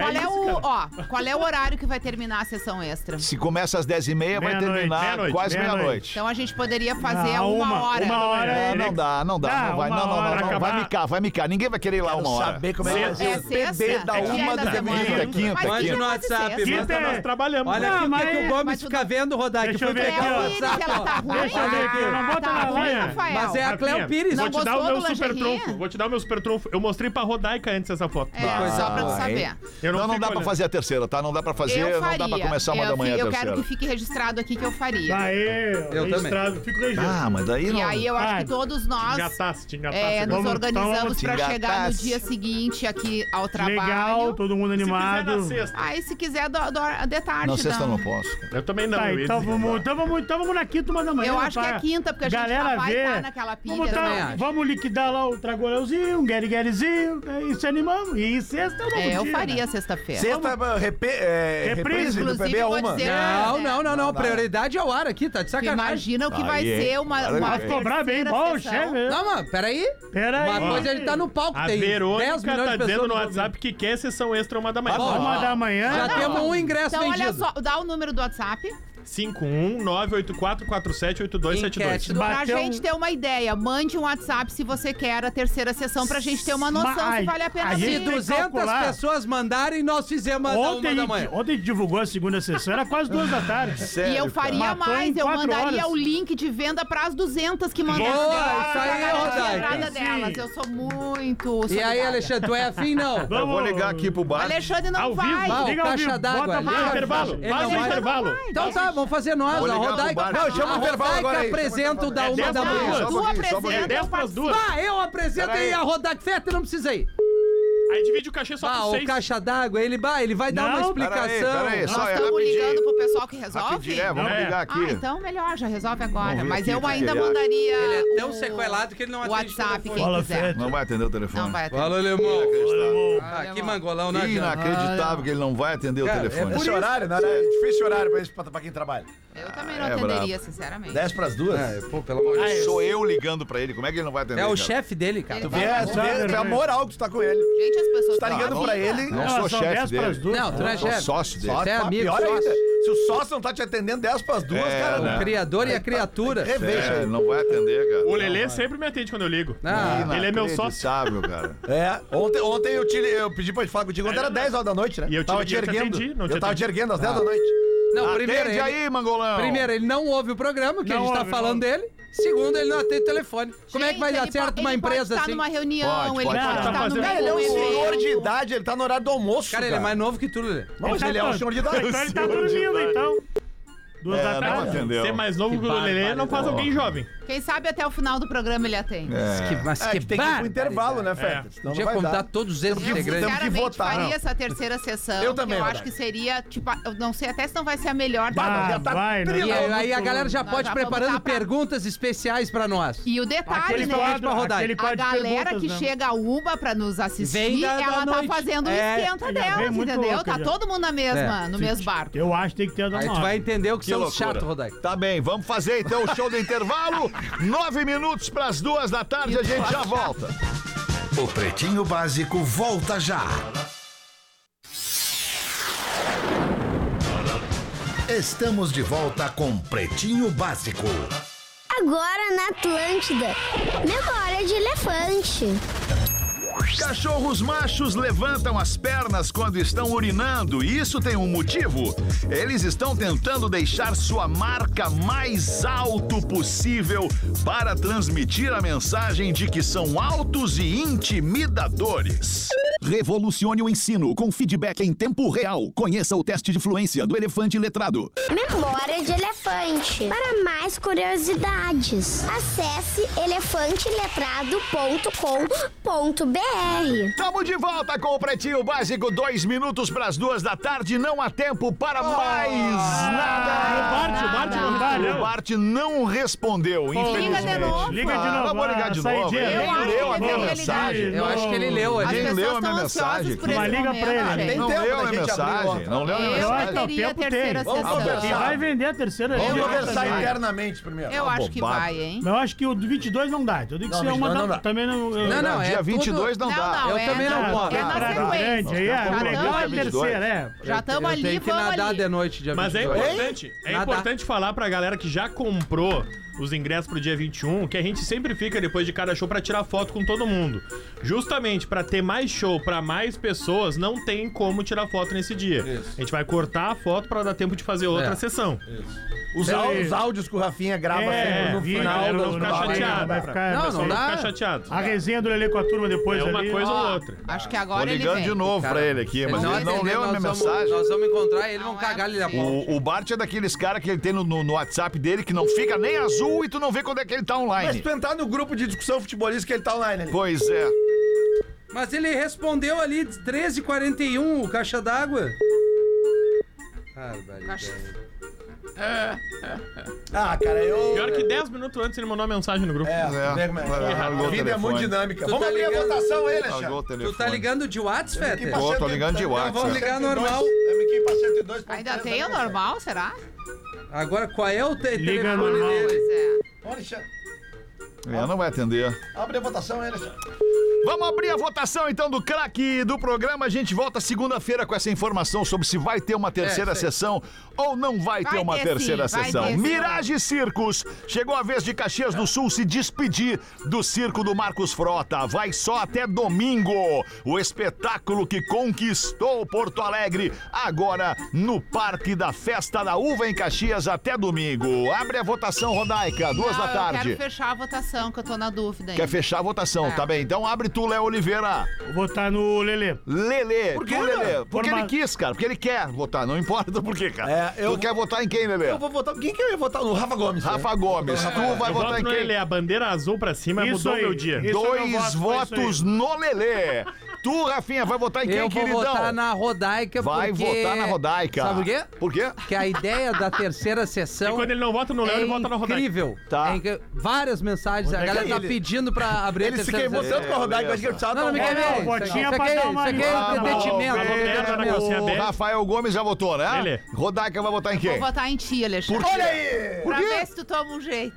Speaker 8: é,
Speaker 5: isso,
Speaker 8: o, ó, qual é o horário que vai terminar a sessão extra?
Speaker 3: Se começa às 10h30, vai
Speaker 5: Meia-noite,
Speaker 3: terminar
Speaker 7: meia-noite,
Speaker 3: quase
Speaker 5: meia-noite.
Speaker 3: meia-noite.
Speaker 8: Então a gente poderia fazer
Speaker 5: Ah,
Speaker 8: a uma, hora.
Speaker 5: Uma hora.
Speaker 3: Ah, não dá, não dá, não vai.
Speaker 5: uma
Speaker 3: Não, não, não,
Speaker 5: hora,
Speaker 3: não. Vai
Speaker 5: acabar.
Speaker 3: micar, vai micar. Ninguém vai querer ir lá uma hora.
Speaker 6: Saber como é que vai ser
Speaker 8: É
Speaker 6: o PD
Speaker 8: sexta?
Speaker 6: da
Speaker 8: É dia
Speaker 6: uma
Speaker 8: da
Speaker 6: da
Speaker 8: semana.
Speaker 6: quinta.
Speaker 3: Quinta, quinta,
Speaker 8: Mas
Speaker 4: Mande
Speaker 3: quinta.
Speaker 4: no
Speaker 8: pode ser
Speaker 4: WhatsApp.
Speaker 8: sexta.
Speaker 4: manda
Speaker 5: Quinta
Speaker 4: nós-
Speaker 7: Nós trabalhamos.
Speaker 4: Olha aqui o que,
Speaker 5: mas-
Speaker 4: que o
Speaker 8: mas
Speaker 4: Gomes
Speaker 8: tudo
Speaker 4: fica vendo, é Rodaico.
Speaker 5: Deixa
Speaker 4: Foi
Speaker 5: eu ver
Speaker 4: pegar
Speaker 5: aqui,
Speaker 4: o
Speaker 5: ó.
Speaker 8: Pires,
Speaker 4: WhatsApp,
Speaker 8: ela tá
Speaker 4: ó.
Speaker 8: ruim.
Speaker 5: Deixa eu ver aqui,
Speaker 8: Ah,
Speaker 5: não bota
Speaker 8: tá
Speaker 5: na
Speaker 8: ruim,
Speaker 5: linha.
Speaker 8: Rafael.
Speaker 4: né? Mas é a Cléo
Speaker 7: Rafinha,
Speaker 4: Pires.
Speaker 8: Não
Speaker 7: Vou te dar o
Speaker 8: gostou
Speaker 7: meu
Speaker 8: do
Speaker 7: super
Speaker 8: lingerie?
Speaker 7: trunfo. Vou te dar o meu super trunfo. Eu mostrei pra Rodaica antes essa foto.
Speaker 8: É, só
Speaker 3: Ah,
Speaker 8: pra tu saber.
Speaker 7: Eu
Speaker 3: Então Não, não
Speaker 7: fico
Speaker 3: dá pra
Speaker 7: olhando.
Speaker 3: fazer a terceira, tá? Não dá pra fazer,
Speaker 8: eu
Speaker 3: não
Speaker 8: faria.
Speaker 3: dá pra começar uma
Speaker 8: eu,
Speaker 3: da manhã a
Speaker 8: fi- Eu
Speaker 3: terceira.
Speaker 8: quero que fique registrado aqui que eu faria.
Speaker 5: Tá aí, eu
Speaker 4: também.
Speaker 5: registrado. Também. Ah, Fico registrado.
Speaker 3: Ah, mas daí
Speaker 8: E
Speaker 3: não.
Speaker 8: aí eu acho
Speaker 5: Vai. tá,
Speaker 8: que todos nós
Speaker 7: Engatasse, te engatasse.
Speaker 8: é, nos
Speaker 5: Vamos,
Speaker 8: organizamos
Speaker 5: vamos,
Speaker 8: pra
Speaker 3: engatasse.
Speaker 8: chegar no dia seguinte aqui ao trabalho.
Speaker 5: Legal, todo mundo
Speaker 7: Se fizer
Speaker 5: animado.
Speaker 7: na sexta.
Speaker 8: Aí se quiser, do, do, de tarde.
Speaker 3: Não, sexta eu não posso.
Speaker 7: Eu também não.
Speaker 5: Tá,
Speaker 7: eu ia
Speaker 5: então
Speaker 7: dizer.
Speaker 5: vamos, então, vamos, então vamos na quinta, uma da manhã.
Speaker 8: Eu acho que é
Speaker 5: pra
Speaker 8: quinta, porque a gente
Speaker 5: galera
Speaker 8: já vai
Speaker 5: ver.
Speaker 8: tá naquela pilha.
Speaker 5: Vamos, tá-
Speaker 4: também acho.
Speaker 5: vamos liquidar lá o tragorãozinho, um gueriguerizinho, e se animamos. E sexta é o novo
Speaker 8: É, eu
Speaker 5: dia, né?
Speaker 8: faria sexta-feira.
Speaker 6: Sexta, repe- é,
Speaker 5: Reprise.
Speaker 6: reprise do
Speaker 5: né?
Speaker 8: Inclusive,
Speaker 6: PB é
Speaker 8: vou
Speaker 6: uma.
Speaker 8: dizer-
Speaker 4: Não,
Speaker 8: né?
Speaker 4: não, não, não.
Speaker 6: dá.
Speaker 4: Prioridade é o ar aqui, tá de
Speaker 8: Que
Speaker 4: sacanagem.
Speaker 8: Imagina o que
Speaker 3: Aí,
Speaker 8: vai
Speaker 3: hein?
Speaker 8: ser uma.
Speaker 3: Claro
Speaker 8: uma
Speaker 3: que
Speaker 5: Vai cobrar bem, bom,
Speaker 8: sessão.
Speaker 5: chefe.
Speaker 4: Não, mano, peraí.
Speaker 5: Peraí.
Speaker 4: Uma coisa ele tá no palco,
Speaker 7: A
Speaker 4: tem 10
Speaker 7: Verônica
Speaker 4: milhões
Speaker 7: tá
Speaker 4: de pessoas
Speaker 7: dizendo no
Speaker 4: ouvindo.
Speaker 7: WhatsApp que quer sessão extra uma da manhã.
Speaker 4: Bom,
Speaker 5: Uma
Speaker 4: ó,
Speaker 5: da manhã.
Speaker 4: Já temos um ingresso
Speaker 8: Então, olha
Speaker 4: vendido.
Speaker 8: só, dá o número do WhatsApp.
Speaker 7: 51984478272.
Speaker 4: Enquete do-
Speaker 8: Pra
Speaker 5: Bateu
Speaker 8: gente
Speaker 5: um-
Speaker 8: ter uma ideia, mande um WhatsApp se você quer a terceira sessão pra gente ter uma noção
Speaker 5: Mas- é
Speaker 8: se vale a pena
Speaker 5: a
Speaker 4: Se
Speaker 5: gente-
Speaker 8: vir.
Speaker 5: tem que
Speaker 4: 200
Speaker 5: calcular.
Speaker 4: pessoas mandarem, nós fizemos a da
Speaker 5: Ontem,
Speaker 4: uma da manhã.
Speaker 5: ele- ontem ele divulgou a segunda sessão, era quase duas da tarde.
Speaker 8: E eu faria
Speaker 5: Matou em
Speaker 8: mais, eu
Speaker 5: quatro
Speaker 8: mandaria
Speaker 5: horas.
Speaker 8: o link de venda pras 200 que mandaram.
Speaker 4: Boa,
Speaker 8: delas,
Speaker 4: isso aí,
Speaker 8: pra garantir a
Speaker 4: Rodaica.
Speaker 8: entrada delas. Eu sou muito.
Speaker 4: E aí,
Speaker 8: solidária.
Speaker 4: Alexandre, tu é afim, não?
Speaker 5: Vamos.
Speaker 9: Eu vou ligar aqui pro bar.
Speaker 8: Alexandre não
Speaker 5: Ao
Speaker 8: vai.
Speaker 5: vivo,
Speaker 4: Não,
Speaker 5: liga ao
Speaker 4: caixa
Speaker 5: vivo,
Speaker 4: d'água,
Speaker 5: bota
Speaker 4: liga
Speaker 5: mais.
Speaker 4: ao
Speaker 7: Intervalo,
Speaker 4: Ele
Speaker 7: faz
Speaker 4: não
Speaker 7: o
Speaker 4: vai.
Speaker 7: intervalo.
Speaker 4: Então tá, vamos fazer nós.
Speaker 9: Vou
Speaker 4: A
Speaker 9: ligar pro
Speaker 4: Rodaica,
Speaker 9: bar. Não,
Speaker 4: a
Speaker 9: chama o
Speaker 4: Rodaica
Speaker 9: intervalo agora aí.
Speaker 4: apresenta o da
Speaker 7: É
Speaker 4: uma
Speaker 7: dez
Speaker 4: da
Speaker 7: pra
Speaker 4: manhã.
Speaker 7: duas.
Speaker 5: um
Speaker 8: Tu apresenta,
Speaker 7: É 10
Speaker 8: eu
Speaker 7: pras
Speaker 8: participo.
Speaker 7: duas.
Speaker 4: Ah, eu apresento
Speaker 9: Peraí.
Speaker 4: e a Rodaica Feta não precisa ir.
Speaker 7: Aí divide o cachê só
Speaker 4: Ah,
Speaker 7: por
Speaker 4: o
Speaker 7: seis.
Speaker 4: caixa d'água, ele vai, ele vai dar
Speaker 5: Não,
Speaker 4: uma
Speaker 3: Pera aí,
Speaker 4: explicação.
Speaker 3: pera aí, só
Speaker 8: Nós
Speaker 3: é
Speaker 8: estamos ligando
Speaker 3: rapidinho.
Speaker 8: pro pessoal que resolve.
Speaker 3: Rapidinho, é, vamos
Speaker 7: É.
Speaker 3: ligar aqui.
Speaker 8: Ah, então melhor, já resolve agora.
Speaker 3: Vamos ver
Speaker 8: Mas
Speaker 3: aqui o
Speaker 8: eu
Speaker 3: que
Speaker 8: ainda
Speaker 3: ele acha.
Speaker 8: mandaria.
Speaker 4: Ele é tão
Speaker 8: o-
Speaker 4: sequelado que ele não atende
Speaker 8: o WhatsApp,
Speaker 4: telefone.
Speaker 8: quem
Speaker 5: Fala,
Speaker 8: quiser.
Speaker 5: Fred.
Speaker 3: Não vai atender o telefone.
Speaker 8: Não vai atender.
Speaker 4: Fala, alemão.
Speaker 3: Inacreditável.
Speaker 4: Ah, que mangolão, né?
Speaker 3: Inacreditável que ele não vai atender
Speaker 4: Cara,
Speaker 3: o telefone.
Speaker 4: é por
Speaker 6: Esse horário, né? É difícil horário pra, esse- pra, pra quem trabalha.
Speaker 8: Eu também não
Speaker 3: É
Speaker 8: atenderia, sinceramente.
Speaker 6: 10 pras duas?
Speaker 4: É, pô, pelo amor de Deus.
Speaker 3: Sou eu ligando pra ele, como é que ele não vai atender?
Speaker 4: É o
Speaker 3: cara?
Speaker 4: chefe dele, cara.
Speaker 8: Ele
Speaker 4: Tu vai-
Speaker 8: vai- Ah,
Speaker 6: É, tu vê, tu vê a moral que tu tá com ele.
Speaker 8: Gente, as pessoas
Speaker 6: Tu tá ligando
Speaker 8: estão
Speaker 6: pra
Speaker 8: ouvindo.
Speaker 6: ele.
Speaker 3: Não
Speaker 5: Não,
Speaker 3: sou
Speaker 5: são
Speaker 3: chefe
Speaker 5: 10 pras
Speaker 3: dele.
Speaker 5: duas.
Speaker 4: Não, tu não é
Speaker 3: Sou
Speaker 4: chefe.
Speaker 3: sócio dele.
Speaker 6: Só-
Speaker 4: Você é
Speaker 6: pá,
Speaker 4: amigo,
Speaker 6: pior
Speaker 4: sócio.
Speaker 6: ainda. Se o sócio não tá te atendendo 10 pras duas,
Speaker 3: É,
Speaker 6: cara.
Speaker 3: né?
Speaker 4: O criador e a criatura.
Speaker 6: Reveja.
Speaker 3: É, ele não vai atender, cara.
Speaker 7: O Lelê sempre me atende quando eu ligo.
Speaker 3: né?
Speaker 4: Ah,
Speaker 7: ele é meu sócio.
Speaker 3: Inacreditável, cara.
Speaker 6: É, ontem, ontem eu, te, eu pedi pra te falar contigo, ontem era 10 horas da noite, né?
Speaker 7: É E eu te
Speaker 6: tava te
Speaker 7: liguei, eu te
Speaker 6: erguendo.
Speaker 7: atendi, não te
Speaker 6: eu tava te
Speaker 7: atendi.
Speaker 6: erguendo às 10 da noite.
Speaker 4: Não, primeiro
Speaker 3: Atende
Speaker 4: ele,
Speaker 3: aí, mangolão. É,
Speaker 4: primeiro, ele não ouve o programa, que
Speaker 5: Não
Speaker 4: a gente tá
Speaker 5: ouve,
Speaker 4: falando
Speaker 5: não.
Speaker 4: dele. Segundo, ele não atende telefone. Como é que
Speaker 8: Gente,
Speaker 4: vai dar
Speaker 8: ele
Speaker 4: certo
Speaker 8: pode-
Speaker 4: uma
Speaker 8: ele
Speaker 4: empresa
Speaker 8: pode
Speaker 4: assim?
Speaker 8: estar numa reunião,
Speaker 3: Pode,
Speaker 8: ele
Speaker 3: pode,
Speaker 8: pode
Speaker 5: pode.
Speaker 8: estar
Speaker 7: Tá
Speaker 8: no
Speaker 7: fazendo-
Speaker 8: meio
Speaker 6: Ele é um
Speaker 8: de um
Speaker 6: senhor de
Speaker 8: evento.
Speaker 6: idade, ele tá no horário do almoço.
Speaker 4: Cara, ele é mais novo que tu, Lelê.
Speaker 6: Não, mas
Speaker 5: tá
Speaker 6: ele é um
Speaker 5: todo-
Speaker 6: senhor de
Speaker 5: Então
Speaker 6: idade.
Speaker 5: ele tá dormindo, então. Duas da
Speaker 3: É, não
Speaker 5: tarde.
Speaker 3: atendeu.
Speaker 7: Ser mais novo
Speaker 4: Que
Speaker 7: que o Lelê não
Speaker 4: barbaridade.
Speaker 7: faz alguém jovem.
Speaker 8: Quem sabe até o final do programa ele atende.
Speaker 4: Mas que, mas
Speaker 6: É,
Speaker 4: que
Speaker 6: que tem que ir pro
Speaker 4: barbaridade.
Speaker 6: intervalo, né, Feta?
Speaker 7: É.
Speaker 6: Senão não
Speaker 4: Podia
Speaker 6: vai
Speaker 4: contar
Speaker 6: dar.
Speaker 4: todos esses
Speaker 6: Temos que-
Speaker 4: integrantes.
Speaker 6: temos
Speaker 8: Sinceramente,
Speaker 6: votar.
Speaker 8: faria essa terceira sessão.
Speaker 6: Eu
Speaker 8: que
Speaker 6: também, é
Speaker 8: Eu acho
Speaker 6: Rodaica.
Speaker 8: que seria, tipo, eu não sei até se não vai ser a melhor.
Speaker 5: Ah,
Speaker 6: já tá
Speaker 5: vai, né?
Speaker 4: E
Speaker 6: trilhado.
Speaker 4: aí, aí a galera já
Speaker 8: Nós
Speaker 4: pode
Speaker 8: já vamos
Speaker 4: preparando
Speaker 8: dar pra-
Speaker 4: perguntas especiais pra nós.
Speaker 8: E o detalhe,
Speaker 5: Aquele
Speaker 8: né?
Speaker 5: quadro,
Speaker 4: rodar.
Speaker 5: aquele
Speaker 8: A
Speaker 5: quadro de
Speaker 8: galera
Speaker 5: perguntas,
Speaker 8: que
Speaker 5: né?
Speaker 8: chega a UBA pra nos
Speaker 4: Vem
Speaker 8: assistir,
Speaker 4: da- da
Speaker 8: ela tá
Speaker 4: noite.
Speaker 8: fazendo o
Speaker 4: É,
Speaker 8: esquenta
Speaker 5: já
Speaker 8: delas,
Speaker 5: vem muito
Speaker 8: entendeu?
Speaker 5: louca
Speaker 8: tá
Speaker 5: já.
Speaker 8: todo mundo na mesma, no mesmo barco.
Speaker 5: Eu acho que tem que ter a da
Speaker 4: Aí tu
Speaker 5: nove.
Speaker 4: vai entender o que,
Speaker 3: Que
Speaker 4: são os
Speaker 3: loucura.
Speaker 4: chatos, Rodaico.
Speaker 3: Tá bem, vamos fazer então o show do intervalo. Nove minutos pras duas da tarde, a gente já volta.
Speaker 9: O Pretinho Básico volta já. Estamos de volta com Pretinho Básico.
Speaker 10: Agora na Atlântida. Memória de elefante.
Speaker 3: Cachorros machos levantam as pernas quando estão urinando e isso tem um motivo. Eles estão tentando deixar sua marca mais alto possível para transmitir a mensagem de que são altos e intimidadores.
Speaker 11: Revolucione o ensino com feedback em tempo real. Conheça o teste de fluência do elefante letrado.
Speaker 10: Memória de elefante. Para mais curiosidades, acesse elefanteletrado.com.br.
Speaker 3: Estamos de volta com o Pretinho Básico, dois minutos para as duas da tarde, não há tempo para mais nada.
Speaker 5: Bart, o Bart não
Speaker 3: O
Speaker 5: valeu.
Speaker 3: Bart não respondeu,
Speaker 8: Liga de
Speaker 3: infelizmente.
Speaker 8: novo.
Speaker 5: Liga de novo.
Speaker 3: Vamos ligar de
Speaker 5: a saidinha.
Speaker 3: novo, ele
Speaker 8: Eu
Speaker 3: nem
Speaker 8: acho
Speaker 3: leu a minha
Speaker 8: que ele tem realidade.
Speaker 3: mensagem.
Speaker 4: Eu acho que ele leu
Speaker 8: As
Speaker 4: ali.
Speaker 3: Ele
Speaker 8: pessoas
Speaker 3: leu a
Speaker 8: estão
Speaker 3: minha
Speaker 8: ansiosas
Speaker 3: mensagem,
Speaker 8: por
Speaker 3: cara.
Speaker 8: esse
Speaker 5: Mas liga
Speaker 8: momento,
Speaker 5: pra ele.
Speaker 8: gente.
Speaker 6: Tem
Speaker 3: Não
Speaker 6: tempo
Speaker 3: leu
Speaker 6: da
Speaker 3: a
Speaker 6: gente abrir
Speaker 3: mensagem,
Speaker 6: outra.
Speaker 3: não leu a minha
Speaker 8: Eu
Speaker 5: acho
Speaker 3: mensagem.
Speaker 5: que tá, o
Speaker 8: teria a
Speaker 5: tempo tem.
Speaker 8: terceira
Speaker 5: Vamos E
Speaker 8: sessão.
Speaker 6: conversar.
Speaker 5: vai vender a terceira.
Speaker 6: Vamos
Speaker 5: já
Speaker 6: conversar
Speaker 5: também.
Speaker 6: internamente primeiro.
Speaker 8: Eu acho que
Speaker 3: bobado.
Speaker 8: vai, hein?
Speaker 5: Mas eu acho que o do 22 não dá. Então tem que
Speaker 6: Não,
Speaker 5: ser uma
Speaker 6: 22
Speaker 5: da...
Speaker 6: não dá.
Speaker 5: Também não... eu-
Speaker 4: Não, não, é
Speaker 3: Dia
Speaker 4: tudo-
Speaker 3: 22 não,
Speaker 8: Não,
Speaker 3: dá.
Speaker 8: não,
Speaker 4: Eu
Speaker 8: é
Speaker 4: também não
Speaker 8: na-
Speaker 4: posso.
Speaker 8: É na
Speaker 5: Tá grande,
Speaker 8: sequência.
Speaker 5: aí, é.
Speaker 8: Já
Speaker 5: O legal é a
Speaker 8: tamo ali.
Speaker 5: terceira, é.
Speaker 8: Já estamos
Speaker 4: Eu
Speaker 8: ali,
Speaker 4: tenho que
Speaker 8: vamos
Speaker 4: nadar de
Speaker 8: ali.
Speaker 4: noite, dia
Speaker 7: Mas é
Speaker 4: 22.
Speaker 7: importante, é
Speaker 4: Nada.
Speaker 7: importante falar pra galera que já comprou os ingressos pro dia 21, que a gente sempre fica depois de cada show pra tirar foto com todo mundo. Justamente pra ter mais show pra mais pessoas, não tem como tirar foto nesse dia. A gente vai cortar a foto pra dar tempo de fazer outra
Speaker 4: É.
Speaker 7: sessão.
Speaker 6: Os, au- os áudios que o Rafinha grava
Speaker 4: É,
Speaker 6: sempre no
Speaker 5: vi,
Speaker 6: final
Speaker 5: galera, É,
Speaker 6: das
Speaker 5: não
Speaker 7: ficar
Speaker 5: vai-
Speaker 7: chateado.
Speaker 5: vai ficar-
Speaker 4: Não,
Speaker 5: vai
Speaker 4: não
Speaker 5: sair.
Speaker 4: dá.
Speaker 7: Ficar chateado.
Speaker 5: A resenha do Lelê com a turma depois
Speaker 7: É
Speaker 5: Ah,
Speaker 7: uma
Speaker 5: ali. Ah.
Speaker 7: coisa ou
Speaker 8: Ó,
Speaker 7: outra.
Speaker 8: Acho que
Speaker 3: Tô
Speaker 8: agora ele
Speaker 3: ligando
Speaker 8: vem.
Speaker 3: de novo
Speaker 4: Cara,
Speaker 3: pra ele aqui, mas ele não
Speaker 4: atender,
Speaker 3: leu a minha
Speaker 4: nós vamos-
Speaker 3: mensagem.
Speaker 4: Nós vamos encontrar ele,
Speaker 8: Não
Speaker 4: vamos
Speaker 8: é
Speaker 4: cagar ele na
Speaker 8: possível.
Speaker 4: porta.
Speaker 3: O, o Bart é daqueles caras que ele tem no, no- no WhatsApp dele que não fica nem azul e tu não vê quando é que ele tá
Speaker 6: Mas se
Speaker 3: online.
Speaker 6: tu entrar no grupo de discussão futebolista que ele tá online ali.
Speaker 3: Pois é.
Speaker 4: Mas ele respondeu ali 13h41, o caixa d'água. Barbaridade.
Speaker 6: Ah, cara, eu.
Speaker 7: Pior que 10 minutos antes ele mandou uma mensagem no grupo.
Speaker 6: É,
Speaker 3: Pois é.
Speaker 6: tu vê como é.
Speaker 3: Largou
Speaker 6: A
Speaker 3: o
Speaker 6: vida é
Speaker 3: telefone.
Speaker 6: muito dinâmica.
Speaker 4: Tu
Speaker 6: Vamos
Speaker 4: tá
Speaker 6: abrir a
Speaker 4: ligando-
Speaker 6: votação aí,
Speaker 3: Largou o
Speaker 6: Alexandre.
Speaker 3: telefone.
Speaker 4: Tu tá ligando de Whats, Fede?
Speaker 3: Tô, tô ligando de
Speaker 6: Então
Speaker 3: WhatsApp.
Speaker 4: vamos ligar normal.
Speaker 6: MQ pra 102.
Speaker 8: Ainda tem o normal, será?
Speaker 4: Agora, qual é o te
Speaker 5: Liga
Speaker 4: telefone
Speaker 5: normal.
Speaker 4: dele?
Speaker 6: Ó, Alexandre,
Speaker 3: É,
Speaker 1: Ela não vai atender.
Speaker 6: abre a votação aí, Alexandre.
Speaker 3: Vamos abrir a votação então do craque do programa. A gente volta segunda-feira com essa informação sobre se vai ter uma terceira
Speaker 4: É, isso aí.
Speaker 3: sessão ou não vai,
Speaker 8: Vai
Speaker 3: ter uma
Speaker 8: ter
Speaker 3: terceira
Speaker 8: sim, vai
Speaker 3: sessão.
Speaker 8: ter sim.
Speaker 3: Mirage Circos. Chegou a vez de Caxias do Sul se despedir do circo do Marcos Frota. Vai só até domingo. O espetáculo que conquistou Porto Alegre agora no Parque da Festa da Uva em Caxias até domingo. Abre a votação rodaica, duas
Speaker 8: Não,
Speaker 3: da
Speaker 8: Ah, Eu
Speaker 3: tarde.
Speaker 8: quero fechar a votação, que eu tô na dúvida aí.
Speaker 3: Quer fechar a votação,
Speaker 8: É.
Speaker 3: tá bem? Então abre tu, Léo Oliveira.
Speaker 5: Vou botar no Lelê.
Speaker 3: Lelê. Por
Speaker 6: quê,
Speaker 3: Lelê? Porque
Speaker 5: Forma-
Speaker 3: ele quis, cara. Porque ele quer votar. Não importa por quê, cara.
Speaker 6: É, eu-
Speaker 3: Tu quer votar em quem, Lelê?
Speaker 6: Eu vou votar. Quem que eu ia votar? No Rafa Gomes. né?
Speaker 3: Rafa Gomes. Tu vai
Speaker 7: Eu
Speaker 3: votar
Speaker 7: voto
Speaker 3: em
Speaker 7: no
Speaker 3: quem?
Speaker 7: Lelê, É, a bandeira azul pra cima
Speaker 5: Isso
Speaker 7: mudou
Speaker 5: aí,
Speaker 7: meu dia.
Speaker 5: isso. Esse é meu
Speaker 3: Dois
Speaker 5: voto, foi isso
Speaker 3: votos no Lelê. Tu, Rafinha, vai votar em quem,
Speaker 4: Eu vou
Speaker 3: queridão?
Speaker 4: votar na Rodaica
Speaker 3: Vai
Speaker 4: porque...
Speaker 3: votar na Rodaica.
Speaker 4: Sabe por quê?
Speaker 3: Por quê?
Speaker 4: Que a ideia da terceira
Speaker 7: E
Speaker 4: sessão...
Speaker 7: quando ele não vota no Léo,
Speaker 4: é
Speaker 7: ele vota na é rodada.
Speaker 4: incrível.
Speaker 3: Tá.
Speaker 4: É incrível. Várias mensagens. A
Speaker 5: Rodaica,
Speaker 4: galera tá
Speaker 6: ele-
Speaker 4: pedindo pra abrir a
Speaker 6: Ele se
Speaker 4: terceira
Speaker 6: queimou
Speaker 4: sessão.
Speaker 6: tanto com a rodada que eu acho que ele precisava
Speaker 4: Não, não me
Speaker 6: dar
Speaker 4: quer
Speaker 6: um
Speaker 4: ver.
Speaker 6: voto.
Speaker 5: não,
Speaker 4: Isso aqui-
Speaker 5: botinha
Speaker 4: isso
Speaker 5: pra
Speaker 4: aqui-
Speaker 5: dar
Speaker 4: Isso
Speaker 5: uma
Speaker 4: aqui
Speaker 3: Tá
Speaker 4: é
Speaker 5: animada.
Speaker 4: dedetimento.
Speaker 7: Alô,
Speaker 4: é
Speaker 7: Pedro,
Speaker 4: dedetimento.
Speaker 7: negócio é
Speaker 3: O
Speaker 7: aberto.
Speaker 3: Ah, Rafael Gomes já votou, né?
Speaker 7: Lelê.
Speaker 3: Rodaica vai votar em
Speaker 8: Vou
Speaker 3: quem?
Speaker 8: votar em ti, Alexandre.
Speaker 3: Por quê?
Speaker 8: Pra ver se tu toma um jeito.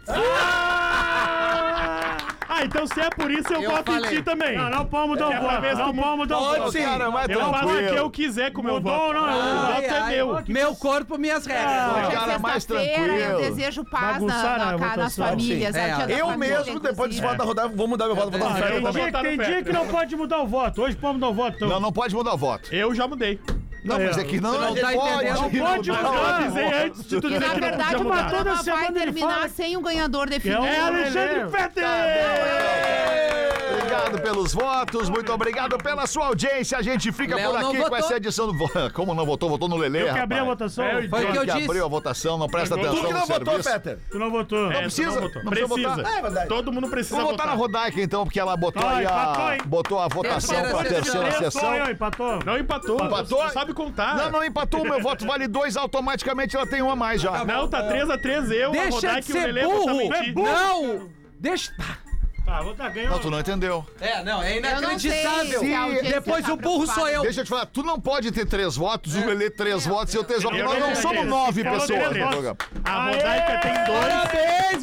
Speaker 7: Ah, então se é por isso, eu,
Speaker 4: Eu
Speaker 7: voto em
Speaker 4: falei.
Speaker 7: ti também.
Speaker 5: Não, não palmo dá um voto. Não palmo dá um
Speaker 6: Pode
Speaker 5: voto.
Speaker 6: sim.
Speaker 3: Cara, vai
Speaker 7: Eu faço o que eu
Speaker 3: tranquilo.
Speaker 7: quiser com o meu
Speaker 5: Mudou ou
Speaker 7: voto.
Speaker 5: não?
Speaker 7: O
Speaker 4: Ai,
Speaker 7: voto é
Speaker 4: ai,
Speaker 7: meu.
Speaker 4: Meu corpo, minhas regras.
Speaker 3: Ah,
Speaker 8: Hoje é
Speaker 3: cara, mais
Speaker 8: sexta-feira,
Speaker 3: tranquilo.
Speaker 8: eu desejo paz na,
Speaker 5: Bagunçar né?
Speaker 8: na,
Speaker 5: a
Speaker 8: ca- nas
Speaker 5: votação.
Speaker 8: famílias.
Speaker 4: Sim.
Speaker 8: a
Speaker 4: É,
Speaker 8: tia da
Speaker 6: Eu
Speaker 8: família, assim.
Speaker 6: mesmo, depois desse
Speaker 8: inclusive.
Speaker 6: voto da rodada, vou mudar meu voto. Vou votar no
Speaker 7: Ah,
Speaker 5: Tem
Speaker 6: Fred
Speaker 7: eu vou
Speaker 6: também.
Speaker 5: dia,
Speaker 7: votar no
Speaker 5: tem
Speaker 7: Pedro.
Speaker 5: dia que não pode mudar o voto. Hoje palmo dá um voto. então.
Speaker 3: Não, não pode mudar o voto.
Speaker 7: Eu já mudei.
Speaker 3: Não, mas é que não,
Speaker 4: Tu não
Speaker 3: não
Speaker 4: tá
Speaker 3: pode.
Speaker 4: entendendo.
Speaker 5: Não é. pode
Speaker 7: Mas eu
Speaker 5: mudar.
Speaker 7: avisei antes de tu
Speaker 8: E
Speaker 7: dizer
Speaker 8: na
Speaker 7: que não
Speaker 8: verdade
Speaker 7: podia
Speaker 8: o
Speaker 7: mudar.
Speaker 5: toda
Speaker 8: programa vai
Speaker 5: semana ele
Speaker 8: terminar
Speaker 5: fala.
Speaker 8: sem um ganhador
Speaker 5: É
Speaker 8: definido.
Speaker 5: o Alexandre
Speaker 7: É,
Speaker 5: Fetter!
Speaker 3: Obrigado pelos votos, muito obrigado pela sua audiência. A gente fica
Speaker 4: Léo
Speaker 3: por
Speaker 4: não
Speaker 3: aqui com
Speaker 4: votou.
Speaker 3: essa edição do. Como não votou, votou no Lelê.
Speaker 5: Eu que abri a
Speaker 3: rapaz.
Speaker 5: votação.
Speaker 7: É, eu
Speaker 4: Foi o que eu
Speaker 3: que abriu a
Speaker 4: disse.
Speaker 3: votação, não presta
Speaker 7: Pegou.
Speaker 3: atenção
Speaker 6: Tu que não
Speaker 3: no
Speaker 6: votou,
Speaker 3: serviço.
Speaker 6: Peter.
Speaker 5: Tu não votou.
Speaker 7: É, tu
Speaker 3: precisa,
Speaker 7: não votou.
Speaker 3: não precisa
Speaker 7: Precisa.
Speaker 3: votar.
Speaker 6: É verdade.
Speaker 7: Todo mundo precisa
Speaker 3: Vou votar na Rodaica então, porque ela botou
Speaker 5: Ai,
Speaker 3: aí
Speaker 5: empatou,
Speaker 3: a,
Speaker 5: hein?
Speaker 3: botou a votação
Speaker 4: Terceira
Speaker 3: para a
Speaker 4: sessão.
Speaker 3: terceira
Speaker 5: Empatou,
Speaker 3: sessão.
Speaker 5: eu, Empatou.
Speaker 7: Não empatou.
Speaker 3: Empatou?
Speaker 7: Não sabe contar.
Speaker 3: Não, não empatou, meu voto vale dois, automaticamente ela tem uma a mais já.
Speaker 7: Não, tá 3x3 eu, a
Speaker 4: Deixa de
Speaker 7: Rodaica e o
Speaker 4: ser
Speaker 7: Lelê tá vão
Speaker 4: burro.
Speaker 7: mentir.
Speaker 4: Não. Deixa...
Speaker 5: Tá, vou tá ganhando.
Speaker 3: Não, tu não entendeu.
Speaker 4: É, não, é
Speaker 8: Eu não sei
Speaker 4: inacreditável.
Speaker 8: se a audiência
Speaker 4: Depois
Speaker 8: tá
Speaker 4: o burro sou
Speaker 8: preocupada.
Speaker 4: eu.
Speaker 3: Deixa eu te falar, tu não pode ter três votos, o Lelê três votos e eu três votos.
Speaker 7: É. Eu
Speaker 3: Nós
Speaker 7: não
Speaker 3: não
Speaker 7: tenho
Speaker 3: somos
Speaker 7: três.
Speaker 3: nove
Speaker 7: Eu não
Speaker 3: pessoas né,
Speaker 7: tenho
Speaker 3: no
Speaker 7: três.
Speaker 3: programa.
Speaker 7: A Rodaica tem dois.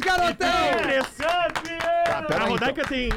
Speaker 4: Parabéns, garotão.
Speaker 7: Três.
Speaker 3: pera
Speaker 7: A
Speaker 3: aí,
Speaker 7: Rodaica tem.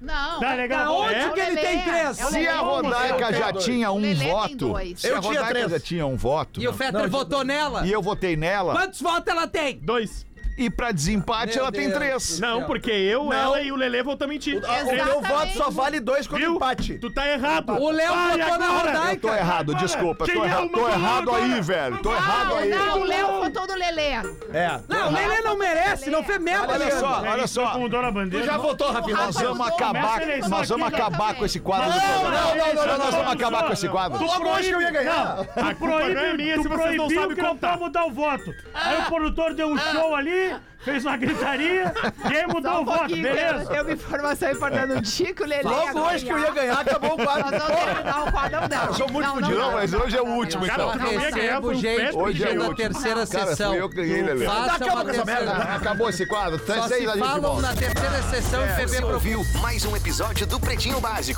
Speaker 8: Não.
Speaker 5: Tá
Speaker 8: é-
Speaker 5: legal.
Speaker 8: não,
Speaker 7: Aonde
Speaker 8: é o
Speaker 4: que ele
Speaker 8: Lelê,
Speaker 4: tem três?
Speaker 8: é o
Speaker 4: Se
Speaker 3: Se
Speaker 8: Lelê.
Speaker 3: a Rodaica já tinha um
Speaker 8: Lelê tem
Speaker 3: voto,
Speaker 8: dois.
Speaker 3: se a
Speaker 6: Eu tinha
Speaker 3: Rodaica
Speaker 6: três.
Speaker 3: já tinha um voto
Speaker 4: E o Fetter votou nela.
Speaker 3: e eu votei nela,
Speaker 4: Quantos votos ela tem?
Speaker 7: Dois.
Speaker 3: e pra desempate
Speaker 4: Meu
Speaker 3: ela tem
Speaker 4: Deus.
Speaker 3: três.
Speaker 7: Não,
Speaker 4: Não.
Speaker 7: porque eu,
Speaker 4: Não.
Speaker 7: ela e o Lelê vão mentir.
Speaker 6: Ah, O meu voto só vale dois contra
Speaker 7: Viu?
Speaker 6: empate.
Speaker 7: Tu tá errado.
Speaker 4: O Léo
Speaker 7: Vai
Speaker 4: votou na
Speaker 7: agora.
Speaker 4: Rodaica.
Speaker 3: Tô errado,
Speaker 7: Agora,
Speaker 3: desculpa.
Speaker 7: quem
Speaker 3: Tô,
Speaker 7: é
Speaker 3: erra-
Speaker 7: o
Speaker 3: tô
Speaker 7: mandou
Speaker 3: errado
Speaker 7: agora?
Speaker 3: aí, velho. Tô errado
Speaker 8: Ah,
Speaker 3: aí.
Speaker 8: não, o Léo votou no Lelê. Um
Speaker 6: É.
Speaker 4: Não, o Lelê não merece, não fez merda.
Speaker 3: Olha
Speaker 5: É
Speaker 4: nenhuma.
Speaker 3: só, olha só.
Speaker 5: Com o Dona Bandeira.
Speaker 6: Tu já votou, Rafinha?
Speaker 3: Nós vamos acabar,
Speaker 5: Começa a eleição
Speaker 3: nós vamos
Speaker 5: aqui,
Speaker 3: acabar
Speaker 8: né?
Speaker 3: com esse quadro. do
Speaker 6: Não,
Speaker 3: programa.
Speaker 6: não, não, não, não,
Speaker 3: Nós vamos
Speaker 5: não,
Speaker 3: acalar
Speaker 5: não,
Speaker 3: com esse quadro.
Speaker 6: Tu logo acho que eu ia ganhar.
Speaker 7: A culpa não é minha se vocês não sabem
Speaker 5: que não
Speaker 7: contar.
Speaker 5: pode mudar o voto. Aí o produtor deu um show ali, fez uma gritaria, e aí mudou
Speaker 8: Só um
Speaker 5: o voto,
Speaker 8: pouquinho,
Speaker 5: beleza?
Speaker 8: eu eu me informação importando o Dico, o Lelê.
Speaker 3: um
Speaker 6: Logo
Speaker 8: agora
Speaker 6: hoje que eu ia ganhar, acabou o
Speaker 8: Nós
Speaker 6: quadro.
Speaker 8: vamos terminar o quadro, não.
Speaker 6: Eu sou muito
Speaker 8: Não, não,
Speaker 6: fudido.
Speaker 3: Não,
Speaker 8: não,
Speaker 3: mas
Speaker 8: não,
Speaker 3: hoje é o
Speaker 8: não, não,
Speaker 3: último,
Speaker 8: não,
Speaker 3: então.
Speaker 8: não,
Speaker 7: Cara,
Speaker 8: não,
Speaker 7: eu ia
Speaker 8: não.
Speaker 7: ganhar,
Speaker 4: Recebo
Speaker 7: foi um
Speaker 4: gente
Speaker 7: péssimo
Speaker 4: hoje
Speaker 3: dia
Speaker 4: da
Speaker 3: útil.
Speaker 4: terceira
Speaker 3: é Cara,
Speaker 4: sessão.
Speaker 3: fui eu que ganhei,
Speaker 6: Tá,
Speaker 3: Lelê.
Speaker 4: Faça
Speaker 6: Acaba
Speaker 4: uma
Speaker 6: com essa
Speaker 4: terceira-
Speaker 6: merda.
Speaker 3: Acabou esse quadro. tá
Speaker 4: Só
Speaker 3: Seis
Speaker 4: se
Speaker 3: a gente
Speaker 4: falam
Speaker 3: volta.
Speaker 6: É,
Speaker 4: na terceira sessão e
Speaker 9: Você
Speaker 4: bebê pro
Speaker 9: ouviu mais um episódio do Pretinho Básico.